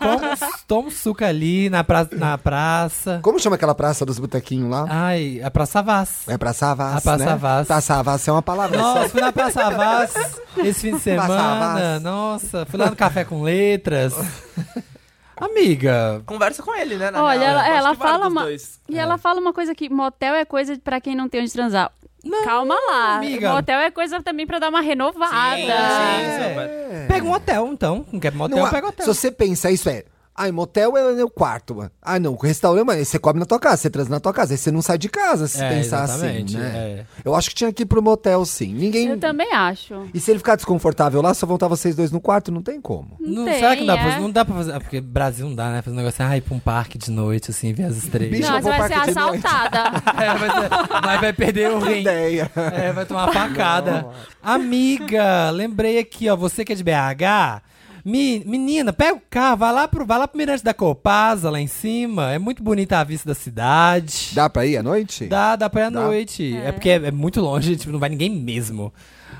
Speaker 1: Toma, um- toma um suco ali na, pra- na praça.
Speaker 4: Como chama aquela praça dos botequinhos lá?
Speaker 1: Ai, é pra Savas.
Speaker 4: É Praça Savas.
Speaker 1: A Praça
Speaker 4: né?
Speaker 1: Savas.
Speaker 4: Praça Savas é uma palavra.
Speaker 1: Nossa,
Speaker 4: só.
Speaker 1: fui na Praça Vaz esse fim de
Speaker 4: Praça
Speaker 1: semana.
Speaker 4: Vaz.
Speaker 1: Nossa, fui lá no Café com Letras. Amiga,
Speaker 5: Conversa com ele, né?
Speaker 2: na Olha, real. ela- Acho ela que vale fala dos uma- dois. E
Speaker 4: É.
Speaker 2: ela fala uma coisa que motel é coisa pra quem não tem onde transar. Calma lá.
Speaker 1: amiga.
Speaker 2: Motel é coisa também pra dar uma renovada.
Speaker 1: pega um hotel então. Não quer motel,
Speaker 4: Não há-
Speaker 1: pega
Speaker 4: Se
Speaker 1: hotel.
Speaker 4: você pensa isso é. Ai, motel é o quarto. mano. Ah, não, restaurante, mas você come na tua casa, você transa na tua casa, aí você não sai de casa se
Speaker 1: É,
Speaker 4: pensar
Speaker 1: exatamente,
Speaker 4: assim, né?
Speaker 1: é.
Speaker 4: Eu acho que tinha que ir pro motel, sim. Ninguém.
Speaker 2: Eu também acho.
Speaker 4: E se ele ficar desconfortável lá, só vão estar vocês dois no quarto? Não tem como.
Speaker 1: Não,
Speaker 2: tem,
Speaker 1: será que não dá, pra,
Speaker 2: é.
Speaker 1: não dá pra fazer? ah, Porque Brasil não dá, né? Fazer um negócio assim, ah, ir pra um parque de noite, assim, ver as estrelas.
Speaker 4: Bicho,
Speaker 2: não,
Speaker 4: eu vou
Speaker 2: você vai ser
Speaker 4: parque de noite.
Speaker 2: assaltada.
Speaker 1: É, mas, mas vai perder o rim.
Speaker 4: Ideia.
Speaker 1: É, vai tomar uma facada. Amiga, lembrei aqui, ó. Você que é de BH. me- menina, pega o carro, vai lá, pro, vai lá pro Mirante da Copasa, lá em cima. É muito bonita a vista da cidade.
Speaker 4: Dá pra ir à noite?
Speaker 1: Dá, dá pra ir à
Speaker 4: Dá?
Speaker 1: noite. É, porque é, é muito longe, tipo, não vai ninguém mesmo.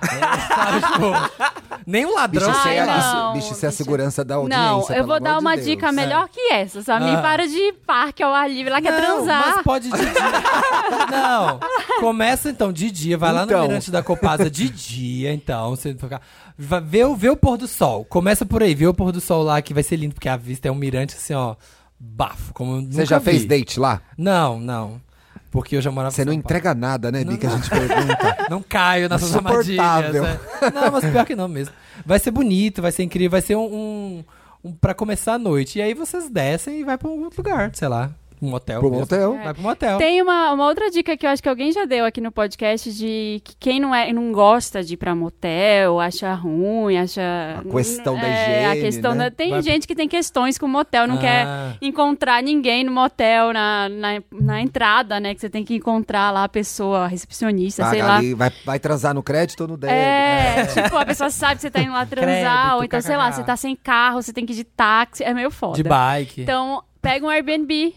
Speaker 1: É, sabe, tipo, nem um
Speaker 4: Bicho,
Speaker 1: ladrão.
Speaker 4: isso
Speaker 2: Ai,
Speaker 4: é,
Speaker 1: lá.
Speaker 4: isso-
Speaker 2: não,
Speaker 4: bicho, isso é a
Speaker 2: bicho.
Speaker 4: segurança da audiência.
Speaker 2: Não, eu
Speaker 4: pelo
Speaker 2: vou dar
Speaker 4: amor de
Speaker 2: uma
Speaker 4: Deus. é.
Speaker 2: dica melhor que essa. Samir,
Speaker 1: Ah.
Speaker 2: para de ir parque ao ar livre. Lá quer
Speaker 1: Não,
Speaker 2: transar.
Speaker 1: Mas pode de dia. não. Começa então de dia, vai lá
Speaker 4: Então.
Speaker 1: no Mirante da Copasa de dia, então. Você fica- vai- vê, o- vê o pôr do sol. Começa por aí, vê o pôr do sol lá que vai ser lindo, porque a vista é um mirante assim, ó, bafo. Como eu nunca
Speaker 4: Você já fez
Speaker 1: vi.
Speaker 4: date lá?
Speaker 1: Não, não. Porque eu já morava em
Speaker 4: Você não
Speaker 1: São Paulo.
Speaker 4: entrega nada, né, Bi, que a gente pergunta.
Speaker 1: Não caio nessas armadilhas.
Speaker 4: Insuportável.
Speaker 1: né? Não, mas pior que não mesmo. Vai ser bonito, vai ser incrível, vai ser um, um, um pra começar a noite. E aí vocês descem e vai pra um outro lugar, sei lá. Um
Speaker 5: É
Speaker 1: hotel.
Speaker 4: Pro
Speaker 1: mesmo.
Speaker 4: motel.
Speaker 2: É,
Speaker 1: Vai um pro motel.
Speaker 2: Tem uma, uma outra dica que eu acho que alguém já deu aqui no podcast de que quem não, é, não gosta de ir pra motel, acha ruim, acha.
Speaker 4: A questão da
Speaker 2: É, a
Speaker 4: higiene,
Speaker 2: questão da-
Speaker 4: né?
Speaker 2: Tem
Speaker 1: Vai-
Speaker 2: gente que tem questões com motel, não
Speaker 1: Ah.
Speaker 2: quer encontrar ninguém no motel, na, na, na entrada, né? Que você tem que encontrar lá a pessoa, a recepcionista, sei
Speaker 4: Paga
Speaker 2: lá.
Speaker 4: ali, vai, vai transar no crédito ou no débito?
Speaker 2: É, tipo, a pessoa sabe que você tá indo lá transar,
Speaker 1: Crédito,
Speaker 2: ou então, sei lá,
Speaker 1: kkk.
Speaker 2: você tá sem carro, você tem que ir de táxi, é meio foda.
Speaker 1: De bike.
Speaker 2: Então, pega um Airbnb.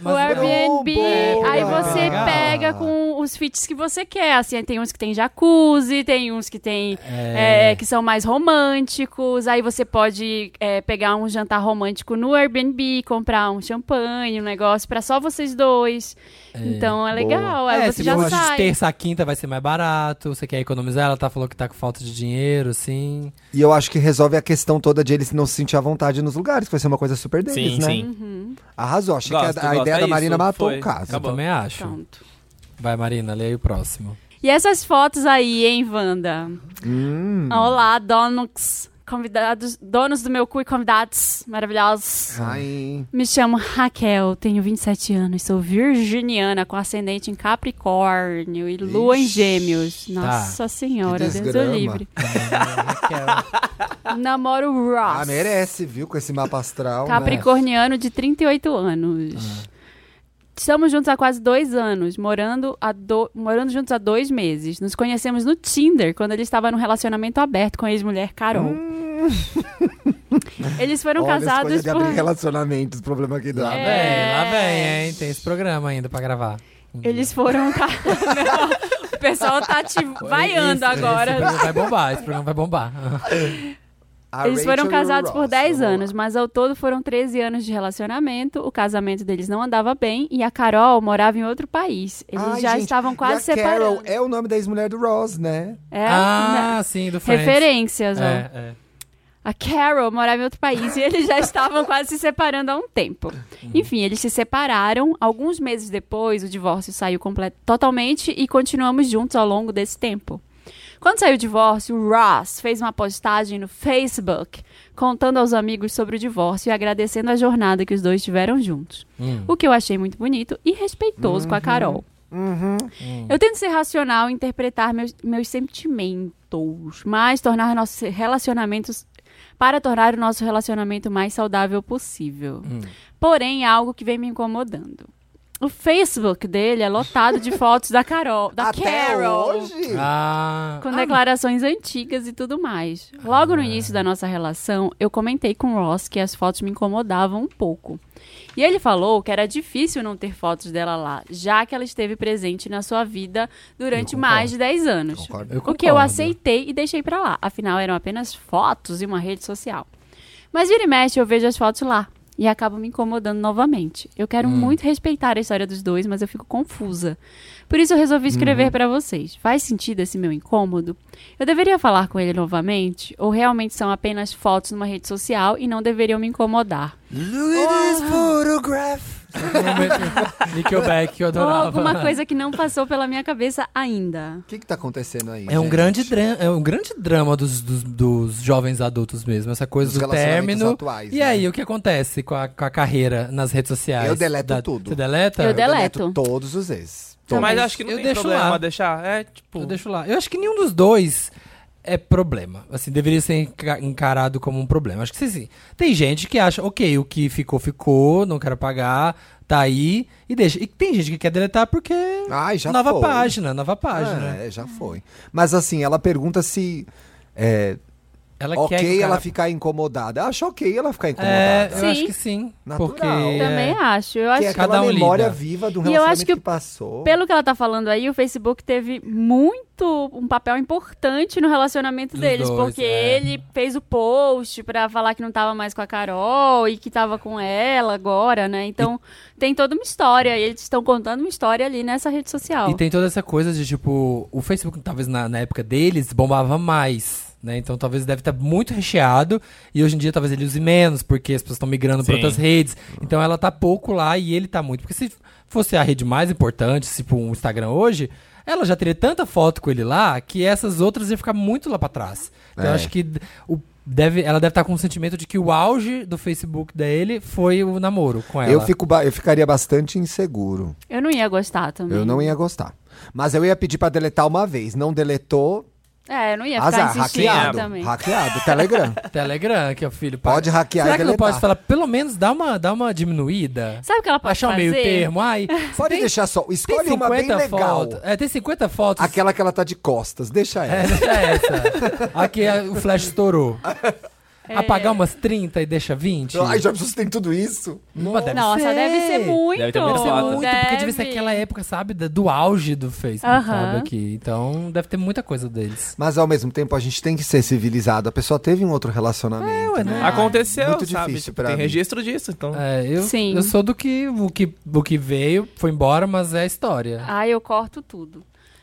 Speaker 1: Mas é
Speaker 2: o
Speaker 1: não-
Speaker 2: Airbnb,
Speaker 4: boa!
Speaker 2: aí você
Speaker 1: Legal.
Speaker 2: pega com os fits que você quer. Assim, tem uns que tem jacuzzi, tem uns que tem
Speaker 1: É.
Speaker 2: é, que são mais românticos. Aí você pode é, pegar um jantar romântico no Airbnb, comprar um champanhe, um negócio pra só vocês dois. Então é legal. Aí
Speaker 1: é,
Speaker 2: você
Speaker 1: se
Speaker 2: já
Speaker 1: for de
Speaker 2: sai.
Speaker 1: terça a quinta vai ser mais barato. Você quer economizar? Ela tá falou que tá com falta de dinheiro, sim.
Speaker 4: E eu acho que resolve a questão toda de eles não se sentir à vontade nos lugares, que vai ser uma coisa super deles,
Speaker 5: Sim,
Speaker 4: né?
Speaker 5: sim.
Speaker 4: Arrasou, achei
Speaker 5: Gosto,
Speaker 4: que a, a
Speaker 5: gosto.
Speaker 4: ideia
Speaker 5: É
Speaker 4: da Marina
Speaker 5: isso,
Speaker 4: matou
Speaker 5: foi.
Speaker 4: o caso.
Speaker 5: Acabou.
Speaker 1: Eu também acho.
Speaker 2: Pronto.
Speaker 1: Vai, Marina, lê aí o próximo.
Speaker 2: E essas fotos aí, hein, Wanda?
Speaker 4: Hum.
Speaker 2: Olá, donos, convidados, donos do meu cu e convidados maravilhosos.
Speaker 4: Ai.
Speaker 2: Me chamo Raquel, tenho 27 anos, sou virginiana com ascendente em Capricórnio e lua em
Speaker 4: Ixi, tá.
Speaker 2: Gêmeos. Nossa senhora,
Speaker 4: que
Speaker 2: Deus o
Speaker 4: desgrama.
Speaker 2: livre.
Speaker 1: Aquela-
Speaker 2: Namoro Ross.
Speaker 4: Ah, merece, é um viu? Com esse mapa astral.
Speaker 2: Capricorniano de 38
Speaker 4: Ah.
Speaker 2: anos. Estamos juntos há quase dois anos, morando, há do- morando juntos há dois meses. Nos conhecemos no Tinder, quando ele estava num relacionamento aberto com a ex-mulher Carol. Eles
Speaker 4: Né?
Speaker 2: foram
Speaker 4: Hum. Olha, essa
Speaker 2: casados
Speaker 4: coisa de abrir
Speaker 2: por...
Speaker 4: relacionamentos, o problema que dá. né?
Speaker 1: Lá
Speaker 2: É.
Speaker 1: vem, lá vem, hein? Tem esse programa ainda pra gravar.
Speaker 2: Eles foram... ca- Não, o pessoal tá te vaiando
Speaker 1: Esse- Esse
Speaker 2: agora.
Speaker 1: programa vai bombar, esse programa vai bombar.
Speaker 4: A
Speaker 2: Eles foram
Speaker 4: Rachel e o
Speaker 2: casados por
Speaker 4: Ross,
Speaker 2: 10
Speaker 4: vamos lá.
Speaker 2: anos, mas ao todo foram 13 anos de relacionamento. O casamento deles não andava bem e a Carol morava em outro país. Eles
Speaker 4: Ai,
Speaker 2: já
Speaker 4: gente,
Speaker 2: estavam quase
Speaker 4: e a Carol
Speaker 2: separados.
Speaker 4: é o nome da ex-mulher do Ross, né?
Speaker 2: É,
Speaker 1: ah, sim, do
Speaker 2: né?
Speaker 1: Friends.
Speaker 2: referências, ó.
Speaker 1: É, é.
Speaker 2: A Carol morava em outro país e eles já estavam quase se separando há um tempo.
Speaker 4: Uhum.
Speaker 2: Enfim, eles se separaram. Alguns meses depois, o divórcio saiu comple- totalmente e continuamos juntos ao longo desse tempo. Quando saiu o divórcio, o Ross fez uma postagem no Facebook contando aos amigos sobre o divórcio e agradecendo a jornada que os dois tiveram juntos.
Speaker 1: Hum.
Speaker 2: O que eu achei muito bonito e respeitoso com a Carol.
Speaker 4: Uhum.
Speaker 2: Eu tento ser racional e interpretar meus, meus sentimentos, mas tornar nossos relacionamentos. Para tornar o nosso relacionamento mais saudável possível. Porém, é algo que vem me incomodando. O Facebook dele é lotado de fotos da Carol. Da
Speaker 4: Até
Speaker 2: Carol
Speaker 4: hoje?
Speaker 1: Ah,
Speaker 2: com declarações antigas e tudo mais. Logo no início da nossa relação, eu comentei com o Ross que as fotos me incomodavam um pouco. E ele falou que era difícil não ter fotos dela lá, já que ela esteve presente na sua vida durante
Speaker 1: Eu concordo.
Speaker 2: mais de 10 anos.
Speaker 4: Concordo.
Speaker 1: eu
Speaker 2: O que eu
Speaker 1: concordo.
Speaker 2: aceitei e deixei pra lá. Afinal, eram apenas fotos e uma rede social. Mas vira e mexe, eu vejo as fotos lá. E acabo me incomodando novamente. Eu quero
Speaker 1: Hum.
Speaker 2: muito respeitar a história dos dois, mas eu fico confusa. Por isso eu resolvi
Speaker 1: Uhum.
Speaker 2: escrever pra vocês. Faz sentido esse meu incômodo? Eu deveria falar com ele novamente? Ou realmente são apenas fotos numa rede social e não deveriam me incomodar?
Speaker 4: Look at
Speaker 2: Ah.
Speaker 4: this photograph.
Speaker 1: Nickelback, eu
Speaker 2: Ou
Speaker 1: adorava.
Speaker 2: alguma coisa que não passou pela minha cabeça ainda?
Speaker 4: O que que tá acontecendo aí,
Speaker 1: É um,
Speaker 4: gente?
Speaker 1: grande dra- é um grande drama dos, dos, dos jovens adultos mesmo, essa coisa
Speaker 4: Dos
Speaker 1: do
Speaker 4: relacionamentos
Speaker 1: término.
Speaker 4: atuais,
Speaker 1: e
Speaker 4: né?
Speaker 1: aí, o que acontece com a, com a carreira nas redes sociais?
Speaker 4: Eu deleto tudo.
Speaker 1: Você deleta?
Speaker 2: Eu deleto.
Speaker 4: todos os ex.
Speaker 5: Mas,
Speaker 4: Todos.
Speaker 5: acho que não
Speaker 1: eu
Speaker 5: tem
Speaker 1: deixo
Speaker 5: problema
Speaker 1: lá.
Speaker 5: deixar. É, tipo.
Speaker 1: Eu deixo lá. Eu acho que nenhum dos dois é problema. Assim, deveria ser enca- encarado como um problema. Acho que sim, sim. Tem gente que acha, ok, o que ficou, ficou, não quero pagar, tá aí, e deixa. E tem gente que quer deletar porque.
Speaker 4: Ai, Ah, já
Speaker 1: nova
Speaker 4: foi.
Speaker 1: página, nova página.
Speaker 4: É, já foi. Mas assim, ela pergunta se é
Speaker 1: Ela
Speaker 4: ok
Speaker 1: quer que o cara-
Speaker 4: ela ficar incomodada. Eu acho ok ela ficar incomodada.
Speaker 1: É, eu
Speaker 2: Sim.
Speaker 1: acho que sim.
Speaker 4: Natural.
Speaker 1: Porque.
Speaker 2: Também
Speaker 1: é.
Speaker 2: acho. Eu
Speaker 4: que
Speaker 2: acho
Speaker 4: é
Speaker 2: que
Speaker 4: aquela
Speaker 1: cada um
Speaker 4: memória
Speaker 1: lida.
Speaker 4: viva de um
Speaker 2: E eu
Speaker 4: relacionamento
Speaker 2: acho
Speaker 4: que,
Speaker 2: que
Speaker 4: passou.
Speaker 2: Pelo que ela tá falando aí, o Facebook teve muito um papel importante no relacionamento
Speaker 1: Dos
Speaker 2: deles,
Speaker 1: dois,
Speaker 2: porque
Speaker 1: é.
Speaker 2: ele fez o post pra falar que não tava mais com a Carol e que tava com ela agora, né? Então, tem toda uma história, e eles estão contando uma história ali nessa rede social.
Speaker 1: E tem toda essa coisa de, tipo, o Facebook, talvez na, na época deles, bombava mais. Né? Então talvez deve estar muito recheado e hoje em dia talvez ele use menos, porque as pessoas estão migrando para
Speaker 5: Sim.
Speaker 1: outras redes. Então ela tá pouco lá e ele tá muito. Porque se fosse a rede mais importante, tipo um Instagram hoje, ela já teria tanta foto com ele lá que essas outras iam ficar muito lá para trás. Então
Speaker 4: É.
Speaker 1: eu acho que d- o, deve, ela deve estar com o sentimento de que o auge do Facebook dele foi o namoro com ela.
Speaker 4: eu, fico ba- eu ficaria bastante inseguro.
Speaker 2: Eu não ia gostar também.
Speaker 4: Eu não ia gostar. Mas eu ia pedir pra deletar uma vez. Não deletou,
Speaker 2: É, eu não ia ficar
Speaker 4: azar,
Speaker 2: insistindo
Speaker 4: hackeado.
Speaker 2: também.
Speaker 4: Hackeado, Telegram.
Speaker 1: Telegram, que é o filho.
Speaker 4: Pode
Speaker 1: paga.
Speaker 4: hackear
Speaker 1: Será
Speaker 4: e
Speaker 1: que não
Speaker 4: deletar.
Speaker 1: pode falar, pelo menos dá uma, dá uma diminuída?
Speaker 2: Sabe o que ela pode
Speaker 1: Achar um
Speaker 2: fazer?
Speaker 1: meio termo? Ai,
Speaker 4: Pode
Speaker 1: tem-
Speaker 4: deixar só.
Speaker 1: tem
Speaker 4: Escolhe uma bem
Speaker 1: 50
Speaker 4: legal.
Speaker 1: fotos. É, tem 50 fotos.
Speaker 4: Aquela que ela tá de costas. Deixa
Speaker 1: É,
Speaker 4: ela.
Speaker 1: deixa essa. Aqui é, o flash estourou.
Speaker 2: É.
Speaker 1: Apagar umas 30 e deixa 20?
Speaker 4: Ai, já precisa tem tudo isso.
Speaker 1: Uma deve
Speaker 2: Nossa,
Speaker 1: ser.
Speaker 2: deve ser muito.
Speaker 5: Deve ter muito
Speaker 1: Deve ser
Speaker 5: Foto.
Speaker 1: muito, porque deve ser aquela época, sabe, da- do auge do Facebook,
Speaker 2: Aham.
Speaker 1: sabe, aqui. Então, deve ter muita coisa deles.
Speaker 4: Mas ao mesmo tempo a gente tem que ser civilizado. A pessoa teve um outro
Speaker 2: É,
Speaker 4: relacionamento.
Speaker 1: ué,
Speaker 4: né?
Speaker 1: né?
Speaker 5: Aconteceu,
Speaker 4: Muito
Speaker 5: sabe?
Speaker 4: difícil
Speaker 5: Tipo,
Speaker 4: pra
Speaker 5: tem
Speaker 4: mim.
Speaker 5: registro disso, então.
Speaker 1: É, eu,
Speaker 2: Sim.
Speaker 1: eu sou do que o, que o que veio, foi embora, mas é a história.
Speaker 2: Ah, eu corto tudo.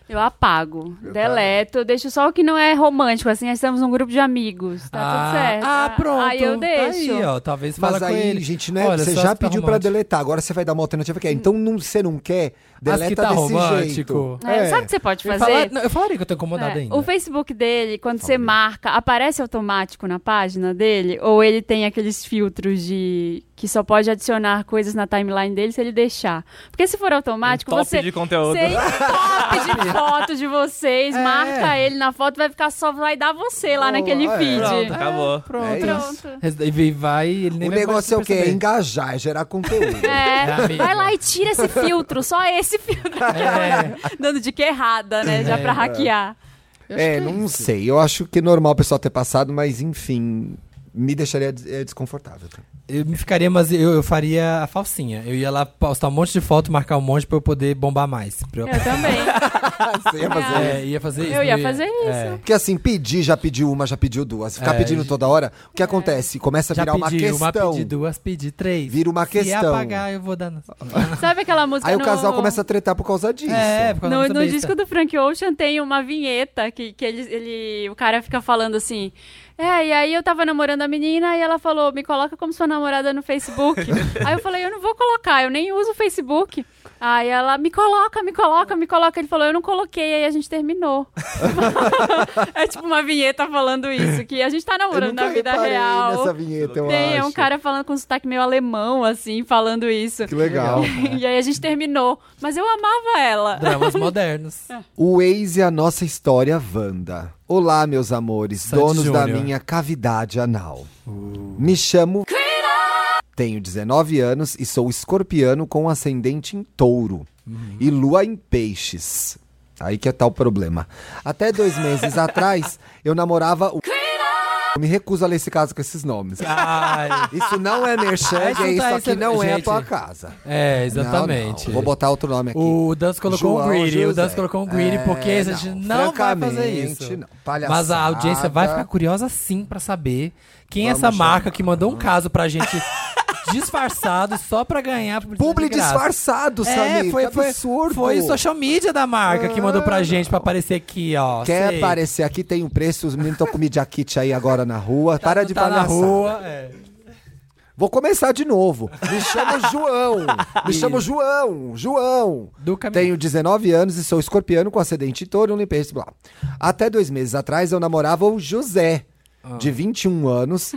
Speaker 2: Eu apago, deleto, deixo só o que não é romântico, assim, nós estamos num grupo de amigos, tá
Speaker 1: ah,
Speaker 2: tudo certo.
Speaker 1: Ah, pronto.
Speaker 2: Aí eu deixo.
Speaker 1: Tá aí, ó, talvez fala
Speaker 4: Mas
Speaker 1: com
Speaker 4: aí,
Speaker 1: ele.
Speaker 4: gente, né?
Speaker 1: Olha,
Speaker 4: você
Speaker 1: só
Speaker 4: já
Speaker 1: se tá
Speaker 4: pediu pra
Speaker 1: romântico.
Speaker 4: deletar, agora você vai dar uma alternativa que é. Então não, você não quer,
Speaker 1: As
Speaker 4: deleta
Speaker 1: que tá
Speaker 4: desse
Speaker 1: romântico.
Speaker 4: jeito.
Speaker 2: É, Sabe o que você pode
Speaker 1: Eu ia
Speaker 2: fazer?
Speaker 1: falar- não, eu falaria que eu tô incomodado
Speaker 2: É,
Speaker 1: ainda.
Speaker 2: O Facebook dele, quando você marca, aparece automático na página dele? Ou ele tem aqueles filtros de que só pode adicionar coisas na timeline dele se ele deixar? Porque se for automático,
Speaker 5: Um top
Speaker 2: Ah, tipo, você.
Speaker 5: de conteúdo.
Speaker 2: Você top de foto de vocês,
Speaker 1: É.
Speaker 2: marca ele na foto, vai ficar só, vai dar você lá
Speaker 4: Oh,
Speaker 2: naquele
Speaker 4: é.
Speaker 2: feed.
Speaker 5: Pronto, acabou.
Speaker 1: Pronto.
Speaker 4: É
Speaker 2: isso.
Speaker 1: E vai, ele nem
Speaker 4: O
Speaker 1: vai
Speaker 4: negócio é o quê? É
Speaker 1: perceber.
Speaker 4: engajar, é gerar conteúdo.
Speaker 1: É,
Speaker 2: É,
Speaker 1: amiga.
Speaker 2: vai lá então. e tira esse filtro, só esse filtro. Dando dica errada, né? Já pra hackear.
Speaker 4: É, não sei. Eu acho que é normal o pessoal ter passado, mas enfim, me deixaria des- é, desconfortável.
Speaker 1: Eu me ficaria, mas eu, eu faria a falsinha. Eu ia lá postar um monte de foto, marcar um monte pra eu poder bombar mais. Pra eu-
Speaker 2: Eu também.
Speaker 4: Você ia fazer
Speaker 2: também.
Speaker 1: É, ia fazer isso.
Speaker 2: É, tá. Eu ia
Speaker 1: não
Speaker 2: fazer
Speaker 1: É.
Speaker 4: Porque assim, pedir, já pediu uma, já pediu duas. Ficar
Speaker 1: É,
Speaker 4: pedindo toda hora,
Speaker 2: É.
Speaker 4: o que acontece? Começa a
Speaker 1: Já
Speaker 4: virar uma
Speaker 1: pedi uma,
Speaker 4: questão.
Speaker 1: pedi duas, pedi três.
Speaker 4: Vira uma
Speaker 1: Se
Speaker 4: questão.
Speaker 1: apagar, eu vou dar... na-
Speaker 2: Sabe aquela música
Speaker 4: Aí o
Speaker 2: no-
Speaker 4: casal começa a tretar por causa disso.
Speaker 1: É, por causa
Speaker 2: No,
Speaker 1: da nossa
Speaker 2: no
Speaker 1: besta.
Speaker 2: disco do Frank Ocean tem uma vinheta que, que ele, ele- o cara fica falando assim. É, e aí eu tava namorando a menina e ela falou: me coloca como sua namorada no Facebook. aí eu falei: eu não vou colocar, eu nem uso o Facebook. Aí ela, me coloca, me coloca, me coloca. Ele falou, eu não coloquei, aí a gente terminou. é tipo uma vinheta falando isso, que a gente tá
Speaker 4: Eu
Speaker 2: namorando
Speaker 4: nunca
Speaker 2: na vida
Speaker 4: reparei
Speaker 2: real.
Speaker 4: nessa vinheta, eu
Speaker 2: Tem é
Speaker 4: acho.
Speaker 2: um cara falando com sotaque meio alemão, assim, falando isso.
Speaker 4: Que legal.
Speaker 2: E aí a gente terminou. Mas eu amava ela.
Speaker 1: Dramas modernos.
Speaker 4: O ex e a nossa história Wanda. Olá, meus amores,
Speaker 1: Sandy
Speaker 4: donos da
Speaker 1: Júnior. Uh.
Speaker 4: minha cavidade anal. Me chamo... Tenho 19 anos e sou escorpiano com ascendente em touro.
Speaker 1: Uhum.
Speaker 4: E lua em peixes. Aí que é tal problema. Até dois meses atrás, eu namorava o... Eu me recuso a ler esse caso com esses nomes.
Speaker 1: Ah. Ai,
Speaker 4: Isso não é merchan,
Speaker 1: Ah, isso
Speaker 4: é isso
Speaker 1: tá
Speaker 4: aqui
Speaker 1: recebendo-
Speaker 4: não é a
Speaker 1: Gente.
Speaker 4: tua casa.
Speaker 1: é,
Speaker 4: Não, não.
Speaker 1: exatamente.
Speaker 4: Vou botar outro nome aqui.
Speaker 1: O Dantas colocou
Speaker 4: João
Speaker 1: um greedy. O
Speaker 4: José.
Speaker 1: Dantas colocou um greedy
Speaker 4: É,
Speaker 1: porque a gente não vai fazer
Speaker 4: francamente,
Speaker 1: isso.
Speaker 4: não. Palhaçada.
Speaker 1: Mas a audiência vai ficar curiosa sim pra saber quem é
Speaker 4: Vamos
Speaker 1: essa marca
Speaker 4: chamar.
Speaker 1: que mandou um caso pra gente disfarçado só pra ganhar publicidade
Speaker 4: Publi
Speaker 1: de graça.
Speaker 4: disfarçado,
Speaker 1: É,
Speaker 4: Samir.
Speaker 1: foi,
Speaker 4: que
Speaker 1: foi,
Speaker 4: absurdo. Ah.
Speaker 1: foi o social media da marca que mandou pra gente pra aparecer aqui, ó.
Speaker 4: Quer
Speaker 1: Sei.
Speaker 4: aparecer aqui, tem um preço. Os meninos estão com media kit aí agora na rua. Para de
Speaker 1: tá na
Speaker 4: palhaçada.
Speaker 1: rua. é.
Speaker 4: Vou começar de novo. Me chamo João. Me chamo João. João.
Speaker 1: Do caminho.
Speaker 4: Tenho 19 anos e sou escorpiano com acidente touro, um limpeza, blá. Até dois meses atrás eu namorava o José,
Speaker 1: Ah.
Speaker 4: de 21 anos,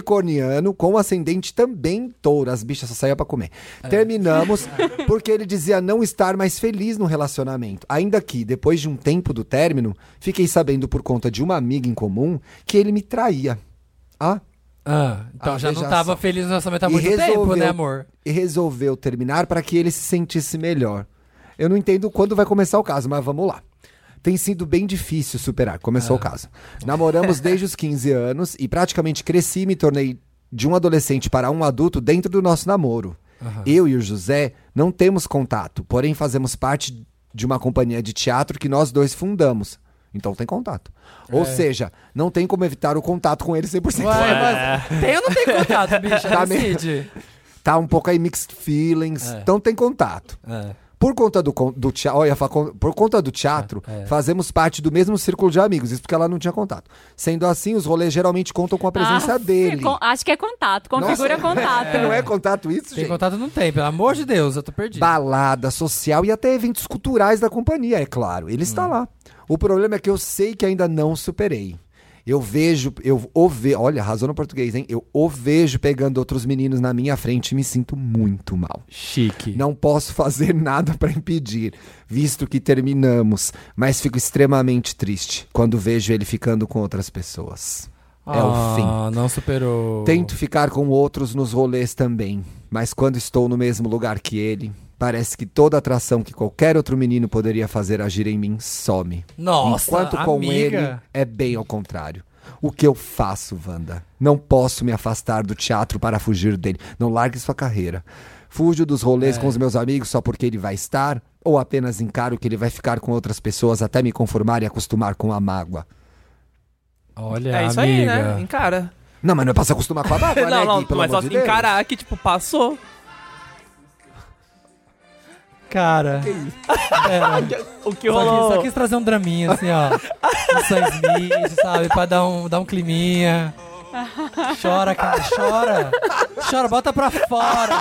Speaker 4: capricorniano, com ascendente também em touro. As bichas só saíam pra comer.
Speaker 1: É.
Speaker 4: Terminamos porque ele dizia não estar mais feliz no relacionamento. Ainda que, depois de um tempo do término, fiquei sabendo por conta de uma amiga em comum que ele me traía. Ah,
Speaker 1: Ah, então
Speaker 4: Ah,
Speaker 1: já não
Speaker 4: veja
Speaker 1: tava
Speaker 4: só.
Speaker 1: feliz no relacionamento há
Speaker 4: E
Speaker 1: muito tempo,
Speaker 4: resolveu.
Speaker 1: né, amor?
Speaker 4: e resolveu terminar para que ele se sentisse melhor. Eu não entendo quando vai começar o caso, mas vamos lá. Tem sido bem difícil superar,
Speaker 1: Ah.
Speaker 4: começou o caso. Namoramos desde os 15 anos e praticamente cresci e me tornei de um adolescente para um adulto dentro do nosso namoro. Eu e o José não temos contato, porém fazemos parte de uma companhia de teatro que nós dois fundamos. Então tem contato. Ou seja, não tem como evitar o contato com ele 100%.
Speaker 1: É. Ué, mas tem ou não tem contato, bicha?
Speaker 4: Tá meio-
Speaker 1: Decide.
Speaker 4: Tá um pouco aí mixed feelings,
Speaker 1: É.
Speaker 4: então tem contato.
Speaker 1: É.
Speaker 4: Por conta do, con- do teatro, por conta do teatro,
Speaker 1: É, é.
Speaker 4: fazemos parte do mesmo círculo de amigos, isso porque ela não tinha contato. Sendo assim, os rolês geralmente contam com a presença
Speaker 2: Ah,
Speaker 4: dele.
Speaker 2: con- ah, acho que é contato, configura contato.
Speaker 4: Não é contato isso,
Speaker 1: Tem
Speaker 4: gente?
Speaker 1: contato não tem, pelo amor de Deus, eu tô perdido.
Speaker 4: Balada social e até eventos culturais da companhia, é claro. Ele
Speaker 1: Hum.
Speaker 4: está lá. O problema é que eu sei que ainda não superei. Eu vejo, eu o vejo, olha, arrasou no português, hein? Eu o vejo pegando outros meninos na minha frente e me sinto muito mal.
Speaker 1: Chique.
Speaker 4: Não posso fazer nada para impedir, visto que terminamos, mas fico extremamente triste quando vejo ele ficando com outras pessoas. É o fim.
Speaker 1: Ah, Não superou.
Speaker 4: Tento ficar com outros nos rolês também, mas quando estou no mesmo lugar que ele, parece que toda atração que qualquer outro menino poderia fazer agir em mim some.
Speaker 1: Nossa,
Speaker 4: Enquanto com ele
Speaker 1: amiga.
Speaker 4: é bem ao contrário. O que eu faço, Wanda? Não posso me afastar do teatro para fugir dele. Não largue sua carreira. Fujo dos
Speaker 5: É.
Speaker 4: rolês com os meus amigos só porque ele vai estar? Ou apenas encaro que ele vai ficar com outras pessoas até me conformar e acostumar com a mágoa?
Speaker 1: Olha,
Speaker 5: É isso aí,
Speaker 1: amiga.
Speaker 5: né? Encara.
Speaker 4: Não, mas não é pra se acostumar com a mágoa, né,
Speaker 5: não, assim,
Speaker 4: Gui?
Speaker 5: não,
Speaker 4: Pelo
Speaker 5: mas
Speaker 4: amor
Speaker 5: só
Speaker 4: de Deus.
Speaker 5: encarar que, tipo, passou.
Speaker 1: Cara. Era.
Speaker 5: O que
Speaker 1: Só,
Speaker 5: rolou?
Speaker 1: quis, só quis trazer um draminha, assim, ó. Um Sam Smith, sabe? Pra dar um, dar um climinha. Chora, cara, chora. Chora, bota pra fora.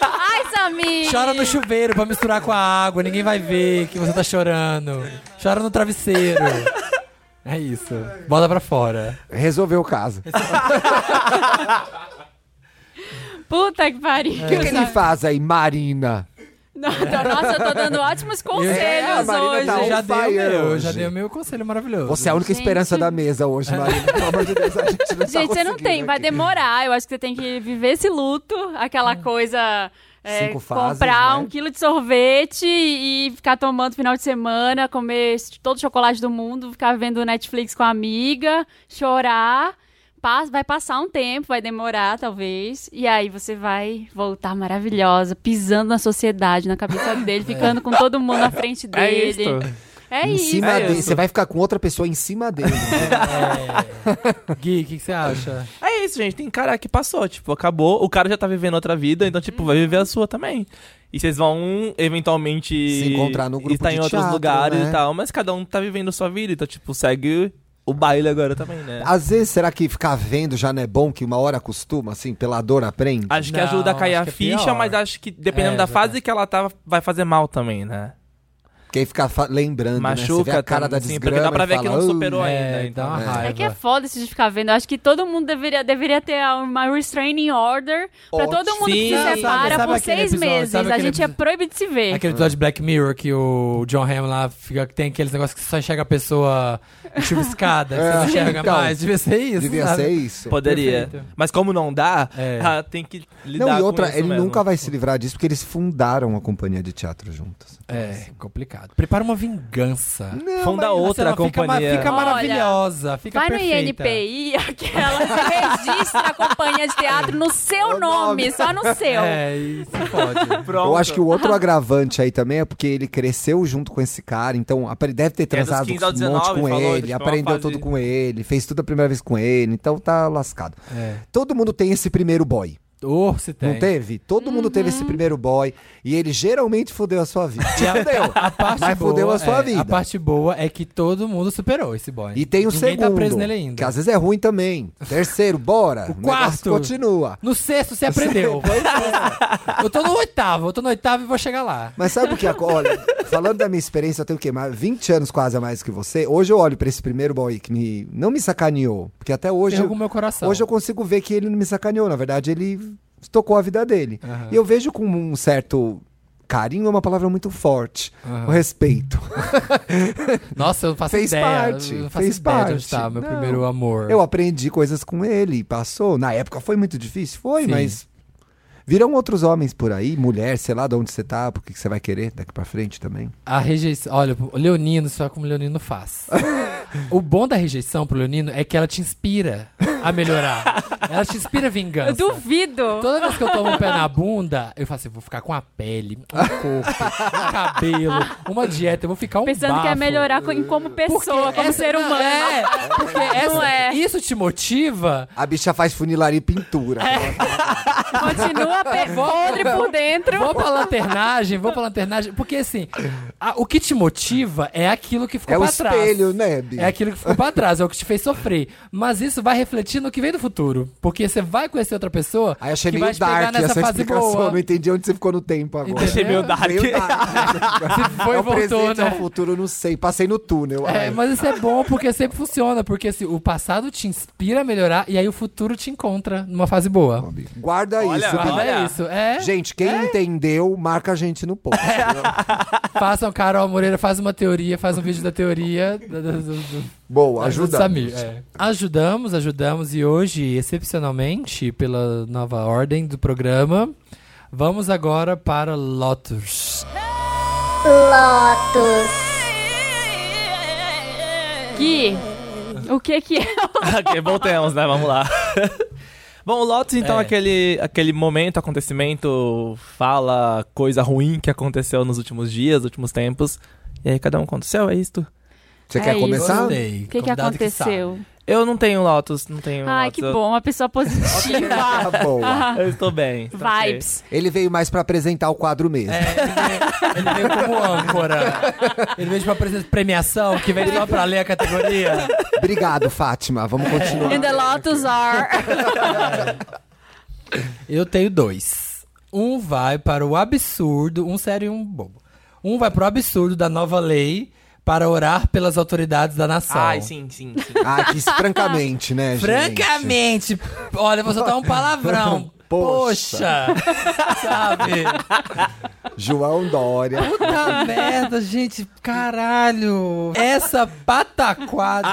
Speaker 3: Ai, Samir!
Speaker 1: Chora no chuveiro pra misturar com a água. Ninguém vai ver que você tá chorando. Chora no travesseiro. É isso. Bota pra fora.
Speaker 4: Resolveu o caso. O
Speaker 2: Puta que pariu.
Speaker 4: que,
Speaker 5: é
Speaker 4: que ele faz aí, Marina?
Speaker 2: Não, então, nossa, eu tô dando ótimos conselhos
Speaker 1: É,
Speaker 4: a Marina
Speaker 2: hoje.
Speaker 4: tá
Speaker 5: um
Speaker 1: Você já
Speaker 4: on
Speaker 1: deu
Speaker 4: fire
Speaker 1: meu,
Speaker 4: hoje.
Speaker 1: já deu meu conselho maravilhoso.
Speaker 4: Você é a única
Speaker 2: Gente.
Speaker 4: esperança da mesa hoje, Marina. Pelo amor de Deus, a gente não tá
Speaker 2: Gente, você não
Speaker 4: conseguindo
Speaker 2: tem, vai
Speaker 4: aqui.
Speaker 2: demorar. Eu acho que você tem que viver esse luto, aquela coisa. é,
Speaker 4: Cinco fases,
Speaker 2: comprar
Speaker 4: né?
Speaker 2: um quilo de sorvete e ficar tomando final de semana, comer esse- todo o chocolate do mundo, ficar vendo Netflix com a amiga, chorar. Passa- vai passar um tempo, vai demorar talvez, e aí você vai voltar maravilhosa, pisando na sociedade, na cabeça dele, ficando com todo mundo na frente
Speaker 5: É
Speaker 2: dele.
Speaker 5: isso.
Speaker 2: É
Speaker 4: É. em
Speaker 2: isso.
Speaker 4: cima
Speaker 5: É
Speaker 4: dele.
Speaker 5: isso.
Speaker 4: Você vai ficar com outra pessoa em cima dele. né?
Speaker 1: É. Gui, o que, que você acha?
Speaker 5: É isso, gente. Tem cara que passou, tipo, acabou. O cara já tá vivendo outra vida, então, tipo, vai viver a sua também. E vocês vão, eventualmente,
Speaker 4: Se encontrar no grupo
Speaker 5: estar
Speaker 4: de
Speaker 5: em outros
Speaker 4: teatro,
Speaker 5: lugares
Speaker 4: né?
Speaker 5: e tal, mas cada um tá vivendo sua vida, então, tipo, segue o baile agora também, né?
Speaker 4: Às vezes, será que ficar vendo já não é bom que uma hora acostuma, assim, pela dor aprende?
Speaker 5: Acho que
Speaker 1: Não,
Speaker 5: ajuda a cair
Speaker 1: acho
Speaker 5: a
Speaker 1: que é
Speaker 5: ficha,
Speaker 1: pior.
Speaker 5: mas acho que dependendo
Speaker 1: É,
Speaker 5: da
Speaker 1: verdade.
Speaker 5: fase que ela tá, vai fazer mal também, né?
Speaker 4: Porque aí fica fa- lembrando, né? Você vê
Speaker 5: Machuca,
Speaker 4: a cara da
Speaker 5: assim,
Speaker 4: desgrama
Speaker 5: porque dá pra
Speaker 4: e
Speaker 5: ver que
Speaker 4: fala,
Speaker 5: não
Speaker 4: "Ah,
Speaker 5: superou
Speaker 1: é,
Speaker 5: ainda.
Speaker 1: dá uma
Speaker 5: então, né?
Speaker 1: raiva.
Speaker 2: É que é foda esse de ficar vendo. Eu acho que todo mundo deveria, deveria ter uma restraining order pra todo
Speaker 4: Ótimo.
Speaker 2: mundo que
Speaker 5: Sim.
Speaker 2: se
Speaker 5: Sabe,
Speaker 2: separa
Speaker 1: sabe
Speaker 2: por
Speaker 1: aquele
Speaker 2: seis
Speaker 1: episódio,
Speaker 2: meses.
Speaker 1: sabe
Speaker 2: A
Speaker 1: aquele
Speaker 2: gente é
Speaker 1: episódio?
Speaker 2: proibido de se ver.
Speaker 1: Aquele episódio de Black Mirror que o John Hamm lá fica, tem aqueles negócios que só enxerga a pessoa chuviscada, que você não
Speaker 4: É,
Speaker 1: enxerga
Speaker 4: então.
Speaker 1: mais. Devia ser isso.
Speaker 4: Devia
Speaker 1: sabe?
Speaker 4: ser isso.
Speaker 5: Poderia.
Speaker 1: Perfeito.
Speaker 5: Mas como não dá,
Speaker 1: É.
Speaker 5: ah, tem que lidar
Speaker 4: Não, e
Speaker 5: com
Speaker 4: outra,
Speaker 5: isso
Speaker 4: ele
Speaker 5: mesmo.
Speaker 4: nunca vai se livrar disso porque eles fundaram a companhia de teatro juntos.
Speaker 1: É, complicado. Prepara uma vingança.
Speaker 5: Funda outra
Speaker 1: Marcela, fica ma-
Speaker 5: companhia.
Speaker 1: Fica,
Speaker 2: Olha,
Speaker 1: maravilhosa, fica
Speaker 2: Vai
Speaker 1: perfeita.
Speaker 2: no INPI, aquela que registra a companhia de teatro no seu
Speaker 4: O nome.
Speaker 2: nome, só no seu.
Speaker 1: É, isso pode.
Speaker 5: Pronto.
Speaker 4: Eu acho que o outro agravante aí também é porque ele cresceu junto com esse cara, então apre- deve ter
Speaker 5: É, dos
Speaker 4: transado
Speaker 5: 15 ao
Speaker 4: um monte
Speaker 5: 19,
Speaker 4: com
Speaker 5: falou,
Speaker 4: ele,
Speaker 5: tipo, é uma
Speaker 4: aprendeu
Speaker 5: fase-
Speaker 4: tudo com ele, fez tudo a primeira vez com ele, então tá lascado.
Speaker 1: É.
Speaker 4: Todo mundo tem esse primeiro boy,
Speaker 1: Oh, se tem.
Speaker 4: não teve? Todo mundo teve esse primeiro boy e ele geralmente fudeu a sua vida. Te fudeu,
Speaker 1: A parte
Speaker 4: mas
Speaker 1: boa,
Speaker 4: fudeu a sua
Speaker 1: é,
Speaker 4: vida.
Speaker 1: A parte boa é que todo mundo superou esse boy.
Speaker 4: E tem o
Speaker 1: Ninguém
Speaker 4: segundo,
Speaker 1: tá preso nele ainda.
Speaker 4: que às vezes é ruim também. Terceiro, bora.
Speaker 1: O
Speaker 4: negócio
Speaker 1: quarto.
Speaker 4: continua.
Speaker 1: No sexto você aprendeu.
Speaker 4: é.
Speaker 1: eu tô no oitavo, eu tô no oitavo e vou chegar lá.
Speaker 4: Mas sabe o que? é Olha, falando da minha experiência, eu tenho o quê? Mais 20 anos quase a mais que você. Hoje eu olho pra esse primeiro boy que me, não me sacaneou. Porque até hoje.
Speaker 1: Ferrou com o meu coração.
Speaker 4: Hoje eu consigo ver que ele não me sacaneou. Na verdade, ele tocou a vida dele.
Speaker 1: Aham.
Speaker 4: E eu vejo com um certo. Carinho é uma palavra muito forte.
Speaker 1: Aham.
Speaker 4: O respeito.
Speaker 1: Nossa, eu não faço
Speaker 4: Fez
Speaker 1: ideia.
Speaker 4: parte,
Speaker 1: eu não faço
Speaker 4: fez
Speaker 1: ideia de
Speaker 4: parte.
Speaker 1: onde tá meu
Speaker 4: Não.
Speaker 1: primeiro amor.
Speaker 4: Eu aprendi coisas com ele, passou. Na época foi muito difícil, foi,
Speaker 1: Sim.
Speaker 4: mas. Virão outros homens por aí, mulher, sei lá de onde você tá, porque que você vai querer daqui pra frente também.
Speaker 1: A rejeição. Olha, o Leonino, só como o Leonino faz. o bom da rejeição pro Leonino é que ela te inspira a melhorar. ela te inspira a vingança.
Speaker 2: Eu duvido.
Speaker 1: Toda vez que eu tomo um pé na bunda, eu falo assim: vou ficar com a pele, um corpo, um cabelo, uma dieta, eu vou ficar um
Speaker 2: Pensando que é
Speaker 1: bafo.
Speaker 2: melhorar co- em como pessoa, como
Speaker 1: essa-
Speaker 2: ser
Speaker 1: não,
Speaker 2: humano.
Speaker 1: É, porque
Speaker 2: Não
Speaker 1: essa-
Speaker 2: é.
Speaker 1: isso te motiva
Speaker 4: A bicha faz funilaria e pintura.
Speaker 1: É,
Speaker 2: Continua pe- É podre por dentro.
Speaker 1: Vou pra lanternagem, vou pra lanternagem. Porque assim, a- o que te motiva é aquilo que ficou
Speaker 4: É o
Speaker 1: pra trás.
Speaker 4: espelho, né, Bi?
Speaker 1: É aquilo que ficou pra trás, é o que te fez sofrer. Mas isso vai refletir no que vem do futuro. Porque você vai conhecer outra pessoa
Speaker 4: Aí achei
Speaker 1: que vai
Speaker 4: meio
Speaker 1: te pegar
Speaker 4: dark
Speaker 1: nessa
Speaker 4: essa
Speaker 1: fase
Speaker 4: explicação. né?
Speaker 1: boa.
Speaker 4: Não entendi onde você ficou no tempo agora.
Speaker 1: Entendeu? Achei
Speaker 5: meio dark.
Speaker 1: Se foi
Speaker 4: é
Speaker 1: e
Speaker 4: o
Speaker 1: voltou,
Speaker 4: presente, é
Speaker 1: né?
Speaker 4: o futuro, não sei. Passei no túnel.
Speaker 1: É,
Speaker 4: ai.
Speaker 1: mas isso é bom porque sempre funciona. Porque assim, o passado te inspira a melhorar e aí o futuro te encontra numa fase boa.
Speaker 4: Bi, Guarda
Speaker 5: Olha,
Speaker 4: isso, Bi.
Speaker 5: olha.
Speaker 1: É isso, é.
Speaker 4: Gente, quem entendeu, marca a gente no post.
Speaker 1: Façam, Carol Moreira, faz uma teoria, faz um vídeo da teoria. do- do- do- do- Ajuda
Speaker 4: Boa, ajuda.
Speaker 1: o Samir, é. Ajudamos, ajudamos e hoje, excepcionalmente, pela nova ordem do programa, vamos agora para Lotus.
Speaker 6: Lotus,
Speaker 2: Gui, o que que é?
Speaker 5: ok, voltemos, né? Vamos lá. Bom, o Lotus, então,
Speaker 1: É.
Speaker 5: aquele, aquele momento, acontecimento, fala coisa ruim que aconteceu nos últimos dias, últimos tempos. E aí cada um conta o seu, é isto?
Speaker 4: Você
Speaker 2: É
Speaker 4: quer
Speaker 2: isso.
Speaker 4: começar?
Speaker 1: Gostei.
Speaker 2: O que, que
Speaker 1: Convidado
Speaker 2: aconteceu?
Speaker 1: sabe.
Speaker 5: Eu não tenho Lotus, não tenho
Speaker 2: Ai,
Speaker 5: Lotus.
Speaker 2: que
Speaker 5: eu-
Speaker 2: bom, uma pessoa positiva.
Speaker 4: Tá boa.
Speaker 5: Eu estou bem. tá ok.
Speaker 2: Vibes.
Speaker 4: Ele veio mais pra apresentar o quadro mesmo.
Speaker 1: É. Ele veio como âncora. Ele veio de uma presen- premiação que vem só pra ler a categoria.
Speaker 4: Obrigado, Fátima. Vamos continuar.
Speaker 1: Então-
Speaker 2: And the Lotus are.
Speaker 1: Eu tenho dois. Um vai para o absurdo, um sério e um bobo. Um vai para o absurdo da nova lei para orar pelas autoridades da nação.
Speaker 5: Ai, sim, sim, sim.
Speaker 4: Ah, que isso, francamente, né, gente?
Speaker 1: Francamente, olha, vou soltar um palavrão. Poxa!
Speaker 4: Poxa.
Speaker 1: Sabe?
Speaker 4: João Dória.
Speaker 1: Puta merda, gente, caralho. Essa pataquada.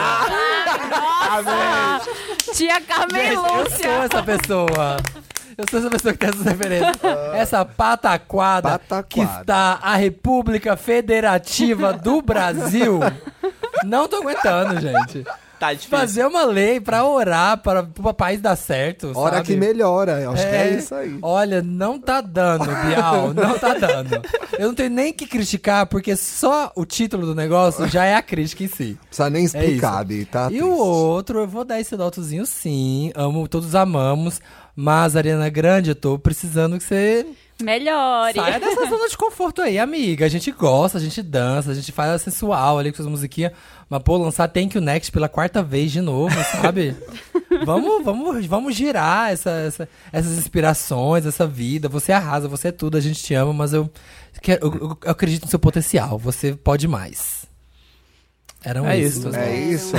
Speaker 2: Tia Carmen
Speaker 1: Gente, eu
Speaker 2: Lúcia.
Speaker 1: sou essa pessoa. Eu sou essa pessoa que tem essas referências. Essa pataquada,
Speaker 4: Pataquada.
Speaker 1: que está a República Federativa do Brasil. Não tô aguentando, gente.
Speaker 5: Tá difícil.
Speaker 1: Fazer uma lei pra orar, para o país dar certo.
Speaker 4: Hora
Speaker 1: sabe?
Speaker 4: que melhora. Eu Acho que é isso aí.
Speaker 1: Olha, não tá dando, Bial, não tá dando. Eu não tenho nem que criticar, porque só o título do negócio já é a crítica em si.
Speaker 4: Não precisa nem
Speaker 1: É isso.
Speaker 4: explicar, Bi, tá?
Speaker 1: E o outro, eu vou dar esse dotozinho sim. Amo, todos amamos. Mas, Ariana Grande, eu tô precisando que você
Speaker 2: Melhore.
Speaker 1: saia dessa zona de conforto aí, amiga. A gente gosta, a gente dança, a gente faz a sensual ali com suas musiquinhas. Mas, pô, lançar Thank You Next pela quarta vez de novo, sabe? vamos, vamos, vamos girar essa, essa- essas inspirações, essa vida. Você arrasa, você é tudo, a gente te ama, mas eu, quero- eu, eu- eu acredito no seu potencial. Você pode mais. Eram
Speaker 5: É
Speaker 1: esses
Speaker 5: isso.
Speaker 1: os
Speaker 4: É isso.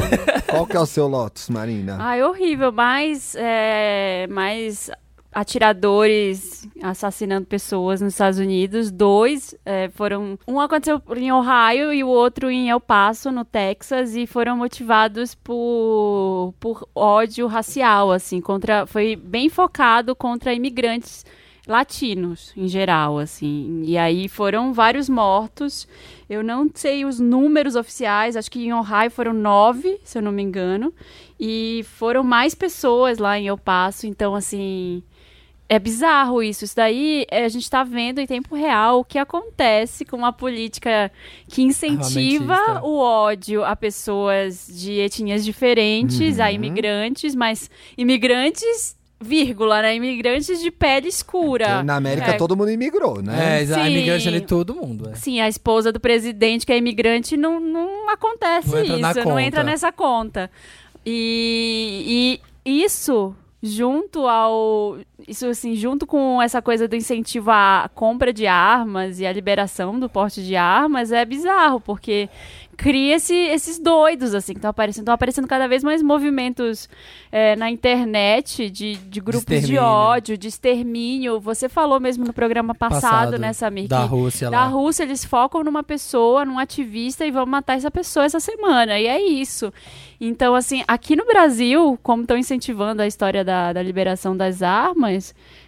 Speaker 4: Qual que é o seu Lotus, Marina?
Speaker 2: Ai, horrível. Mais, é, mais atiradores assassinando pessoas nos Estados Unidos. Dois é, foram. Um aconteceu em Ohio e o outro em El Paso, no Texas, e foram motivados por, por ódio racial, assim, contra. Foi bem focado contra imigrantes latinos em geral, assim. E aí foram vários mortos. Eu não sei os números oficiais, acho que em Ohio foram nove, se eu não me engano. E foram mais pessoas lá em El Paso, então assim. É bizarro isso. Isso daí é, a gente está vendo em tempo real o que acontece com uma política que incentiva
Speaker 1: Armamentista.
Speaker 2: o ódio a pessoas de etnias diferentes, a imigrantes, mas imigrantes, vírgula, né? Imigrantes de pele escura.
Speaker 4: Porque Na América
Speaker 2: É.
Speaker 4: todo mundo imigrou, né?
Speaker 1: É, a
Speaker 2: Sim.
Speaker 1: imigrante ali, todo mundo. é.
Speaker 2: Sim, a esposa do presidente, que é imigrante, não, não acontece
Speaker 1: Não entra na
Speaker 2: isso, não
Speaker 1: conta.
Speaker 2: entra nessa conta. E, e isso, junto ao. Isso assim, junto com essa coisa do incentivo à compra de armas e à liberação do porte de armas, é bizarro, porque cria esse- esses doidos, assim, que estão aparecendo. Estão aparecendo cada vez mais movimentos é, na internet de, de grupos de,
Speaker 1: extermínio.
Speaker 2: ódio, de extermínio. Você falou mesmo no programa passado,
Speaker 1: Passado,
Speaker 2: né, Samir?
Speaker 1: Da
Speaker 2: que-
Speaker 1: Rússia
Speaker 2: da
Speaker 1: lá.
Speaker 2: Rússia, eles focam numa pessoa, num ativista e vão matar essa pessoa essa semana. E é isso. Então, assim, aqui no Brasil, como estão incentivando a história da, da liberação das armas,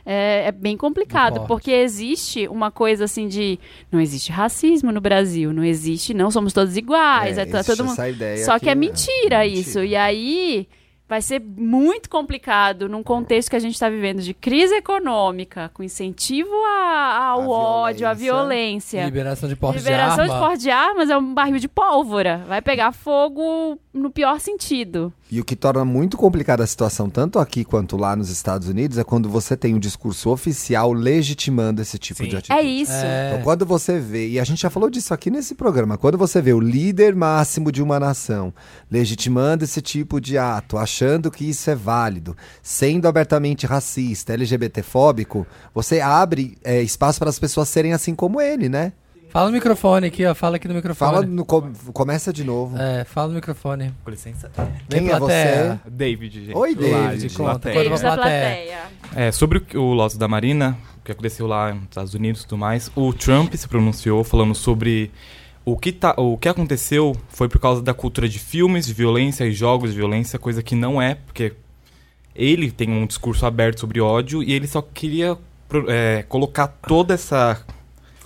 Speaker 2: é, é bem
Speaker 1: Do
Speaker 2: complicado,
Speaker 1: porte.
Speaker 2: porque existe uma coisa assim de. Não existe racismo no Brasil, não existe, não somos todos iguais, é, to-
Speaker 4: existe
Speaker 2: todo mundo.
Speaker 4: essa ideia
Speaker 2: Só que é
Speaker 4: né?
Speaker 2: mentira
Speaker 4: É
Speaker 2: isso.
Speaker 4: mentira.
Speaker 2: E aí vai ser muito complicado num contexto que a gente está vivendo de crise econômica, com incentivo a- ao
Speaker 4: À
Speaker 2: ódio, à
Speaker 4: violência.
Speaker 2: violência.
Speaker 1: Liberação de porte de
Speaker 2: Liberação de,
Speaker 1: arma.
Speaker 2: porte de armas é um barril de pólvora. Vai pegar fogo no pior sentido.
Speaker 4: E o que torna muito complicada a situação, tanto aqui quanto lá nos Estados Unidos, é quando você tem um discurso oficial legitimando esse tipo
Speaker 5: Sim.
Speaker 4: de
Speaker 5: É
Speaker 4: atitude.
Speaker 2: É isso.
Speaker 4: Então, quando você vê, e a gente já falou disso aqui nesse programa, quando você vê o líder máximo de uma nação legitimando esse tipo de ato, achando que isso é válido, sendo abertamente racista, LGBTfóbico, você abre é, espaço para as pessoas serem assim como ele, né?
Speaker 1: Fala no microfone aqui, ó. Fala aqui no
Speaker 4: Fala
Speaker 1: microfone.
Speaker 4: no com- começa de novo.
Speaker 1: É, fala no microfone.
Speaker 5: Com licença.
Speaker 1: Vem
Speaker 4: Quem é
Speaker 1: plateia.
Speaker 7: David, gente.
Speaker 4: Oi,
Speaker 1: Do lado,
Speaker 4: David.
Speaker 1: de conta.
Speaker 7: Plateia.
Speaker 1: Conta pra
Speaker 2: Davis É da
Speaker 1: plateia.
Speaker 2: plateia.
Speaker 7: É, sobre o que- o Lotus da Marina, o que aconteceu lá nos Estados Unidos e tudo mais, o Trump se pronunciou falando sobre o que, tá, o que aconteceu foi por causa da cultura de filmes, de violência e jogos de violência, coisa que não é, porque ele tem um discurso aberto sobre ódio e ele só queria pro- é, colocar toda essa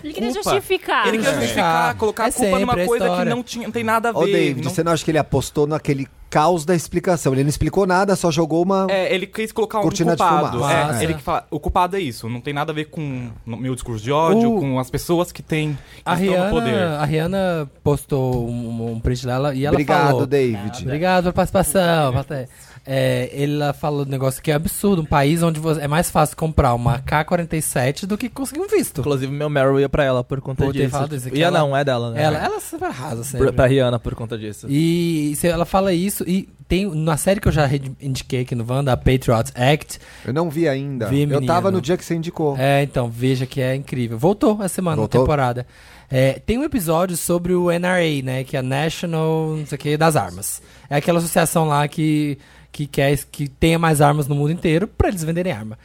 Speaker 2: Ele queria
Speaker 5: culpa.
Speaker 2: justificar.
Speaker 5: Ele quer
Speaker 1: É.
Speaker 5: justificar, colocar
Speaker 1: É
Speaker 5: a culpa
Speaker 1: sempre
Speaker 5: numa
Speaker 1: a
Speaker 5: coisa que
Speaker 1: história.
Speaker 5: não, tinha, não tem nada a ver.
Speaker 4: Ô, David,
Speaker 5: não-
Speaker 4: você não acha que ele apostou naquele caos da explicação? Ele não explicou nada, só jogou uma.
Speaker 7: É, ele quis colocar um
Speaker 4: Cortina de
Speaker 7: culpado.
Speaker 4: fumaça. Ah,
Speaker 7: É,
Speaker 1: Massa.
Speaker 7: ele que fala, o culpado é isso, não tem nada a ver com o meu discurso de ódio,
Speaker 1: O-
Speaker 7: com as pessoas que têm que
Speaker 1: A
Speaker 7: estão no poder.
Speaker 1: Rihanna, a Rihanna postou um, um print dela e ela
Speaker 4: Obrigado,
Speaker 1: falou...
Speaker 4: David.
Speaker 1: Obrigado pela participação. Plateia. É, ela falou um negócio que é absurdo. Um país onde você- é mais fácil comprar uma K-47 do que conseguir um visto.
Speaker 5: Inclusive, meu Meryl ia pra ela por conta
Speaker 1: Por ter
Speaker 5: disso.
Speaker 1: falado isso, que
Speaker 5: ia
Speaker 1: ela-
Speaker 5: não, é dela, né?
Speaker 1: Ela, ela super arrasa assim, sempre.
Speaker 5: pra, pra Rihanna por conta disso.
Speaker 1: E se ela fala isso, e tem na série que eu já re- indiquei aqui no Wanda, a Patriot Act.
Speaker 4: Eu não vi ainda.
Speaker 1: Vi,
Speaker 4: eu tava
Speaker 1: menino.
Speaker 4: no dia que você indicou.
Speaker 1: É, então, veja que é incrível. Voltou essa semana,
Speaker 4: Voltou?
Speaker 1: temporada. É, tem um episódio sobre o NRA, né? Que é a National, não sei o que, das armas. É aquela associação lá que, que quer es- que tenha mais armas no mundo inteiro pra eles venderem arma.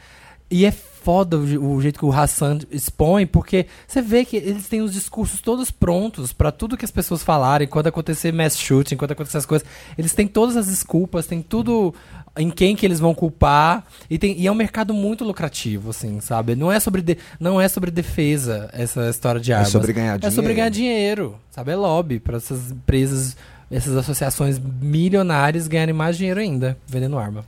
Speaker 1: E é foda o, je- o jeito que o Hassan expõe, porque você vê que eles têm os discursos todos prontos pra tudo que as pessoas falarem, quando acontecer mass shooting, quando acontecer as coisas. Eles têm todas as desculpas, tem tudo em quem que eles vão culpar. E, tem, e é um mercado muito lucrativo, assim, sabe? Não é sobre, de- não é sobre defesa essa história de armas.
Speaker 4: sobre ganhar
Speaker 1: É sobre
Speaker 4: dinheiro.
Speaker 1: ganhar dinheiro, sabe? É lobby pra essas empresas, essas associações milionárias ganharem mais dinheiro ainda vendendo arma.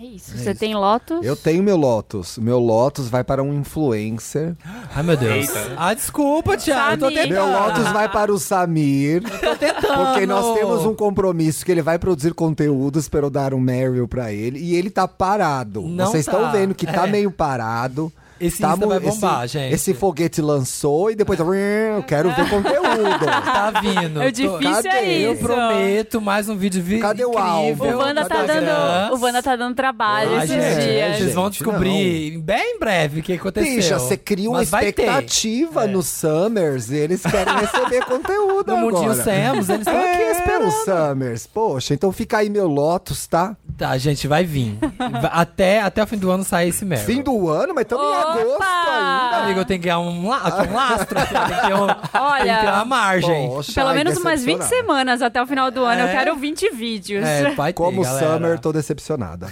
Speaker 2: É isso. Você tem Lotus?
Speaker 4: Eu tenho meu Lotus. Meu Lotus vai para um influencer.
Speaker 1: Ai, meu Deus. Ah, desculpa, Thiago. Eu tô
Speaker 2: Samir.
Speaker 1: tentando.
Speaker 4: Meu Lotus vai para o Samir. Porque nós temos um compromisso que ele vai produzir conteúdos para eu dar um Meryl pra ele. E ele tá parado.
Speaker 1: Não
Speaker 4: Vocês
Speaker 1: tá.
Speaker 4: estão vendo que tá
Speaker 1: É.
Speaker 4: meio parado.
Speaker 1: Esse
Speaker 4: tá
Speaker 1: Insta vai
Speaker 4: mu- esse-
Speaker 1: bombar, gente. É.
Speaker 4: Esse foguete lançou e depois. Eu quero ver conteúdo.
Speaker 1: Tá vindo.
Speaker 2: É
Speaker 1: Tô-
Speaker 2: difícil é
Speaker 4: cadê?
Speaker 1: Eu
Speaker 2: isso.
Speaker 1: prometo mais um vídeo vi
Speaker 4: Cadê o alvo?
Speaker 1: incrível.
Speaker 2: O Wanda tá
Speaker 4: Cadê?
Speaker 2: dando, o Wanda tá dando trabalho
Speaker 1: Ah,
Speaker 2: esses
Speaker 1: gente,
Speaker 2: dias.
Speaker 1: Vocês vão
Speaker 4: Gente,
Speaker 1: descobrir bem em breve o que aconteceu.
Speaker 4: Bicha, você cria uma
Speaker 1: Mas vai ter. É.
Speaker 4: expectativa no Summers e eles querem receber conteúdo
Speaker 1: No
Speaker 4: agora.
Speaker 1: Mundinho Samus, eles estão aqui
Speaker 4: É,
Speaker 1: esperando.
Speaker 4: o Summers. Poxa, então fica aí meu Lotus, tá?
Speaker 1: Tá, gente, vai vir. Va- até, até o fim do ano sai esse Meryl.
Speaker 4: Fim do ano, mas estamos em
Speaker 2: Opa!
Speaker 4: agosto ainda.
Speaker 1: Amigo, eu tenho que ganhar um, la- um lastro. aqui, eu tenho que ter um-
Speaker 2: Olha,
Speaker 1: tem que ter uma margem.
Speaker 4: Poxa,
Speaker 2: Pelo
Speaker 4: ai,
Speaker 2: menos umas 20
Speaker 4: decepcionada.
Speaker 2: semanas até o final do ano. Eu
Speaker 1: É.
Speaker 2: quero 20 vídeos.
Speaker 1: É, vai ter,
Speaker 4: Como
Speaker 1: galera.
Speaker 4: Summer, tô decepcionada.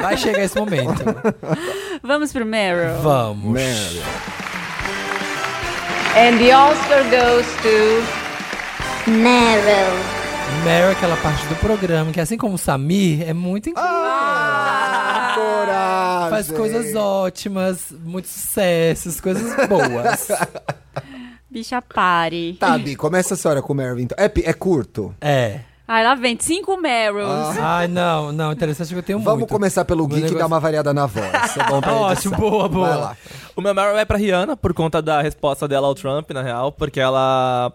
Speaker 1: Vai chegar esse momento.
Speaker 2: Vamos pro Meryl.
Speaker 1: Vamos.
Speaker 4: Meryl.
Speaker 8: And the Oscar goes to.
Speaker 6: Meryl.
Speaker 1: Meryl é aquela parte do programa que, assim como o Samir, é muito incrível.
Speaker 4: Ah, coragem.
Speaker 1: Faz coisas ótimas, muitos sucessos, coisas boas.
Speaker 2: Bicha pare.
Speaker 4: Tá, Bi, começa a senhora com o Meryl, então. É, pe- é curto.
Speaker 1: é.
Speaker 2: Ai, lá vem. Cinco Meryls.
Speaker 4: Ah,
Speaker 1: Ai, não, não, interessante que eu tenho
Speaker 4: Vamos
Speaker 1: muito.
Speaker 4: começar pelo
Speaker 1: Meu
Speaker 4: Geek e
Speaker 1: negócio-
Speaker 4: dar uma variada na voz. É bom
Speaker 5: Tá
Speaker 4: pra
Speaker 1: Ótimo, boa, boa.
Speaker 4: Vai lá.
Speaker 5: O meu Meryl vai pra Rihanna por conta da resposta dela ao Trump, na real, porque ela.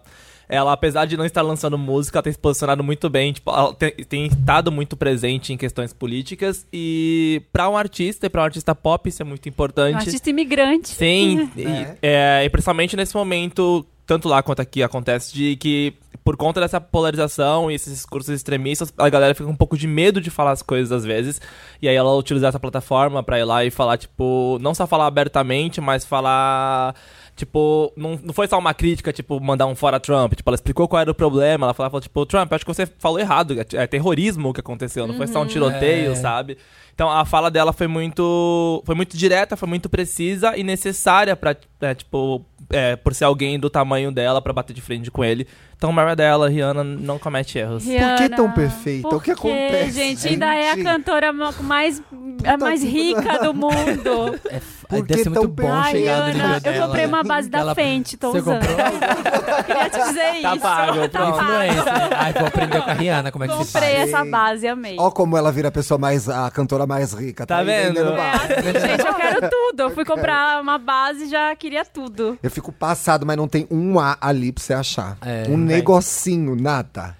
Speaker 5: Ela, apesar de não estar lançando música, ela tem se posicionado muito bem, tipo, ela tem, tem estado muito presente em questões políticas. E pra um artista, e pra um artista pop, isso é muito
Speaker 2: Um
Speaker 5: importante.
Speaker 2: artista imigrante.
Speaker 5: Sim, e, é, e principalmente nesse momento, tanto lá quanto aqui acontece, de que por conta dessa polarização e esses discursos extremistas, a galera fica um pouco de medo de falar as coisas às vezes. E aí ela utilizar essa plataforma pra ir lá e falar, tipo, não só falar abertamente, mas falar. Tipo, não, não foi só uma crítica, tipo, mandar um fora Trump. Tipo, ela explicou qual era o problema. Ela falava, tipo, Trump, acho que você falou errado. É, é terrorismo o que aconteceu, não foi só um tiroteio,
Speaker 1: É.
Speaker 5: sabe? Então a fala dela foi muito, foi muito direta, foi muito precisa e necessária pra, é, tipo, é, por ser alguém do tamanho dela pra bater de frente com ele. Então, Mara dela, Rihanna não comete erros.
Speaker 2: Rihanna.
Speaker 4: Por que tão perfeita?
Speaker 2: Por
Speaker 4: O que acontece,
Speaker 2: gente? Ainda é a
Speaker 4: gente? Tá
Speaker 2: cantora ma- mais, a mais
Speaker 4: vida.
Speaker 2: rica do mundo.
Speaker 1: É, f-
Speaker 4: Por
Speaker 1: deve
Speaker 4: que
Speaker 1: ser muito
Speaker 4: tão
Speaker 1: bom
Speaker 2: Ai,
Speaker 1: chegar no nível
Speaker 2: Ana, eu
Speaker 1: dela.
Speaker 2: comprei
Speaker 1: né?
Speaker 2: uma base da
Speaker 1: Ela-
Speaker 2: Fenty, tô
Speaker 1: Você
Speaker 2: usando.
Speaker 1: comprou?
Speaker 2: Queria te dizer
Speaker 5: Tá
Speaker 2: isso.
Speaker 5: pago,
Speaker 1: Uma
Speaker 5: pronto.
Speaker 1: influencer. Ai, vou aprender com a Rihanna
Speaker 8: Tá
Speaker 1: como é que se faz.
Speaker 2: Comprei essa base, amei.
Speaker 4: Ó como ela vira a pessoa mais, a cantora mais rica.
Speaker 5: Tá
Speaker 4: aí
Speaker 5: vendo?
Speaker 4: vendendo
Speaker 2: É
Speaker 4: bala.
Speaker 2: assim, gente, eu quero tudo. Eu fui comprar uma base e já queria tudo.
Speaker 4: Eu fico passado, mas não tem um A ali pra você achar.
Speaker 1: É,
Speaker 4: um
Speaker 1: não tem.
Speaker 4: negocinho, nada.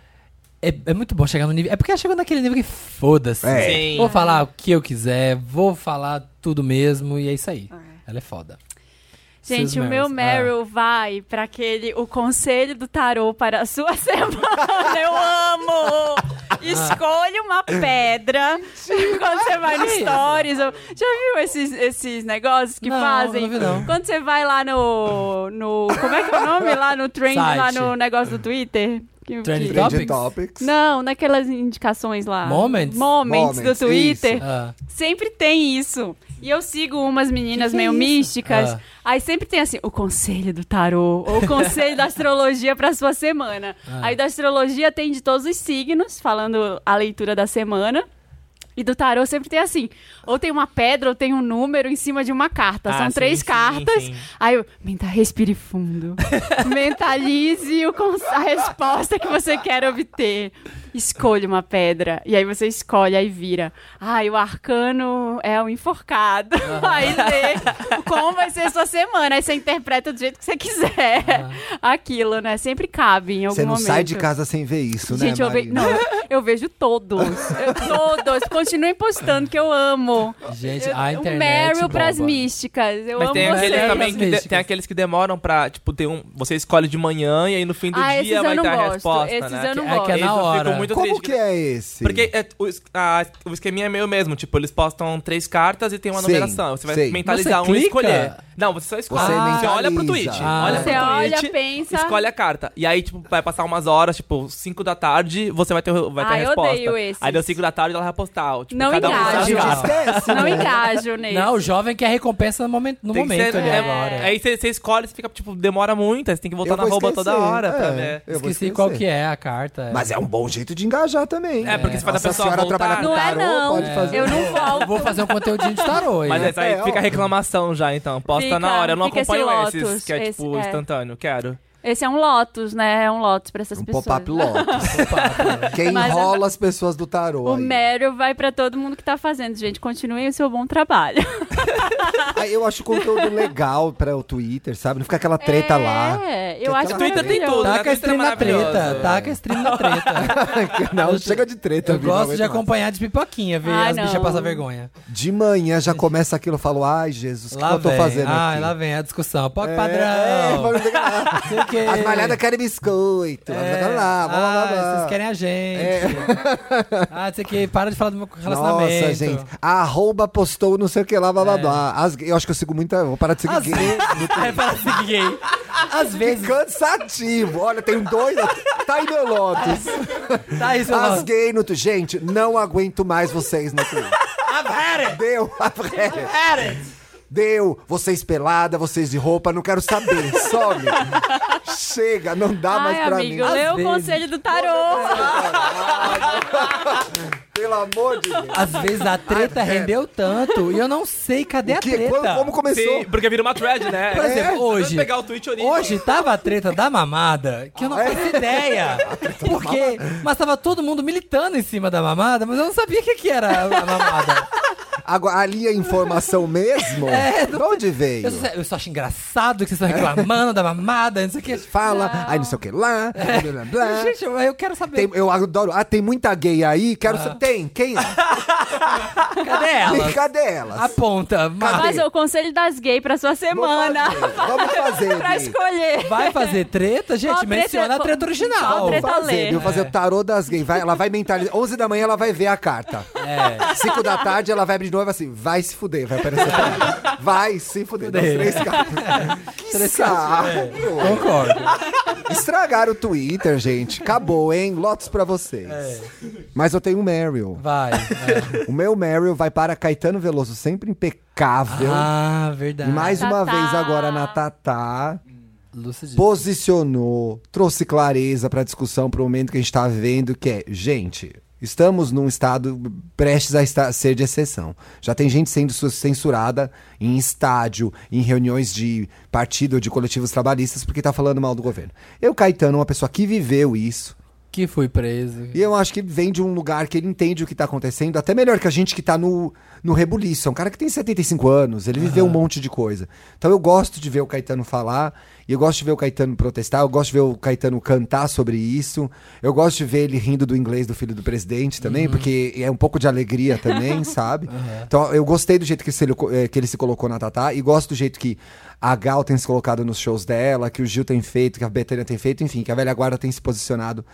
Speaker 1: É, é muito bom chegar no nível. É porque ela chegou naquele nível que foda-se.
Speaker 4: É.
Speaker 5: Sim.
Speaker 1: Vou falar o que eu quiser, vou falar tudo mesmo e é isso aí. Ela é foda.
Speaker 2: Gente,
Speaker 1: Seus Ah.
Speaker 2: o meu
Speaker 1: Meryls.
Speaker 2: Meryl vai pra aquele o conselho do tarô para a sua semana. Eu amo. Escolha uma pedra quando você vai no stories. ou- Já viu esses, esses negócios que
Speaker 1: Não,
Speaker 2: fazem?
Speaker 1: não vi não.
Speaker 2: Quando você vai lá no, no como é que é o nome lá no trend,
Speaker 1: Site.
Speaker 2: lá no negócio do Twitter? Que-
Speaker 1: Trend
Speaker 2: que-
Speaker 1: top?
Speaker 4: Trend
Speaker 1: Topics?
Speaker 4: Topics.
Speaker 2: Não, naquelas indicações lá.
Speaker 1: Moments?
Speaker 2: Moments,
Speaker 4: Moments,
Speaker 2: do Twitter.
Speaker 1: Ah.
Speaker 2: Sempre tem isso. E eu sigo umas meninas
Speaker 5: é
Speaker 2: meio místicas.
Speaker 1: Ah.
Speaker 2: Aí sempre tem assim, o conselho do tarô, ou o conselho da astrologia pra sua semana.
Speaker 5: Ah.
Speaker 2: Aí da astrologia tem de todos os signos, falando a leitura da semana. E do tarô sempre tem assim, ou tem uma pedra ou tem um número em cima de uma carta.
Speaker 5: Ah,
Speaker 2: São
Speaker 5: sim,
Speaker 2: três
Speaker 5: sim,
Speaker 2: cartas.
Speaker 5: sim.
Speaker 2: Aí eu, menta, respire fundo. Mentalize o cons- a resposta que você quer obter. Escolha uma pedra. E aí você escolhe, aí vira. Ai, o arcano é o enforcado. Aí lê como vai ser a sua semana. Aí você interpreta do jeito que você quiser. Aquilo, né? Sempre cabe em algum
Speaker 4: Você não
Speaker 2: momento.
Speaker 4: sai de casa sem ver isso, né,
Speaker 2: Gente, eu, ve-
Speaker 4: Marina?
Speaker 2: não, eu- eu vejo todos. Eu- todos. Continuem postando que eu amo.
Speaker 1: Gente,
Speaker 2: Eu-
Speaker 1: a
Speaker 2: o
Speaker 1: internet.
Speaker 2: Meryl pras
Speaker 1: bomba.
Speaker 2: místicas. Eu
Speaker 5: Mas
Speaker 2: amo
Speaker 5: tem um
Speaker 2: vocês.
Speaker 5: aqueles também que de-
Speaker 1: Místicas.
Speaker 5: tem aqueles que demoram pra, tipo, tem um. Você escolhe de manhã e aí no fim do
Speaker 2: Ah, esses
Speaker 5: dia
Speaker 2: eu
Speaker 5: vai
Speaker 2: não
Speaker 5: ter a
Speaker 2: gosto.
Speaker 5: resposta.
Speaker 2: Esses
Speaker 5: né?
Speaker 2: eu não
Speaker 1: É que é
Speaker 2: gosto.
Speaker 5: Eles
Speaker 1: na
Speaker 5: eu
Speaker 1: hora.
Speaker 5: Fico muito
Speaker 4: Como
Speaker 5: triste
Speaker 4: que é esse?
Speaker 5: Porque é, o, es- a- o esqueminha é meio mesmo, tipo, eles postam três cartas e tem uma
Speaker 4: Sim,
Speaker 5: numeração. Você vai
Speaker 4: sim.
Speaker 5: mentalizar
Speaker 1: Você
Speaker 5: um e
Speaker 1: clica?
Speaker 5: escolher. Não, você só escolhe.
Speaker 4: Você
Speaker 5: você
Speaker 4: mentaliza.
Speaker 5: olha pro tweet.
Speaker 1: Ah.
Speaker 5: Olha
Speaker 2: Você
Speaker 5: pro
Speaker 2: olha,
Speaker 5: tweet,
Speaker 2: pensa.
Speaker 5: Escolhe a carta. E aí, tipo, vai passar umas horas, tipo, 5 da tarde, você vai ter, vai ter
Speaker 2: Ah,
Speaker 5: a
Speaker 2: eu
Speaker 5: resposta.
Speaker 2: odeio esses.
Speaker 5: Aí deu 5 da tarde ela vai postar. Tipo,
Speaker 2: Não
Speaker 5: cada um
Speaker 2: engaja.
Speaker 4: a gente
Speaker 1: Ah,
Speaker 4: esquece,
Speaker 2: Não
Speaker 4: né?
Speaker 2: engajo nesse.
Speaker 1: Não, o jovem quer recompensa no momento, no
Speaker 5: Tem que
Speaker 1: momento
Speaker 4: né?
Speaker 5: ser-
Speaker 1: ali
Speaker 5: é,
Speaker 1: agora.
Speaker 5: Aí você você escolhe, você fica, tipo, demora muito, aí você tem que voltar
Speaker 4: Eu
Speaker 5: na
Speaker 4: vou
Speaker 5: roupa
Speaker 4: esquecer,
Speaker 5: toda hora pra
Speaker 4: é.
Speaker 5: ver.
Speaker 4: Eu vou
Speaker 1: Esqueci qual
Speaker 4: esquecer.
Speaker 1: que é a carta.
Speaker 4: Mas é um bom jeito de engajar também.
Speaker 5: É, porque se faz a
Speaker 4: Nossa
Speaker 5: pessoa
Speaker 4: senhora
Speaker 5: voltar.
Speaker 4: trabalha com
Speaker 2: Não é,
Speaker 4: tarô,
Speaker 2: não.
Speaker 4: pode fazer.
Speaker 2: Eu não
Speaker 1: Eu
Speaker 2: volto.
Speaker 1: Vou fazer um conteúdinho de tarô. hein?
Speaker 5: Mas essa aí
Speaker 4: É,
Speaker 5: fica
Speaker 4: ó.
Speaker 5: a reclamação já, então. Posta
Speaker 2: Fica-
Speaker 5: na hora. Eu não
Speaker 2: fica esse
Speaker 5: acompanho
Speaker 2: Lotus,
Speaker 5: esses, que é,
Speaker 2: esse-
Speaker 5: tipo,
Speaker 2: é.
Speaker 5: instantâneo. Quero.
Speaker 2: Esse é um Lotus, né? É um Lotus pra essas
Speaker 4: Um
Speaker 2: pessoas.
Speaker 4: pop-up Lotus. Quem
Speaker 2: Mas
Speaker 4: enrola as pessoas do tarô.
Speaker 2: O
Speaker 4: aí.
Speaker 2: Meryl vai pra todo mundo que tá fazendo, gente. Continuem o seu bom trabalho.
Speaker 4: Aí eu acho o conteúdo legal pra o Twitter, sabe? Não fica aquela treta lá.
Speaker 2: É,
Speaker 4: Tem
Speaker 2: eu acho
Speaker 4: aquela-
Speaker 5: Twitter tem
Speaker 2: maravilhoso.
Speaker 5: tudo, né?
Speaker 1: Taca a stream na
Speaker 5: Twitter é
Speaker 1: treta.
Speaker 5: maravilhoso.
Speaker 1: Taca a stream na treta.
Speaker 4: Não, chega de treta.
Speaker 1: Eu
Speaker 4: viu? Não
Speaker 1: gosto de
Speaker 4: aguento mais.
Speaker 1: acompanhar de pipoquinha, ver
Speaker 2: Ai,
Speaker 1: as bichas
Speaker 2: Ah, não.
Speaker 1: passar vergonha.
Speaker 4: De manhã já começa aquilo, eu falo, ai Jesus, o que, que
Speaker 1: Lá
Speaker 4: eu tô
Speaker 1: vem.
Speaker 4: fazendo
Speaker 1: Ah,
Speaker 4: aqui?
Speaker 1: lá vem a discussão. Pode
Speaker 4: É, é,
Speaker 1: padrão.
Speaker 4: vamos ligar.
Speaker 1: Sei que-
Speaker 4: As malhadas querem biscoito.
Speaker 1: É.
Speaker 4: Vamos lá, vamos lá,
Speaker 1: Ah,
Speaker 4: vamos lá.
Speaker 1: Vocês querem a gente.
Speaker 4: É.
Speaker 1: Ah, sei que para de falar do meu relacionamento. É.
Speaker 4: Nossa, gente. A arroba postou não sei o que lá, blá blá blá. As- eu acho que eu sigo muita. eu Vou parar de seguir
Speaker 1: Às
Speaker 4: gay.
Speaker 1: vezes, É, assim, às
Speaker 4: Que
Speaker 1: vezes,
Speaker 4: cansativo. Olha, tem dois. Tá aí meu Lotus.
Speaker 1: tá isso,
Speaker 4: As
Speaker 1: Lotus.
Speaker 4: gay no Twitter. Gente, não aguento mais vocês no Twitter. Deu, Deu. Vocês pelada, vocês de roupa, não quero saber. Some. Chega, não dá mais
Speaker 2: Ai,
Speaker 4: pra
Speaker 2: amigo,
Speaker 4: mim.
Speaker 2: lê o
Speaker 1: vezes.
Speaker 2: conselho do tarô.
Speaker 4: Pelo amor de Deus.
Speaker 1: Às vezes a treta rendeu tanto e eu não sei cadê a
Speaker 4: Que- como,
Speaker 1: treta.
Speaker 4: É. como começou?
Speaker 5: Sim, porque vira uma thread, né?
Speaker 1: Por exemplo,
Speaker 5: É.
Speaker 1: hoje-
Speaker 5: Vamos pegar o tweet original.
Speaker 1: Hoje tava a treta da mamada, que eu não
Speaker 4: É.
Speaker 1: faço ideia. Porque, mas tava todo mundo militando em cima da mamada, mas eu não sabia o que, que era a mamada.
Speaker 4: Agora, ali a informação mesmo? de onde veio?
Speaker 1: Eu só, eu só acho engraçado que vocês estão reclamando da mamada, não sei o que.
Speaker 4: Fala, aí não sei o que lá, blá blá blá.
Speaker 1: Gente, eu, eu quero saber.
Speaker 4: Tem- eu adoro. Ah, tem muita gay aí. Quero sa- Tem, quem?
Speaker 1: Cadê ela?
Speaker 4: Cadê elas?
Speaker 1: Aponta.
Speaker 2: Mas
Speaker 1: Mas
Speaker 2: o conselho das gays pra sua semana.
Speaker 4: Vamos fazer. Vamos fazer.
Speaker 2: pra
Speaker 4: Gui.
Speaker 2: escolher.
Speaker 1: vai fazer treta, gente?
Speaker 2: Qual treta-
Speaker 1: menciona a treta
Speaker 2: qual
Speaker 1: original.
Speaker 2: treta-
Speaker 4: Vamos fazer,
Speaker 2: Lê.
Speaker 4: viu? Fazer o tarô das gays. Vai, ela vai mentalizar. 11 da manhã ela vai ver a carta.
Speaker 1: É,
Speaker 4: 5 da tarde ela vai abrir de novo assim. Vai se fuder. Vai aparecer. vai se fuder. Das
Speaker 1: Fuder.
Speaker 4: três cartas. Que saco.
Speaker 1: Concordo.
Speaker 4: Estragaram o Twitter, gente. Acabou, hein? Lotos pra vocês. Mas eu tenho um Meryl.
Speaker 1: Vai. é.
Speaker 4: O meu Meryl vai para Caetano Veloso, sempre impecável.
Speaker 1: Ah,
Speaker 4: E
Speaker 1: verdade.
Speaker 4: mais uma
Speaker 2: Tatá.
Speaker 4: vez agora na Tatá.
Speaker 1: Lúcia de...
Speaker 4: Posicionou, trouxe clareza pra discussão pro momento que a gente tá vendo, que é, gente, estamos num estado prestes a estar- ser de exceção. Já tem gente sendo su- censurada em estádio, em reuniões de partido ou de coletivos trabalhistas, porque tá falando mal do governo. Eu, Caetano, uma pessoa que viveu isso,
Speaker 1: Que fui preso.
Speaker 4: e eu acho que vem de um lugar que ele entende o que tá acontecendo, até melhor que a gente que tá no, no rebuliço. É um cara que tem 75 anos, ele viveu um monte de coisa. Então eu gosto de ver o Caetano falar, e eu gosto de ver o Caetano protestar, eu gosto de ver o Caetano cantar sobre isso, eu gosto de ver ele rindo do inglês do filho do presidente também, porque é um pouco de alegria também, sabe? Então eu gostei do jeito que, se ele, co- eh, que ele se colocou na Tatá, e gosto do jeito que a Gal tem se colocado nos shows dela, que o Gil tem feito, que a Betânia tem feito, enfim, que a velha guarda tem se posicionado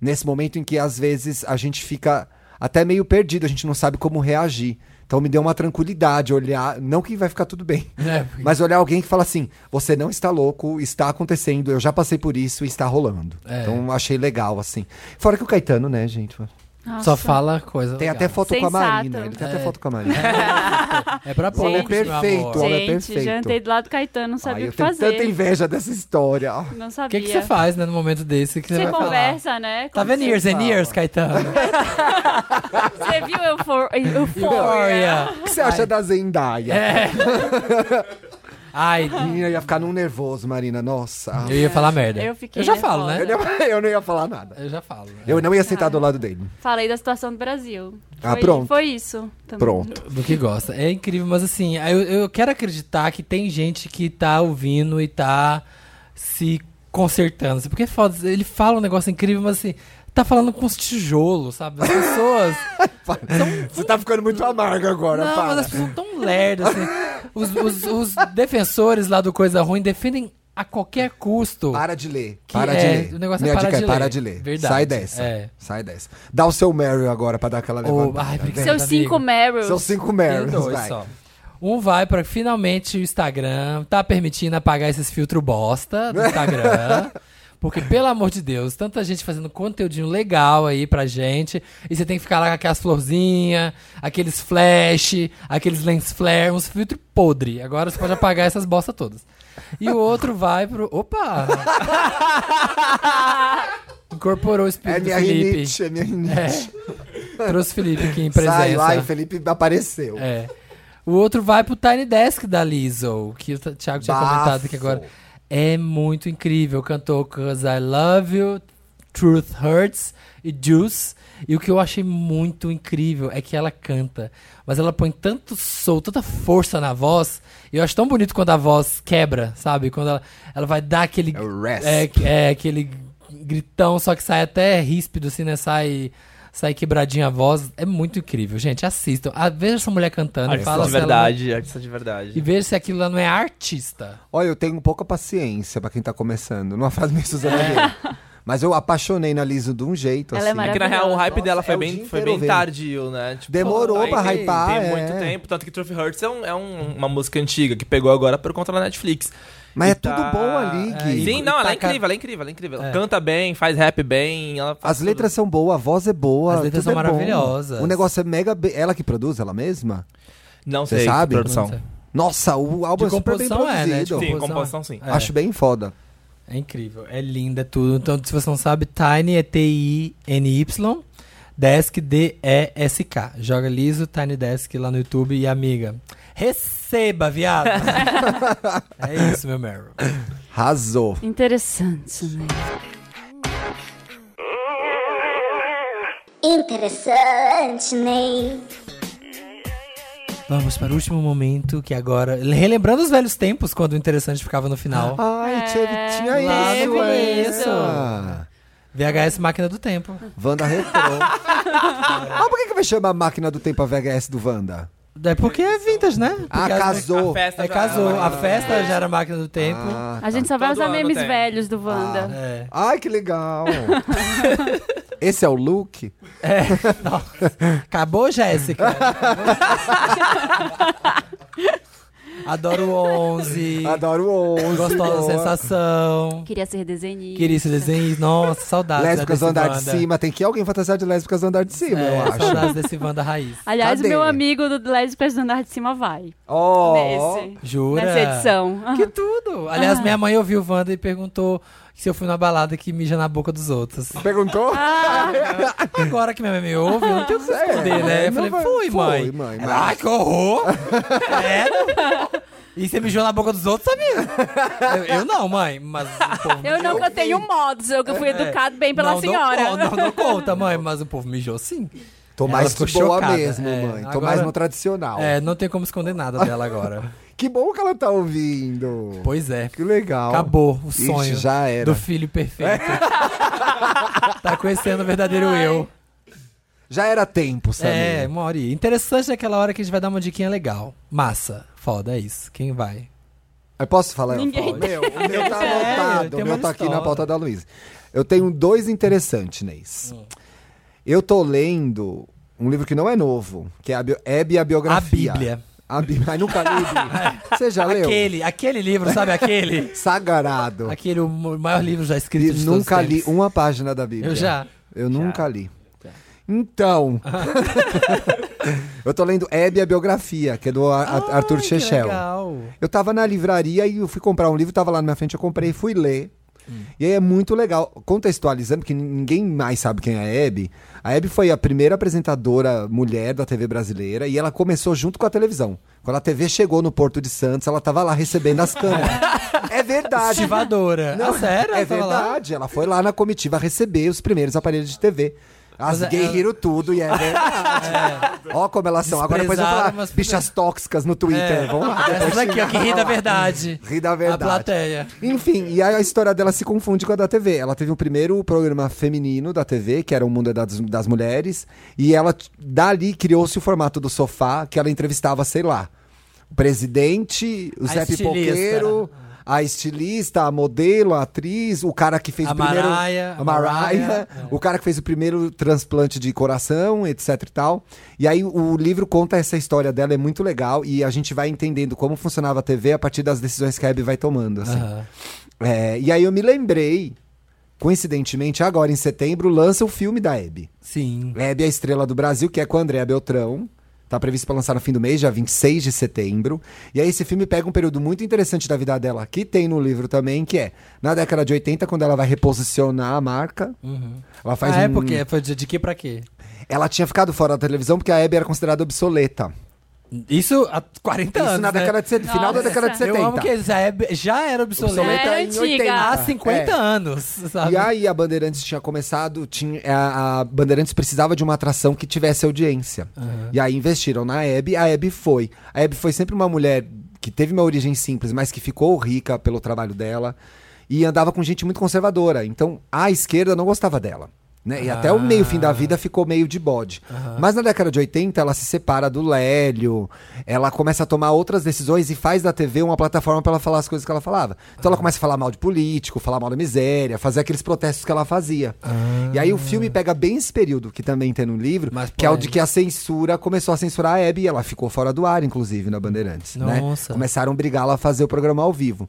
Speaker 4: nesse momento em que às vezes a gente fica até meio perdido, a gente não sabe como reagir. Então me deu uma tranquilidade olhar, não que vai ficar tudo bem,
Speaker 1: É, porque-
Speaker 4: mas olhar alguém que fala assim: você não está louco, está acontecendo, eu já passei por isso e está rolando.
Speaker 1: É.
Speaker 4: Então achei legal, assim. Fora que o Caetano, né, gente?
Speaker 1: Só fala coisa
Speaker 4: Tem
Speaker 1: legal.
Speaker 4: até foto com
Speaker 2: Sensato. É.
Speaker 4: a Marina. Ele tem até foto com a Marina.
Speaker 1: É pra
Speaker 4: O homem
Speaker 1: poucos,
Speaker 4: é
Speaker 1: meu
Speaker 4: perfeito, o
Speaker 1: amor.
Speaker 4: homem é
Speaker 2: Gente,
Speaker 4: perfeito.
Speaker 2: jantei do lado do Caetano, não
Speaker 4: Ai,
Speaker 2: sabia
Speaker 4: eu
Speaker 2: o que
Speaker 4: tenho
Speaker 2: fazer.
Speaker 4: tanta inveja dessa história.
Speaker 2: Não
Speaker 1: O
Speaker 2: sabia.
Speaker 1: que que você faz, né, no momento desse que você,
Speaker 2: Você
Speaker 1: vai
Speaker 2: conversa,
Speaker 1: falar?
Speaker 2: né?
Speaker 1: Tá vendo years and
Speaker 4: fala?
Speaker 1: years, Caetano?
Speaker 2: Você viu eufor... euforia?
Speaker 1: Glória!
Speaker 4: O que você acha da Zendaya?
Speaker 1: É. Ai,
Speaker 4: Menina, eu ia ficar num nervoso, Marina. Nossa.
Speaker 1: eu
Speaker 2: É.
Speaker 1: ia falar merda.
Speaker 2: Eu fiquei
Speaker 1: já falo,
Speaker 2: nervosa.
Speaker 4: Eu
Speaker 1: né?
Speaker 4: não, eu não ia falar nada.
Speaker 1: Eu já falo. né?
Speaker 4: Eu não ia sentar do lado dele.
Speaker 2: Falei da situação do Brasil.
Speaker 4: Ah,
Speaker 2: foi,
Speaker 4: pronto.
Speaker 2: Foi isso. também.
Speaker 4: Pronto.
Speaker 1: Do que gosta. É incrível, mas assim, eu, eu quero acreditar que tem gente que tá ouvindo e tá se consertando. assim, Porque foda, ele fala um negócio incrível, mas assim, tá falando com os tijolos, sabe? As pessoas.
Speaker 4: Você tá ficando muito amargo agora,
Speaker 1: não,
Speaker 4: para.
Speaker 1: mas as pessoas são tão lerdas, assim. Os, os- os defensores lá do Coisa Ruim defendem a qualquer custo.
Speaker 4: Para de ler.
Speaker 1: que
Speaker 4: para
Speaker 1: é-
Speaker 4: de ler.
Speaker 1: O negócio
Speaker 4: Minha
Speaker 1: é para,
Speaker 4: dica
Speaker 1: de
Speaker 4: é
Speaker 1: ler.
Speaker 4: para de ler.
Speaker 1: Verdade.
Speaker 4: Sai dessa.
Speaker 1: É.
Speaker 4: Sai dessa. Dá o seu Meryl agora pra dar aquela
Speaker 1: Ô,
Speaker 4: levantada.
Speaker 1: ai, obrigado,
Speaker 2: Seus cinco
Speaker 1: amigo.
Speaker 2: Meryls.
Speaker 4: São cinco
Speaker 1: Tem
Speaker 4: Meryls,
Speaker 1: dois
Speaker 4: vai.
Speaker 1: só. Então, Um vai pra finalmente o Instagram tá permitindo apagar esses filtros bosta do Instagram. Porque, pelo amor de Deus, tanta gente fazendo conteúdinho legal aí pra gente. E você tem que ficar lá com aquelas florzinhas, aqueles flash, aqueles lens flare, uns filtros podre. Agora você pode apagar essas bostas todas. E o outro vai pro. Opa! Incorporou o
Speaker 4: É
Speaker 1: espírito
Speaker 4: minha
Speaker 1: do Felipe.
Speaker 4: rinite, é minha rinite.
Speaker 1: Trouxe o Felipe aqui em presença.
Speaker 4: Sai lá e Felipe apareceu.
Speaker 1: É. O outro vai pro Tiny Desk da Lizzo, que o Thiago tinha
Speaker 4: Bafo.
Speaker 1: comentado aqui agora. É muito incrível. Cantou Cause I Love You, Truth Hurts e Juice. E o que eu achei muito incrível é que ela canta, mas ela põe tanto soul, tanta força na voz. E eu acho tão bonito quando a voz quebra, sabe? Quando ela, ela vai dar aquele.
Speaker 4: É o rasp.
Speaker 1: É, é, aquele gritão, só que sai até ríspido, assim, né? Sai, sai quebradinha a voz. É muito incrível, gente. Assistam. Ah, é veja essa mulher cantando. e
Speaker 5: Artista
Speaker 1: fala
Speaker 5: de
Speaker 1: se ela-
Speaker 5: verdade, artista de
Speaker 1: E
Speaker 5: verdade.
Speaker 1: veja se aquilo lá não é artista.
Speaker 4: Olha, eu tenho pouca paciência pra quem tá começando. Não faz meio Suzana
Speaker 1: É.
Speaker 4: Vieira. Mas eu apaixonei na Liso de um jeito,
Speaker 2: Ela é
Speaker 4: assim.
Speaker 5: É que na real o hype
Speaker 4: Nossa,
Speaker 5: dela foi
Speaker 4: é o
Speaker 5: bem,
Speaker 4: dia
Speaker 5: foi
Speaker 4: inteiro
Speaker 5: bem
Speaker 4: vendo.
Speaker 5: tardio, né? Tipo,
Speaker 4: Demorou
Speaker 5: aí
Speaker 4: pra
Speaker 5: tem-
Speaker 4: hypar,
Speaker 5: Tem
Speaker 4: é.
Speaker 5: muito tempo, tanto que Trophy Hurts é, um- é um- uma música antiga que pegou agora por conta da Netflix.
Speaker 4: Mas
Speaker 5: E
Speaker 4: é tudo
Speaker 5: tá-
Speaker 4: bom ali, Gui.
Speaker 1: e-
Speaker 5: Sim, não, ela
Speaker 1: tá
Speaker 5: é
Speaker 1: ca-
Speaker 5: incrível, ela é incrível, ela é incrível. Ela
Speaker 1: É.
Speaker 5: canta bem, faz rap bem. Ela faz
Speaker 4: As letras são boas, a voz é boa.
Speaker 1: As letras
Speaker 4: tudo
Speaker 1: são
Speaker 4: é bom.
Speaker 1: maravilhosas.
Speaker 4: O negócio é mega. be- Ela que produz, ela mesma?
Speaker 5: tudo. Não
Speaker 4: Você
Speaker 5: sei,
Speaker 4: sabe?
Speaker 5: produção.
Speaker 1: Não sei.
Speaker 4: Nossa, o álbum é
Speaker 1: De
Speaker 4: super bem
Speaker 1: composição é, né?
Speaker 4: produzido.
Speaker 1: De
Speaker 5: Sim, composição sim.
Speaker 1: É.
Speaker 4: Acho bem foda.
Speaker 1: É incrível, é linda tudo. Então, se você não sabe, Tiny é T-I-N-Y, Desk D-E-S-K. Joga liso, Tiny Desk lá no YouTube e amiga. Receba, viado! é isso, meu Meryl.
Speaker 4: Arrasou.
Speaker 2: Interessante, né?
Speaker 6: Interessante, Ney.
Speaker 1: Vamos para o último momento, que agora. Relembrando os velhos tempos, quando o interessante ficava no final.
Speaker 4: Ai, teve- tinha
Speaker 1: lá
Speaker 4: isso,
Speaker 1: no
Speaker 4: é.
Speaker 1: isso. VHS Máquina do Tempo.
Speaker 4: Wanda Retrô. ah, por que, que vai chamar a máquina do tempo a VHS do Wanda?
Speaker 1: É porque é vintage, né? Porque
Speaker 4: Ah,
Speaker 1: as-
Speaker 4: casou.
Speaker 5: A festa
Speaker 1: É,
Speaker 5: já-
Speaker 1: casou.
Speaker 5: ela-
Speaker 1: A festa já era máquina do tempo.
Speaker 4: Ah,
Speaker 2: A gente só vai
Speaker 5: Todo
Speaker 2: usar
Speaker 5: ano
Speaker 2: memes
Speaker 5: tem.
Speaker 2: velhos do Wanda.
Speaker 1: É.
Speaker 4: Ai, que legal. Esse é o look?
Speaker 1: Acabou, Jéssica? Adoro o 11.
Speaker 4: Adoro o 11.
Speaker 1: Gostosa
Speaker 4: boa. é.
Speaker 1: sensação.
Speaker 2: Queria ser desenhista.
Speaker 1: Queria esse desenho. Nossa, saudades. né,
Speaker 4: Lésbicas do
Speaker 1: desse
Speaker 4: andar de
Speaker 1: Wanda.
Speaker 4: cima. Tem que alguém fantasiar de lésbicas do andar de cima, eu
Speaker 1: É,
Speaker 4: acho.
Speaker 1: saudades desse Wanda Raiz.
Speaker 2: Aliás,
Speaker 4: Cadê?
Speaker 2: o meu amigo do Lésbicas do Andar de Cima vai.
Speaker 4: Ó.
Speaker 2: Nesse.
Speaker 1: Jura?
Speaker 2: Nessa edição.
Speaker 1: Que tudo! Aliás, minha mãe ouviu o Wanda e perguntou se eu fui na balada que mija na boca dos outros.
Speaker 4: Perguntou?
Speaker 1: Agora que minha mãe me ouve, eu não tenho o que esconder, né? Eu
Speaker 4: É. não
Speaker 1: falei,
Speaker 4: vai-
Speaker 1: fui, mãe.
Speaker 4: Fui, mãe,
Speaker 1: Ela,
Speaker 4: mas-
Speaker 1: Ai, que horror! Era? E você mijou na boca dos outros, sabia? Eu, eu não, mãe, mas o povo
Speaker 2: Eu não, que eu tenho modos, eu que
Speaker 4: É.
Speaker 2: fui educado bem pela
Speaker 1: não,
Speaker 2: senhora.
Speaker 1: Não, não, não conta, mãe, mas o povo mijou sim.
Speaker 4: Tô
Speaker 1: Ela
Speaker 4: mais
Speaker 1: ficou
Speaker 4: de boa
Speaker 1: chocada.
Speaker 4: mesmo,
Speaker 1: É,
Speaker 4: mãe. Tô
Speaker 1: agora-
Speaker 4: mais no tradicional.
Speaker 1: É, não tem como esconder nada dela agora.
Speaker 4: Que bom que ela tá ouvindo.
Speaker 1: Pois é.
Speaker 4: Que legal.
Speaker 1: Acabou o
Speaker 4: Ixi,
Speaker 1: sonho
Speaker 4: já era.
Speaker 1: do filho perfeito. tá conhecendo o verdadeiro eu.
Speaker 4: Já era tempo, sabe?
Speaker 1: É, Mauri. Interessante naquela hora que a gente vai dar uma diquinha legal. Massa. Foda, é isso. Quem vai?
Speaker 4: Eu posso falar? Eu
Speaker 2: Ninguém
Speaker 4: falo. Meu, o meu tá
Speaker 1: É,
Speaker 4: anotado.
Speaker 1: tem
Speaker 4: O
Speaker 1: uma
Speaker 4: meu tá aqui na
Speaker 1: história.
Speaker 4: pauta da Luísa. Eu tenho dois interessantes, Neis.
Speaker 1: Hum.
Speaker 4: Eu tô lendo um livro que não é novo, que é a, bio... Hebe e a biografia.
Speaker 1: A Bíblia.
Speaker 4: A Bíblia. Mas nunca li. Bíblia. Você já leu?
Speaker 1: Aquele, aquele livro, sabe aquele?
Speaker 4: Sagrado.
Speaker 1: aquele o maior livro já escrito
Speaker 4: E
Speaker 1: de todos os
Speaker 4: nunca li um
Speaker 1: tempos.
Speaker 4: uma página da Bíblia.
Speaker 1: Eu já.
Speaker 4: Eu nunca li. Então. eu tô lendo Hebe a Biografia, que é do Ar- Ar- Arthur Chechel. Eu tava na livraria e eu fui comprar um livro, tava lá na minha frente, eu comprei e fui ler. E aí é muito legal, contextualizando, porque ninguém mais sabe quem é a Hebe. A Hebe foi a primeira apresentadora mulher da TV brasileira e ela começou junto com a televisão. Quando a TV chegou no Porto de Santos, ela tava lá recebendo as câmeras. é verdade.
Speaker 1: Estivadora.
Speaker 4: Não,
Speaker 1: ah, sério?
Speaker 4: É
Speaker 1: Ela tava lá?
Speaker 4: verdade. Ela foi lá na comitiva receber os primeiros aparelhos de TV. As
Speaker 1: Mas
Speaker 4: gays
Speaker 1: ela-
Speaker 4: riram tudo e é verdade. Ó como elas são. Agora depois eu vou falar
Speaker 1: Desprezaram, mas-
Speaker 4: bichas tóxicas no Twitter. Então, Vamos lá.
Speaker 1: É. Ah, Essa daqui, ó, que ri da verdade.
Speaker 4: Ri da
Speaker 1: A
Speaker 4: verdade.
Speaker 1: plateia.
Speaker 4: Enfim, e aí a história dela se confunde com a da TV. Ela teve o primeiro programa feminino da TV, que era o Mundo é das, das Mulheres, e ela t- dali criou-se o formato do sofá, que ela entrevistava, sei lá, o presidente, o
Speaker 1: A
Speaker 4: Zé
Speaker 1: estilista.
Speaker 4: Pipoqueiro, a estilista, a modelo, a atriz, o cara que fez
Speaker 1: A
Speaker 4: o primeiro...
Speaker 1: Mariah,
Speaker 4: a Mariah,
Speaker 1: a Mariah,
Speaker 4: o cara que fez o primeiro transplante de coração, etc e tal. E aí o livro conta essa história dela, é muito legal, e a gente vai entendendo como funcionava a TV a partir das decisões que a Hebe vai tomando, assim.
Speaker 1: Aham.
Speaker 4: É, e aí eu me lembrei, coincidentemente, agora em setembro, lança o filme da Hebe.
Speaker 1: Sim.
Speaker 4: Hebe é a estrela do Brasil, que é com a Andréa Beltrão. Tá previsto pra lançar no fim do mês, dia 26 de setembro. E aí esse filme pega um período muito interessante da vida dela, que tem no livro também, que é na década de 80, quando ela vai reposicionar a marca. Ela faz
Speaker 1: ah, é
Speaker 4: um-
Speaker 1: porque foi de, de que pra quê?
Speaker 4: Ela tinha ficado fora da televisão porque a Hebe era considerada obsoleta.
Speaker 1: Isso há 40 anos.
Speaker 4: Isso na
Speaker 1: né?
Speaker 4: década de set... final
Speaker 2: Nossa.
Speaker 4: da década de 70.
Speaker 1: Eu amo que já, é- já era obsoleto
Speaker 4: Obsoleta
Speaker 2: Era
Speaker 4: em
Speaker 2: antiga.
Speaker 4: 80.
Speaker 1: há 50
Speaker 4: É.
Speaker 1: anos, sabe?
Speaker 4: E aí a Bandeirantes tinha começado, tinha, a, a Bandeirantes precisava de uma atração que tivesse audiência. E aí investiram na Hebe, a Hebe foi. A Hebe foi sempre uma mulher que teve uma origem simples, mas que ficou rica pelo trabalho dela e andava com gente muito conservadora. Então a esquerda não gostava dela. Né? E até o meio fim da vida ficou meio de bode. Mas na década de 80 ela se separa do Lélio, ela começa a tomar outras decisões e faz da TV uma plataforma pra ela falar as coisas que ela falava. Então ela começa a falar mal de político, falar mal da miséria, fazer aqueles protestos que ela fazia. E aí o filme pega bem esse período que também tem no livro,
Speaker 1: Mas
Speaker 4: que é o de
Speaker 1: polêmico.
Speaker 4: que a censura começou a censurar a Hebe e ela ficou fora do ar, inclusive, na Bandeirantes. né?
Speaker 1: Nossa.
Speaker 4: Começaram a brigar lá a fazer o programa ao vivo.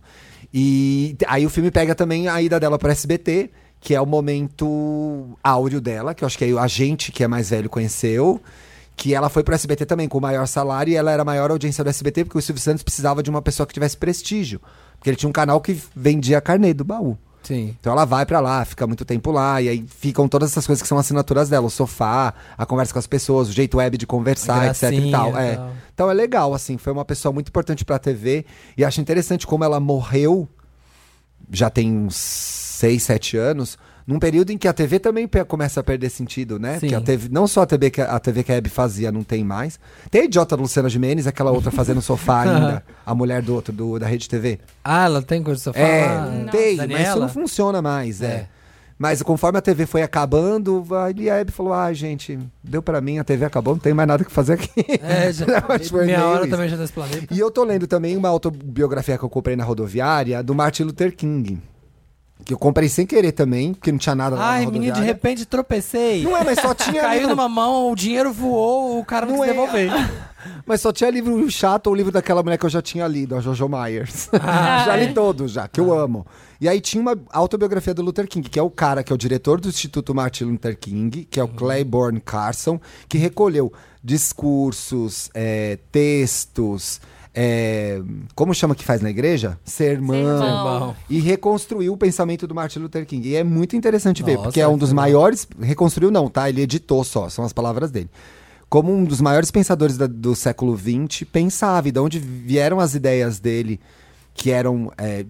Speaker 4: E t- aí o filme pega também a ida dela para SBT, que é o momento áureo dela, que eu acho que aí a gente que é mais velho conheceu. Que ela foi pro SBT também com o maior salário e ela era a maior audiência do SBT, porque o Silvio Santos precisava de uma pessoa que tivesse prestígio. Porque ele tinha um canal que vendia carnê do baú.
Speaker 1: Sim.
Speaker 4: Então ela vai pra lá, fica muito tempo lá, e aí ficam todas essas coisas que são assinaturas dela, o sofá, a conversa com as pessoas, o jeito web de conversar,
Speaker 1: A
Speaker 4: etc e
Speaker 1: gracinha
Speaker 4: tal.
Speaker 1: e
Speaker 4: É.
Speaker 1: tal.
Speaker 4: Então é legal, assim, foi uma pessoa muito importante pra TV, e acho interessante como ela morreu, já tem uns 6, 7 anos, num período em que a TV também pe- começa a perder sentido, né?
Speaker 1: Sim.
Speaker 4: Porque a TV, não só a TV, que a, a TV que a Hebe fazia não tem mais. Tem a idiota da Luciana Gimenez, aquela outra fazendo sofá ainda, a mulher do outro, do- da Rede TV.
Speaker 1: Ah, ela tem coisa pra
Speaker 4: É,
Speaker 1: falar?
Speaker 4: tem, mas isso
Speaker 1: Daniela?
Speaker 4: não funciona mais, é.
Speaker 1: É.
Speaker 4: Mas conforme a TV foi acabando, ali a Hebe falou: ah, gente, deu pra mim, a TV acabou, não tem mais nada que fazer aqui.
Speaker 1: É, já,
Speaker 4: Acho que foi
Speaker 1: minha
Speaker 4: meio
Speaker 1: hora
Speaker 4: isso.
Speaker 1: também já nesse planeta.
Speaker 4: E eu tô lendo também uma autobiografia que eu comprei na rodoviária do Martin Luther King. Que eu comprei sem querer também, porque não tinha nada lá
Speaker 1: Ai,
Speaker 4: na
Speaker 1: menino, de
Speaker 4: rodoviária.
Speaker 1: repente tropecei.
Speaker 4: Não é, mas só tinha
Speaker 1: Caiu
Speaker 4: livro,
Speaker 1: numa mão, o dinheiro voou, o cara não,
Speaker 4: Não
Speaker 1: quis
Speaker 4: é.
Speaker 1: devolver.
Speaker 4: mas só tinha livro chato ou livro daquela mulher que eu já tinha lido, a Jojo Myers.
Speaker 1: Ah,
Speaker 4: já
Speaker 1: é.
Speaker 4: li todo já, que eu amo. E aí tinha uma autobiografia do Luther King, que é o cara que é o diretor do Instituto Martin Luther King, que é o Claiborne Carson, que recolheu discursos, é, textos, é, como chama que faz na igreja? Sermão
Speaker 1: Irmão.
Speaker 4: e reconstruiu o pensamento do Martin Luther King. E é muito interessante ver,
Speaker 1: Nossa,
Speaker 4: porque é um dos
Speaker 1: que legal.
Speaker 4: maiores. Reconstruiu, não, tá? Ele editou só, são as palavras dele. Como um dos maiores pensadores da- do século XX pensava, e de onde vieram as ideias dele, que eram. é,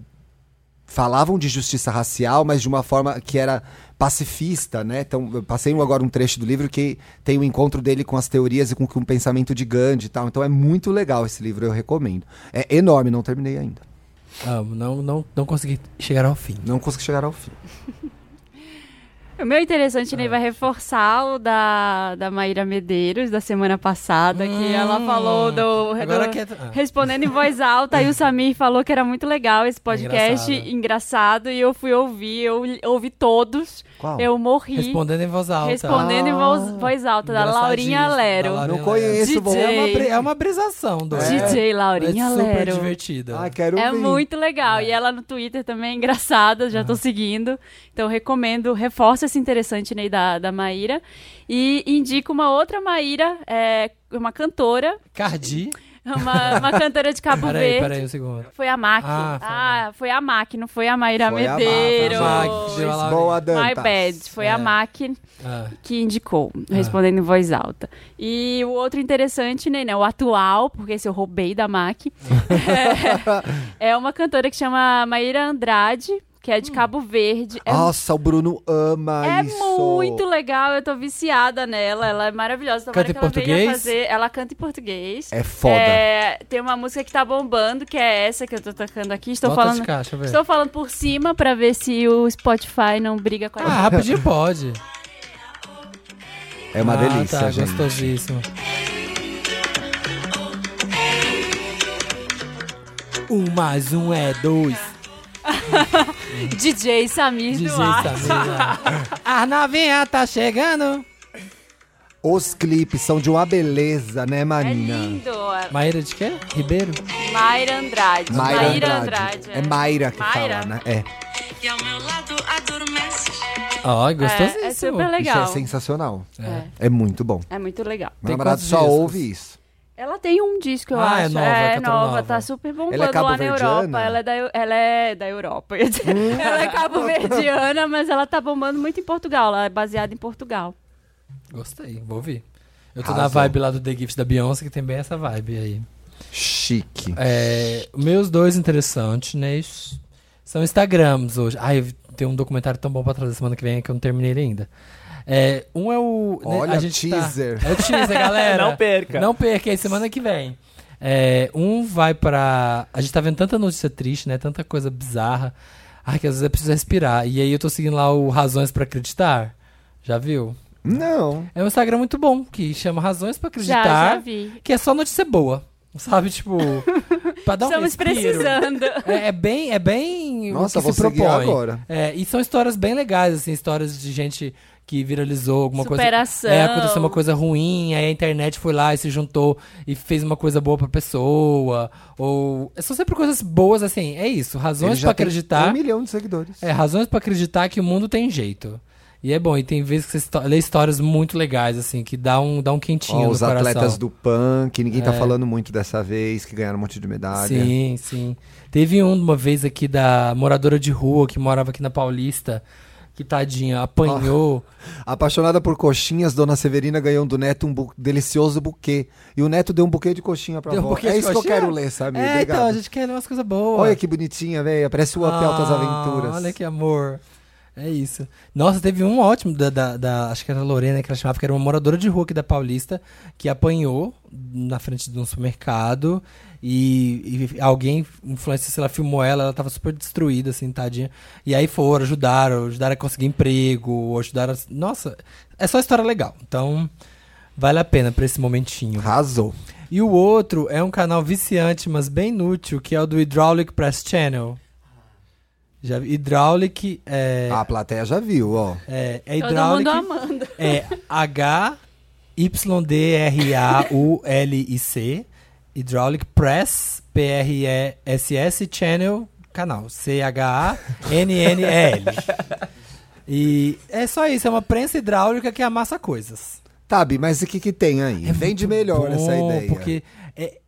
Speaker 4: falavam de justiça racial, mas de uma forma que era pacifista, né? Então, eu passei agora um trecho do livro que tem o encontro dele com as teorias e com, com o pensamento de Gandhi e tal. Então é muito legal esse livro, eu recomendo. É enorme, não terminei ainda.
Speaker 1: Ah, não, não, não consegui chegar ao fim.
Speaker 4: Não consegui chegar ao fim.
Speaker 2: O meu
Speaker 1: É.
Speaker 2: interessante, ele vai reforçar o da, da Maíra Medeiros, da semana passada, que ela falou do...
Speaker 1: Hum, Agora
Speaker 2: do-
Speaker 1: que é- ah.
Speaker 2: Respondendo em voz alta, e o Samir falou que era muito legal esse podcast,
Speaker 1: engraçado. né?
Speaker 2: engraçado, e eu fui ouvir, eu li- ouvi todos,
Speaker 4: Qual?
Speaker 2: eu morri.
Speaker 1: Respondendo em voz alta.
Speaker 2: Respondendo em voz, voz alta, da
Speaker 1: Engraçadíssimo,
Speaker 2: Laurinha
Speaker 1: da
Speaker 2: Lero.
Speaker 1: Laurinha
Speaker 4: Não
Speaker 2: DJ.
Speaker 4: conheço, vou.
Speaker 1: É uma, bri- é uma brisação, do
Speaker 2: DJ Laurinha
Speaker 1: é super
Speaker 2: Lero.
Speaker 1: divertida.
Speaker 4: Ah, quero
Speaker 2: É
Speaker 4: ouvir.
Speaker 2: muito legal. E ela no Twitter também é engraçada, já tô seguindo. Então recomendo, reforça essa interessante, Ney, da, da Maíra. E indico uma outra Maíra, é, uma cantora,
Speaker 1: Cardi.
Speaker 2: uma, uma cantora de Cabo
Speaker 1: Peraí,
Speaker 2: Verde.
Speaker 1: peraí, um segundo.
Speaker 2: Foi a MAC.
Speaker 1: Ah, foi a
Speaker 2: Ah, foi a MAC, não foi a Maíra
Speaker 4: Foi a
Speaker 2: Medeiros.
Speaker 1: MAC, foi a MAC.
Speaker 4: Boa, Dantas.
Speaker 2: My bad, foi
Speaker 1: É.
Speaker 2: a MAC
Speaker 1: Ah,
Speaker 2: que indicou, respondendo em voz alta. E o outro interessante, né, né, o atual, porque esse eu roubei da MAC, é, é uma cantora que chama Maíra Andrade, que é de Cabo Verde. É
Speaker 4: Nossa, o Bruno ama
Speaker 2: é
Speaker 4: isso.
Speaker 2: muito legal, eu tô viciada nela, ela é maravilhosa. Tomara
Speaker 1: Canta em
Speaker 2: que ela
Speaker 1: português?
Speaker 2: venha fazer. Ela canta em português.
Speaker 4: É foda.
Speaker 2: É, tem uma música que tá bombando, que é essa que eu tô tocando aqui. Estou
Speaker 1: nota
Speaker 2: falando.
Speaker 1: de cá, deixa eu ver.
Speaker 2: Estou falando por cima pra ver se o Spotify não briga com a
Speaker 1: Ah, rapidinho pode.
Speaker 4: É uma
Speaker 1: Ah,
Speaker 4: delícia,
Speaker 1: tá,
Speaker 4: gente.
Speaker 1: gostosíssimo. Um mais um é dois.
Speaker 2: DJ Samir
Speaker 1: DJ
Speaker 2: Duarte.
Speaker 1: Samira. A novinha tá chegando.
Speaker 4: Os clipes são de uma beleza, né,
Speaker 2: É
Speaker 4: Marina?
Speaker 2: lindo.
Speaker 1: Maíra de quê? Ribeiro?
Speaker 2: Mayra Andrade.
Speaker 4: Mayra
Speaker 2: Maíra
Speaker 4: Andrade.
Speaker 2: é.
Speaker 4: É Mayra que
Speaker 2: Mayra.
Speaker 4: fala, né? É.
Speaker 1: Ó, gostosíssimo.
Speaker 2: É, é super
Speaker 4: Isso é
Speaker 2: legal.
Speaker 4: sensacional.
Speaker 2: É.
Speaker 4: É muito bom.
Speaker 2: É muito legal.
Speaker 4: Meu
Speaker 1: Tem
Speaker 4: namorado
Speaker 1: quantos
Speaker 4: só
Speaker 1: discos?
Speaker 4: ouve isso.
Speaker 2: Ela tem um disco, eu
Speaker 1: Ah, é
Speaker 2: acho.
Speaker 1: nova, é
Speaker 2: é
Speaker 1: cantora
Speaker 2: nova,
Speaker 1: nova.
Speaker 2: tá super bombando
Speaker 4: Ela é
Speaker 2: lá na
Speaker 4: cabo-verdiana?
Speaker 2: Europa. Ela é da, Eu- ela é da Europa. eu ia dizer. ela é cabo-verdiana, mas ela tá bombando muito em Portugal. Ela é baseada em Portugal.
Speaker 1: Gostei, vou ouvir. Eu tô na
Speaker 4: Arrasou.
Speaker 1: vibe lá do The Gift da Beyoncé, que tem bem essa vibe aí.
Speaker 4: Chique.
Speaker 1: É, meus dois interessantes, né? São Instagrams hoje. Ai, tem um documentário tão bom pra trazer semana que vem que eu não terminei ele ainda. É, um é o. né,
Speaker 4: Olha,
Speaker 1: a gente tá-
Speaker 4: teaser.
Speaker 1: É o teaser, galera.
Speaker 5: Não perca.
Speaker 1: Não perca, é semana que vem. É, um vai pra. A gente tá vendo tanta notícia triste, né? Tanta coisa bizarra. Ai, que às vezes é preciso respirar. E aí eu tô seguindo lá o Razões pra Acreditar. Já viu?
Speaker 4: Não.
Speaker 1: É um Instagram muito bom, que chama Razões pra Acreditar.
Speaker 2: Já, já vi.
Speaker 1: Que é só notícia boa. Sabe, tipo. pra dar um
Speaker 2: Estamos
Speaker 1: respiro.
Speaker 2: precisando.
Speaker 1: É, é bem, é bem
Speaker 4: Nossa,
Speaker 1: o que
Speaker 4: vou
Speaker 1: se
Speaker 4: seguir
Speaker 1: propõe.
Speaker 4: agora.
Speaker 1: É, e são histórias bem legais, assim, histórias de gente que viralizou alguma
Speaker 2: Superação.
Speaker 1: coisa. É, aconteceu uma coisa ruim, aí a internet foi lá e se juntou e fez uma coisa boa pra pessoa. Ou. São sempre coisas boas, assim, é isso.
Speaker 4: Ele
Speaker 1: Razões
Speaker 4: já
Speaker 1: pra
Speaker 4: tem
Speaker 1: acreditar.
Speaker 4: Um milhão de seguidores.
Speaker 1: É, razões pra acreditar que o mundo tem jeito. E é bom, e tem vezes que você histó- lê histórias muito legais, assim, que dá um, dá um quentinho
Speaker 4: Ó,
Speaker 1: no
Speaker 4: os
Speaker 1: coração. É.
Speaker 4: atletas do punk, ninguém tá falando muito dessa vez, que ganharam um monte de medalha.
Speaker 1: Sim, sim. Teve um, uma vez aqui da moradora de rua que morava aqui na Paulista, que tadinha, apanhou.
Speaker 4: Ah, Apaixonada por coxinhas, Dona Severina ganhou do Neto um bu- delicioso buquê. E o Neto deu um buquê de coxinha pra
Speaker 1: Deu um
Speaker 4: avó.
Speaker 1: buquê
Speaker 4: É
Speaker 1: de
Speaker 4: isso que eu
Speaker 1: coxinha?
Speaker 4: quero ler, sabe?
Speaker 1: é,
Speaker 4: Obrigado.
Speaker 1: então, a gente quer umas coisas boas.
Speaker 4: Olha que bonitinha, velho. Parece o Hotel das
Speaker 1: Ah,
Speaker 4: Aventuras.
Speaker 1: Olha que amor. É isso. Nossa, teve um ótimo da, da- da- Acho que era a Lorena que ela chamava, que era uma moradora de rua aqui da Paulista, que apanhou na frente de um supermercado e, e alguém, influenciou, sei lá, filmou ela, ela tava super destruída, assim, tadinha. E aí foram, ajudaram, ajudaram a conseguir emprego, ajudaram. a- Nossa, é só história legal. Então, vale a pena pra esse momentinho.
Speaker 4: Arrasou.
Speaker 1: E o outro é um canal viciante, mas bem inútil, que é o do Hydraulic Press Channel. Já, vi- hydraulic é,
Speaker 4: A plateia já viu, ó.
Speaker 1: é, é
Speaker 2: Todo mundo
Speaker 1: hydraulic
Speaker 2: amando.
Speaker 1: é H Y D R A U L I C Hydraulic Press P R E S S Channel canal C H A N N L. E é só isso, é uma prensa hidráulica que amassa coisas.
Speaker 4: Tabi, mas o que que tem aí? Vende
Speaker 1: É muito
Speaker 4: melhor
Speaker 1: bom,
Speaker 4: essa ideia.
Speaker 1: Porque é-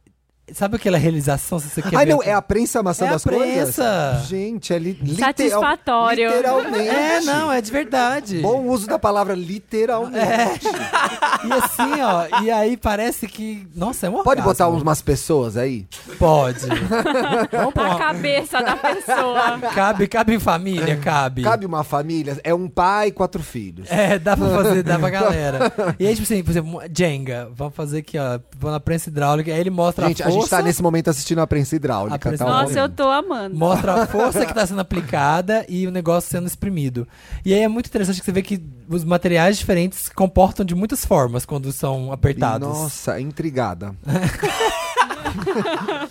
Speaker 1: sabe aquela realização se você quer
Speaker 4: Ai,
Speaker 1: ver
Speaker 4: não,
Speaker 1: o-
Speaker 4: é a prensa amassando
Speaker 1: É a
Speaker 4: as coisas?
Speaker 1: prensa.
Speaker 4: Gente, é li literal-
Speaker 2: Satisfatório.
Speaker 4: literalmente.
Speaker 1: É, não, é de verdade.
Speaker 4: Bom uso da palavra literalmente.
Speaker 1: É. E assim, ó, e aí parece que. Nossa, é um
Speaker 4: Pode
Speaker 1: orgasmo.
Speaker 4: botar um- umas pessoas aí?
Speaker 1: Pode. Vamos pôr
Speaker 2: A
Speaker 1: uma-
Speaker 2: cabeça da pessoa.
Speaker 1: Cabe, cabe em família, cabe.
Speaker 4: É. Cabe uma família? É um pai e quatro filhos.
Speaker 1: É, dá pra fazer, dá pra galera. E aí, tipo assim, por exemplo, Jenga, vamos fazer aqui, ó, vou na prensa hidráulica, aí ele mostra
Speaker 4: Gente,
Speaker 1: a
Speaker 4: a
Speaker 1: força.
Speaker 4: gente tá nesse momento assistindo a prensa hidráulica.
Speaker 1: A prensa-
Speaker 4: tá
Speaker 1: Nossa,
Speaker 2: Nossa,
Speaker 4: ótimo.
Speaker 2: eu tô amando.
Speaker 1: Mostra a força que está sendo aplicada e o negócio sendo exprimido. E aí é muito interessante que você vê que os materiais diferentes se comportam de muitas formas quando são apertados.
Speaker 4: Nossa, intrigada.
Speaker 1: Tá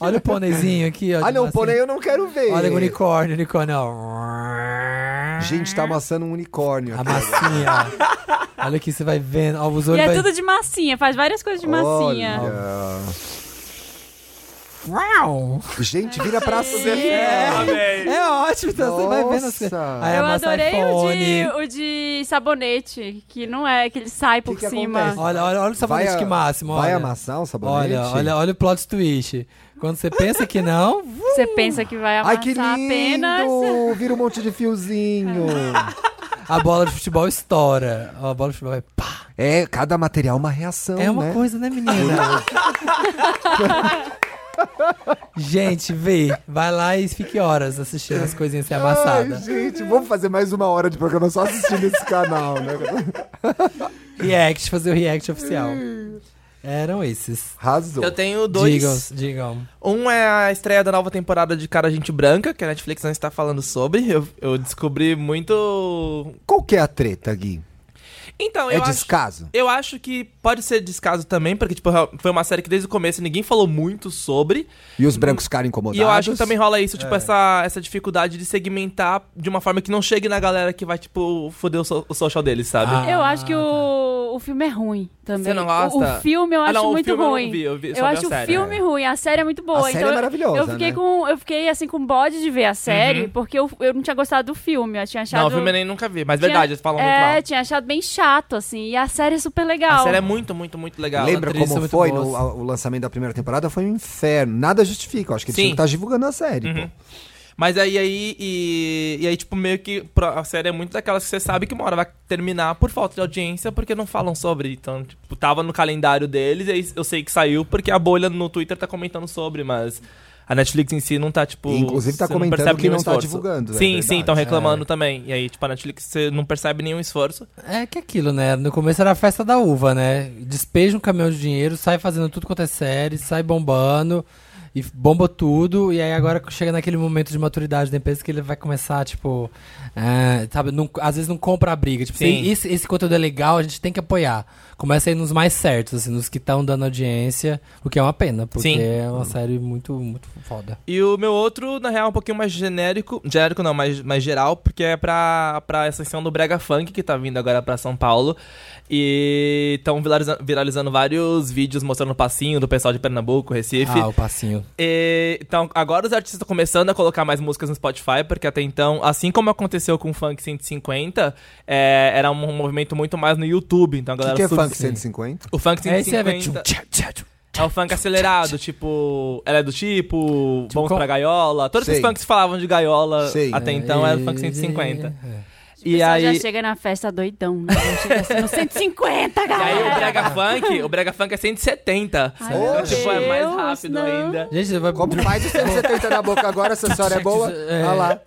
Speaker 1: Olha o pôneizinho aqui, ó.
Speaker 4: Ah,
Speaker 1: de
Speaker 4: não,
Speaker 1: massinha.
Speaker 4: porém eu não quero ver.
Speaker 1: Olha o unicórnio, o unicórnio, ó.
Speaker 4: Gente, tá amassando um unicórnio.
Speaker 1: A
Speaker 4: aqui.
Speaker 1: massinha. Olha aqui, você vai vendo. Ó, os
Speaker 2: E
Speaker 1: olhos
Speaker 2: é
Speaker 1: vai-
Speaker 2: tudo de massinha, faz várias coisas de massinha.
Speaker 4: Olha.
Speaker 1: Frau!
Speaker 4: Gente, vira pra
Speaker 5: É,
Speaker 4: cima.
Speaker 5: velho.
Speaker 1: É ótimo, então você vai vendo as coisas.
Speaker 4: Nossa.
Speaker 1: Aí
Speaker 2: eu
Speaker 1: amassa
Speaker 2: adorei o
Speaker 1: iPhone.
Speaker 2: de, o de sabonete, que não é, que ele sai por
Speaker 4: que
Speaker 2: cima.
Speaker 4: acontece?
Speaker 1: Olha, olha, olha o sabonete
Speaker 4: Vai a-
Speaker 1: que tá máximo.
Speaker 4: Vai
Speaker 1: olha.
Speaker 4: amassar o sabonete?
Speaker 1: Olha, olha, olha o plot twist. Quando você pensa que não,
Speaker 2: Você pensa que vai amassar
Speaker 4: Ai, que lindo!
Speaker 2: apenas.
Speaker 4: Vira um monte de fiozinho.
Speaker 1: a bola de futebol estoura. A bola de futebol vai pá.
Speaker 4: é, cada material uma reação,
Speaker 1: É uma
Speaker 4: né?
Speaker 1: coisa, né, menina? Gente, vê. Vai lá e fique horas assistindo as coisinhas ser
Speaker 4: Ai,
Speaker 1: amassadas.
Speaker 4: gente, vamos fazer mais uma hora de programa só assistindo esse canal, né?
Speaker 1: React, fazer o react oficial. Eram esses.
Speaker 4: Arrasou.
Speaker 5: é. Eu tenho dois.
Speaker 1: Digam, digam.
Speaker 5: Um é a estreia da nova temporada de Cara Gente Branca, que a Netflix não está falando sobre. Eu, eu descobri muito.
Speaker 4: Qual que é a treta, Gui?
Speaker 5: Então,
Speaker 4: é
Speaker 5: eu acho.
Speaker 4: descaso?
Speaker 5: Eu acho que pode ser descaso também, porque tipo, real- foi uma série que desde o começo ninguém falou muito sobre.
Speaker 4: E os brancos ficaram incomodados?
Speaker 5: E eu acho que também rola isso,
Speaker 4: É.
Speaker 5: tipo, essa, essa dificuldade de segmentar de uma forma que não chegue na galera que vai, tipo, foder o, so- o social deles, sabe?
Speaker 1: Ah.
Speaker 2: Eu acho que o, o filme é ruim também.
Speaker 5: Você não gosta?
Speaker 2: O, o filme eu
Speaker 5: Ah,
Speaker 2: acho
Speaker 5: não, o
Speaker 2: muito
Speaker 5: filme eu não
Speaker 2: ruim.
Speaker 5: vi, eu vi- só vi a
Speaker 2: acho
Speaker 5: série,
Speaker 2: o filme
Speaker 4: é.
Speaker 2: ruim, a série é muito boa.
Speaker 4: A série
Speaker 2: então
Speaker 4: é
Speaker 2: eu-
Speaker 4: maravilhosa,
Speaker 2: Eu fiquei
Speaker 4: né?
Speaker 2: com. Eu fiquei assim com bode de ver a série, porque eu, eu não tinha gostado do filme. Eu tinha achado.
Speaker 5: Uhum. Não, o filme eu nem nunca vi, mas
Speaker 2: tinha-
Speaker 5: verdade, eles falam muito
Speaker 2: É,
Speaker 5: mal.
Speaker 2: tinha achado bem chato, assim. E a série é super legal.
Speaker 5: A série é muito, muito, muito legal.
Speaker 4: Lembra
Speaker 1: atriz é
Speaker 4: como
Speaker 1: muito
Speaker 4: foi
Speaker 1: boa.
Speaker 4: no- a- o lançamento da primeira temporada? Foi um inferno. Nada justifica. Eu acho que eles
Speaker 5: Sim. Uhum.
Speaker 4: tinham que estar divulgando a série. pô.
Speaker 5: Mas aí, aí e, e aí, tipo, meio que pro- a série é muito daquelas que você sabe que uma hora vai terminar por falta de audiência, porque não falam sobre. Então, tipo, tava no calendário deles, e aí eu sei que saiu porque a bolha no Twitter tá comentando sobre, mas a Netflix em si não tá, tipo.
Speaker 4: E, inclusive, tá
Speaker 5: você não
Speaker 4: comentando
Speaker 5: percebe
Speaker 4: que não
Speaker 5: nenhum
Speaker 4: tá
Speaker 5: esforço.
Speaker 4: divulgando, é
Speaker 5: Sim,
Speaker 4: verdade.
Speaker 5: sim, estão reclamando também. E aí, tipo, a Netflix você não percebe nenhum esforço.
Speaker 1: É que aquilo, né? No começo era a festa da uva, né? Despeja um caminhão de dinheiro, sai fazendo tudo quanto é série, sai bombando e bomba tudo. E aí agora chega naquele momento de maturidade da empresa que ele vai começar, tipo, ah, sabe, não- às vezes não compra a briga. Tipo,
Speaker 5: Sim.
Speaker 1: se esse, esse conteúdo é legal, a gente tem que apoiar. Começa aí nos mais certos, assim, nos que estão dando audiência, o que é uma pena, porque
Speaker 5: Sim.
Speaker 1: é uma série muito, muito foda.
Speaker 5: E o meu outro, na real, é um pouquinho mais genérico. Genérico não, mais, mais geral, porque é pra, pra ascensão do Brega Funk, que tá vindo agora pra São Paulo. E estão viralizando vários vídeos mostrando o passinho do pessoal de Pernambuco, Recife.
Speaker 1: Ah, o passinho.
Speaker 5: E, então, agora os artistas estão começando a colocar mais músicas no Spotify, porque até então, assim como aconteceu com o Funk 150, é, era um movimento muito mais no YouTube. Então, a
Speaker 4: O que,
Speaker 5: galera
Speaker 4: que é
Speaker 5: sub-
Speaker 4: funk 150?
Speaker 5: O Funk
Speaker 1: É esse é
Speaker 5: 150
Speaker 1: velho. Tchum, tchá, tchá, tchum.
Speaker 5: é o funk acelerado, tipo. Ela é do tipo. vamos
Speaker 1: qual-
Speaker 5: pra gaiola. Todos
Speaker 4: Sei.
Speaker 5: os funks falavam de gaiola
Speaker 4: Sei.
Speaker 5: até então era o funk 150.
Speaker 2: O
Speaker 5: E
Speaker 2: pessoal já
Speaker 5: aí.
Speaker 2: chega na festa doidão. Né? Já chega assim, no 150,
Speaker 5: E aí o
Speaker 2: galera.
Speaker 5: brega funk, o brega funk é 170.
Speaker 2: Ai,
Speaker 5: Então,
Speaker 4: meu
Speaker 5: tipo, é mais
Speaker 2: Deus,
Speaker 5: rápido
Speaker 2: não.
Speaker 5: ainda.
Speaker 1: Gente, você vai
Speaker 4: Como faz o 170 na boca agora, essa história é boa?
Speaker 1: É.
Speaker 4: Olha lá.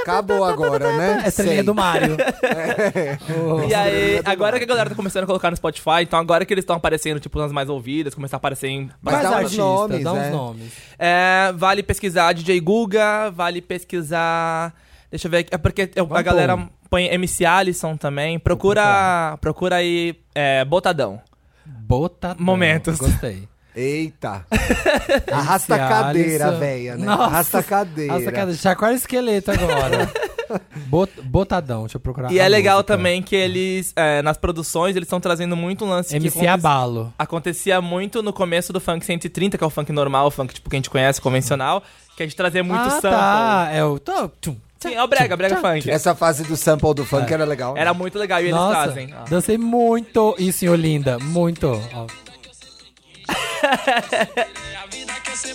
Speaker 4: Acabou agora, né?
Speaker 1: É estrelinha
Speaker 4: Sei.
Speaker 1: do Mario.
Speaker 5: E aí, agora que a galera tá começando a colocar no Spotify, então agora que eles estão aparecendo, tipo, nas mais ouvidas, começar a aparecer em.
Speaker 4: Mas
Speaker 1: Quais
Speaker 4: dá uns
Speaker 1: artistas?
Speaker 4: nomes,
Speaker 1: dá uns
Speaker 4: né?
Speaker 1: nomes.
Speaker 5: É, vale pesquisar DJ Guga, vale pesquisar. Deixa eu ver aqui. É porque eu- a
Speaker 1: Vamos
Speaker 5: galera
Speaker 1: pôr. um.
Speaker 5: põe MC Alisson também. Procura. Procura aí. é, Botadão.
Speaker 1: Botadão.
Speaker 5: Momentos.
Speaker 1: Gostei.
Speaker 4: Eita. Arrasta a
Speaker 1: Esse
Speaker 4: cadeira,
Speaker 1: Alisson.
Speaker 4: velha, né?
Speaker 1: Nossa.
Speaker 4: Arrasta a cadeira.
Speaker 1: Nossa, cara, chacoalha o esqueleto agora. Bot- botadão, deixa eu procurar.
Speaker 5: E
Speaker 1: a
Speaker 5: é legal
Speaker 1: música.
Speaker 5: também que eles, é, nas produções, eles estão trazendo muito um lance que
Speaker 1: MC
Speaker 5: aconte-
Speaker 1: Abalo.
Speaker 5: acontecia muito no começo do funk 130, que é o funk normal, o funk tipo, que a gente conhece, convencional, que a gente trazia muito
Speaker 1: ah,
Speaker 5: sample.
Speaker 1: tá. É o... Tô, tchum.
Speaker 5: Sim, é o brega, brega funk.
Speaker 4: Essa fase do sample do
Speaker 1: É.
Speaker 4: funk era legal. né?
Speaker 5: Era muito legal e eles
Speaker 1: Nossa,
Speaker 5: trazem. Ah.
Speaker 1: dancei muito isso em Olinda. Muito. Ó.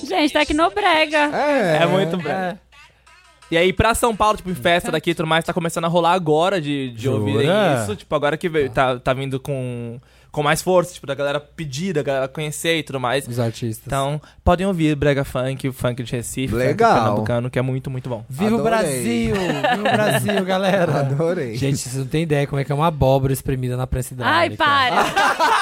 Speaker 2: Gente, tá tecnobrega.
Speaker 5: É muito brega. E aí, pra São Paulo, tipo, em festa daqui e tudo mais, tá começando a rolar agora de, de
Speaker 1: Jura?
Speaker 5: ouvirem isso. Tipo, agora que veio, tá, tá vindo com, com mais força, tipo, da galera pedir, da galera conhecer e tudo mais.
Speaker 1: Os artistas.
Speaker 5: Então, podem ouvir Brega Funk, Funk de Recife,
Speaker 4: Legal.
Speaker 5: Funk Pernambucano, que é muito, muito bom.
Speaker 1: Viva o
Speaker 4: Adorei.
Speaker 1: Brasil! Viva o Brasil, galera!
Speaker 4: Adorei.
Speaker 1: Gente, vocês não têm ideia como é que é uma abóbora espremida na prensa
Speaker 2: Ai,
Speaker 1: hidráulica.
Speaker 5: Ah,
Speaker 2: para.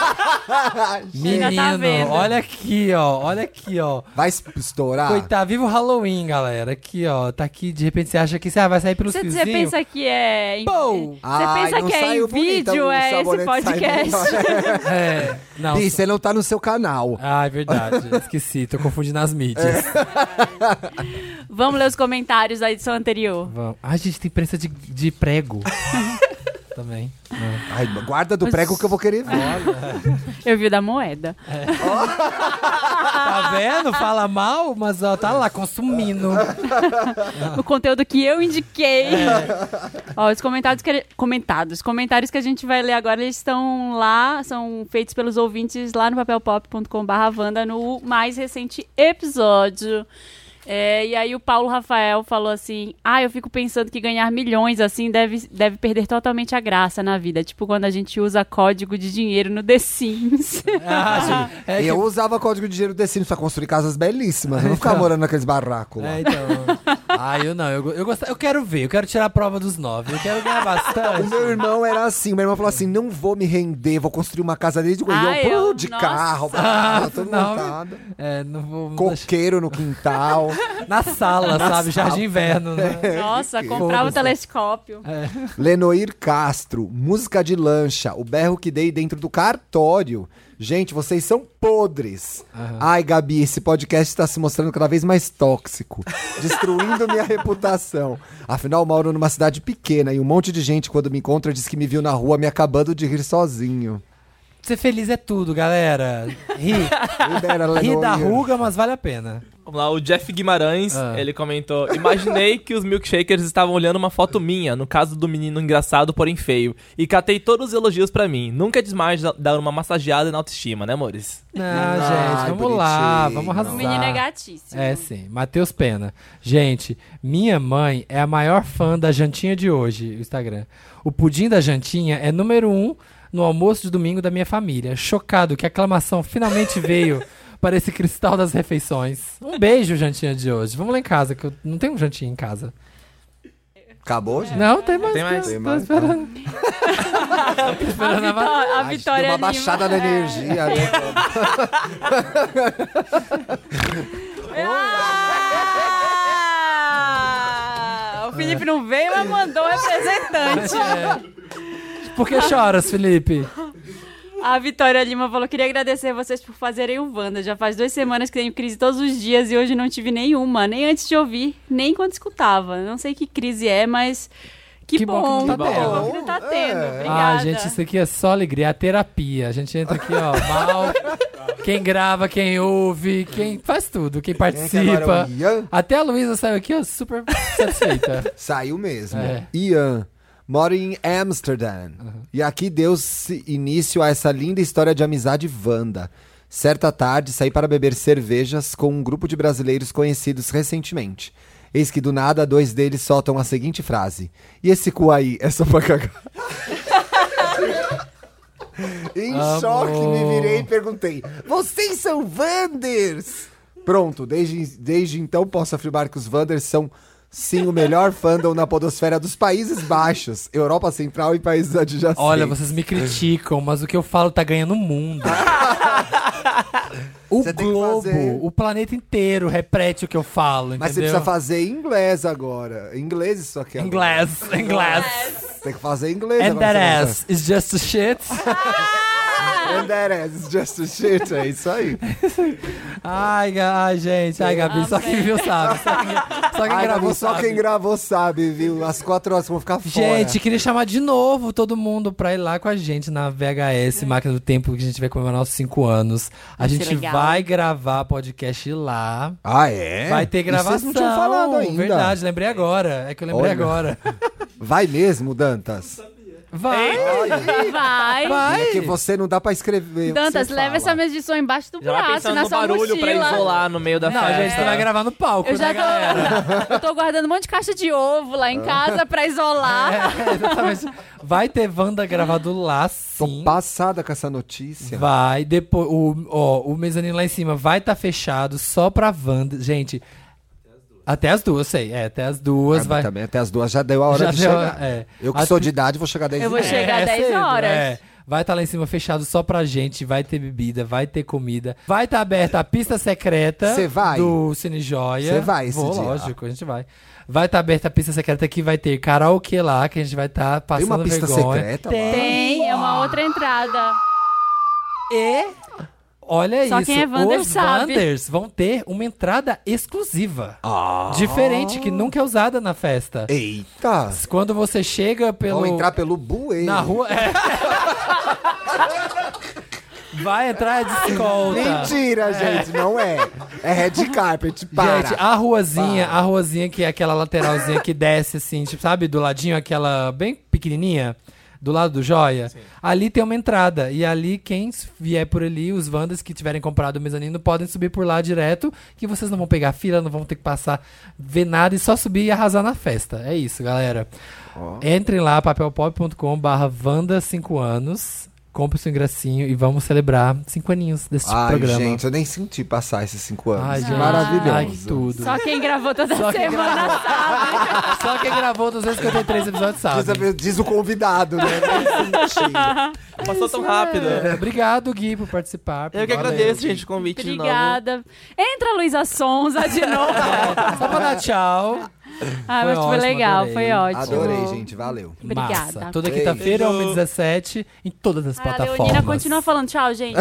Speaker 1: Menino,
Speaker 2: Chega, tá vendo.
Speaker 1: olha aqui, ó. Olha aqui, ó.
Speaker 4: Vai es- estourar.
Speaker 1: Coitado, viva o Halloween, galera. Aqui, ó. Tá aqui, de repente você acha que você ah, vai sair pelos
Speaker 2: Você,
Speaker 1: fiozinhos.
Speaker 2: você pensa que é. em-
Speaker 1: Pou!
Speaker 2: Você
Speaker 4: Ai,
Speaker 2: pensa
Speaker 4: não
Speaker 2: que é em
Speaker 4: saiu bonita,
Speaker 5: então
Speaker 2: vídeo,
Speaker 4: o
Speaker 2: é esse
Speaker 4: sabonete
Speaker 2: podcast.
Speaker 5: né?
Speaker 4: saiu melhor.
Speaker 1: É, não.
Speaker 4: Ih, você não tá no seu canal.
Speaker 1: Ah, é verdade. Esqueci, tô confundindo as mídias.
Speaker 2: Vamos ler os comentários da edição anterior.
Speaker 1: Vamos. Ai, gente, tem prensa de, de prego. Também.
Speaker 4: Ai, guarda do prego que eu vou querer ver.
Speaker 2: Eu vi da moeda.
Speaker 1: Tá vendo? Fala mal, mas ó, tá lá consumindo.
Speaker 2: O conteúdo que eu indiquei.
Speaker 4: É.
Speaker 2: Ó, os comentários que, a- comentados, comentários que a gente vai ler agora, eles estão lá, são feitos pelos ouvintes lá no papelpop.com/vanda no mais recente episódio. É, e aí o Paulo Rafael falou assim: Ah, eu fico pensando que ganhar milhões assim deve, deve perder totalmente a graça na vida. Tipo quando a gente usa código de dinheiro no The Sims.
Speaker 1: Ah, gente, é que-
Speaker 4: eu usava código de dinheiro decente pra construir casas belíssimas. Eu não ficava
Speaker 1: Então.
Speaker 4: morando naqueles barracos lá.
Speaker 1: É, então. ah, eu não. Eu, go- eu, gost... eu quero ver. Eu quero tirar a prova dos nove. Eu quero ganhar
Speaker 4: O meu
Speaker 1: bastante.
Speaker 4: irmão era assim, meu irmão falou assim: não vou me render, vou construir uma casa desde quando
Speaker 2: Ah,
Speaker 4: eu,
Speaker 2: eu-
Speaker 4: pô, de
Speaker 2: nossa.
Speaker 4: carro, barata, tudo
Speaker 1: Ah, não.
Speaker 4: montado.
Speaker 1: É, não vou. não deixa-
Speaker 4: Coqueiro no quintal.
Speaker 1: Na sala, sabe? Jardim inverno, né?
Speaker 2: Nossa, comprava o
Speaker 1: Foda-se.
Speaker 2: telescópio.
Speaker 4: É, Lenoir Castro, música de lancha, o berro que dei dentro do cartório. Gente, vocês são podres. Ai, Gabi, esse podcast tá se mostrando cada vez mais tóxico, destruindo minha reputação. Afinal, moro numa cidade pequena e um monte de gente, quando me encontra, diz que me viu na rua me acabando de rir sozinho.
Speaker 1: Ser feliz é tudo, galera. Ri.
Speaker 4: Libera,
Speaker 1: Ri da
Speaker 4: Lenoir.
Speaker 1: ruga, mas vale a pena.
Speaker 5: Vamos lá, o Jeff Guimarães,
Speaker 1: Ah.
Speaker 5: ele comentou: Imaginei que os milkshakers estavam olhando uma foto minha, no caso do menino engraçado, porém feio, e catei todos os elogios pra mim. Nunca é demais da- dar uma massageada na autoestima, né, amores?
Speaker 1: Não,
Speaker 4: Ai,
Speaker 1: gente, vamos lá,
Speaker 4: bonitinho.
Speaker 1: vamos
Speaker 2: O
Speaker 1: arrasar.
Speaker 2: menino é gatíssimo.
Speaker 1: É, sim. Matheus Pena. Gente, minha mãe é a maior fã da jantinha de hoje, o Instagram. O pudim da jantinha é número um no almoço de domingo da minha família. Chocado que a aclamação finalmente veio para esse cristal das refeições. Um beijo, jantinha de hoje. Vamos lá em casa, que eu não tenho jantinha em casa.
Speaker 4: Acabou, gente?
Speaker 1: Não, tem mais.
Speaker 5: Tem mais?
Speaker 1: Tô,
Speaker 4: Tem
Speaker 1: tô
Speaker 4: mais, tá.
Speaker 1: esperando. Tô
Speaker 2: A,
Speaker 1: esperando a
Speaker 2: vitó
Speaker 1: va-
Speaker 2: a
Speaker 4: Ai,
Speaker 2: Vitória
Speaker 4: Ah, deu uma
Speaker 2: Lima.
Speaker 4: baixada na energia. né?
Speaker 2: Ah! O Felipe não veio, mas mandou o representante.
Speaker 5: É.
Speaker 1: Por que choras, Felipe?
Speaker 2: A Vitória Lima falou: queria agradecer vocês por fazerem o Wanda. Já faz duas semanas que tenho crise todos os dias e hoje não tive nenhuma, nem antes de ouvir, nem quando escutava. Não sei que crise é, mas que,
Speaker 1: Que bom que não tá
Speaker 2: bom,
Speaker 1: tendo.
Speaker 2: que não tá tendo. Obrigada.
Speaker 1: Ah, gente, isso aqui é só alegria, é terapia. A gente entra aqui, ó, mal. Quem grava, quem ouve, quem faz tudo, quem
Speaker 4: Quem é que agora é
Speaker 1: participa.
Speaker 4: o Ian?
Speaker 1: Até a Luísa saiu aqui, ó, super satisfeita.
Speaker 4: Saiu mesmo.
Speaker 1: É.
Speaker 4: Ian, moro em Amsterdã. E aqui deu-se início a essa linda história de amizade Wanda. Certa tarde, saí para beber cervejas com um grupo de brasileiros conhecidos recentemente. Eis que do nada, dois deles soltam a seguinte frase: E esse cu aí é só pra cagar? em
Speaker 1: Amor.
Speaker 4: choque, me virei e perguntei: Vocês são Wanders? Pronto, desde, desde então posso afirmar que os Wanders são sim o melhor fandom na podosfera dos Países Baixos, Europa Central e países adjacentes.
Speaker 1: Olha, vocês me criticam, mas o que eu falo tá ganhando o mundo. O
Speaker 4: Você tem que
Speaker 1: globo,
Speaker 4: fazer.
Speaker 1: o planeta inteiro repete o que eu falo,
Speaker 4: Mas você
Speaker 1: entendeu?
Speaker 4: precisa fazer em inglês agora. Em Inglês isso aqui. é agora.
Speaker 1: Inglês, inglês.
Speaker 4: Tem que fazer em inglês
Speaker 1: And
Speaker 4: agora.
Speaker 1: that
Speaker 4: você
Speaker 1: ass is just a shit.
Speaker 4: vai- And that ass is just a shit. É isso aí.
Speaker 1: Ai, ga- ai, gente. Ai, Gabi, só quem viu sabe. Só quem, só quem
Speaker 4: Ai,
Speaker 1: gravou
Speaker 4: Gabi, só
Speaker 1: sabe.
Speaker 4: quem gravou sabe, viu? Às quatro horas vão ficar fora.
Speaker 1: Gente, queria chamar de novo todo mundo pra ir lá com a gente na VHS, Máquina do Tempo, que a gente vai comemorar nossos cinco anos. A gente
Speaker 2: legal.
Speaker 1: vai gravar podcast lá.
Speaker 4: Ah, é?
Speaker 1: Vai ter
Speaker 4: E
Speaker 1: gravação.
Speaker 4: Vocês não tinham falado ainda.
Speaker 1: Verdade, lembrei agora. É que eu lembrei
Speaker 4: Olha.
Speaker 1: agora.
Speaker 4: Vai mesmo, Dantas?
Speaker 1: Vai,
Speaker 2: Vai.
Speaker 1: vai.
Speaker 4: É que você não dá pra escrever. o que
Speaker 2: Dantas,
Speaker 4: você tá
Speaker 2: leva
Speaker 4: fala.
Speaker 2: essa mesa de som embaixo do
Speaker 5: Já vai
Speaker 2: braço,
Speaker 5: pensando
Speaker 2: na
Speaker 5: no
Speaker 2: sua
Speaker 5: barulho pra
Speaker 2: mochila.
Speaker 5: isolar no meio da
Speaker 1: Não,
Speaker 5: festa.
Speaker 1: a gente vai gravar no palco,
Speaker 2: Eu já
Speaker 1: né, galera?
Speaker 2: tô, eu tô guardando um monte de caixa de ovo lá
Speaker 1: Ah.
Speaker 2: em casa pra isolar.
Speaker 1: É, exatamente. Vai ter Wanda gravado lá,
Speaker 4: Tô
Speaker 1: sim.
Speaker 4: passada com essa notícia.
Speaker 1: Vai, depois. O, ó, o mezanino lá em cima vai estar fechado só pra Wanda. Gente. Até as duas, sei. É, até as duas
Speaker 4: Ah,
Speaker 1: vai.
Speaker 4: Também até as duas já deu a hora
Speaker 1: Já
Speaker 4: de
Speaker 1: deu a-
Speaker 4: chegar.
Speaker 1: é.
Speaker 4: Eu que
Speaker 1: Até-
Speaker 4: sou de idade, vou chegar 10
Speaker 2: Eu vou
Speaker 4: anos.
Speaker 2: chegar às 10 horas.
Speaker 1: é. Vai estar lá em cima fechado só pra gente. Vai ter bebida, vai ter comida. Vai estar aberta a pista secreta
Speaker 4: Cê vai?
Speaker 1: do Cine Joia.
Speaker 4: Cê vai esse
Speaker 1: Vou,
Speaker 4: dia?
Speaker 1: Lógico, a gente vai. Vai estar aberta a pista secreta que vai ter karaokê lá, que a gente vai estar
Speaker 4: Tem
Speaker 1: passando
Speaker 4: uma pista
Speaker 1: vergonha.
Speaker 2: é
Speaker 4: secreta lá?
Speaker 2: Tem, é uma outra entrada.
Speaker 1: E Olha
Speaker 2: Só
Speaker 1: isso,
Speaker 2: quem é Wander
Speaker 1: os
Speaker 2: sabe.
Speaker 1: Wanders vão ter uma entrada exclusiva.
Speaker 4: Ah.
Speaker 1: Diferente, que nunca é usada na festa.
Speaker 4: Eita!
Speaker 1: Quando você chega pelo.
Speaker 4: Vão entrar pelo bueiro.
Speaker 1: Na rua. é. Vai entrar a descolta.
Speaker 4: Mentira, gente, não é. É red carpet, para.
Speaker 1: Gente, a ruazinha, a ruazinha que é aquela lateralzinha que desce assim, tipo, sabe, do ladinho, aquela bem pequenininha, do lado do joia. Ali tem uma entrada. E ali, quem s- vier por ali, os Wandas que tiverem comprado o mezanino podem subir por lá direto, que vocês não vão pegar fila, não vão ter que passar, ver nada e só subir e arrasar na festa. É isso, galera. Entrem lá, papelpop.com barra Wanda 5 anos. Compre seu ingressinho e vamos celebrar cinco aninhos desse
Speaker 4: Ai,
Speaker 1: programa.
Speaker 4: gente, eu nem senti passar esses cinco anos.
Speaker 1: Ai, gente.
Speaker 4: Maravilhoso.
Speaker 1: Ai, que tudo.
Speaker 2: Só quem gravou toda
Speaker 1: Só quem
Speaker 2: semana
Speaker 1: Só quem gravou 253 episódios
Speaker 4: Diz,
Speaker 1: sabe.
Speaker 4: a- diz o convidado, né? Nem senti.
Speaker 5: Passou tão rápido.
Speaker 1: É, Obrigado, Gui, por participar.
Speaker 5: Eu que
Speaker 1: Valeu.
Speaker 5: agradeço, gente, o convite de novo.
Speaker 2: Obrigada. Entra Luísa Sonza de novo.
Speaker 1: Só pra dar tchau.
Speaker 2: Ah,
Speaker 1: Foi
Speaker 2: mas foi
Speaker 1: ótimo,
Speaker 2: legal,
Speaker 1: adorei.
Speaker 2: foi ótimo.
Speaker 4: Adorei, gente, valeu.
Speaker 2: Obrigada.
Speaker 1: Massa. Toda
Speaker 4: Beijo.
Speaker 1: quinta-feira,
Speaker 5: Beijo.
Speaker 1: 1h17, em todas as
Speaker 2: Ah, A
Speaker 1: plataformas.
Speaker 2: Leonina continua falando tchau, gente.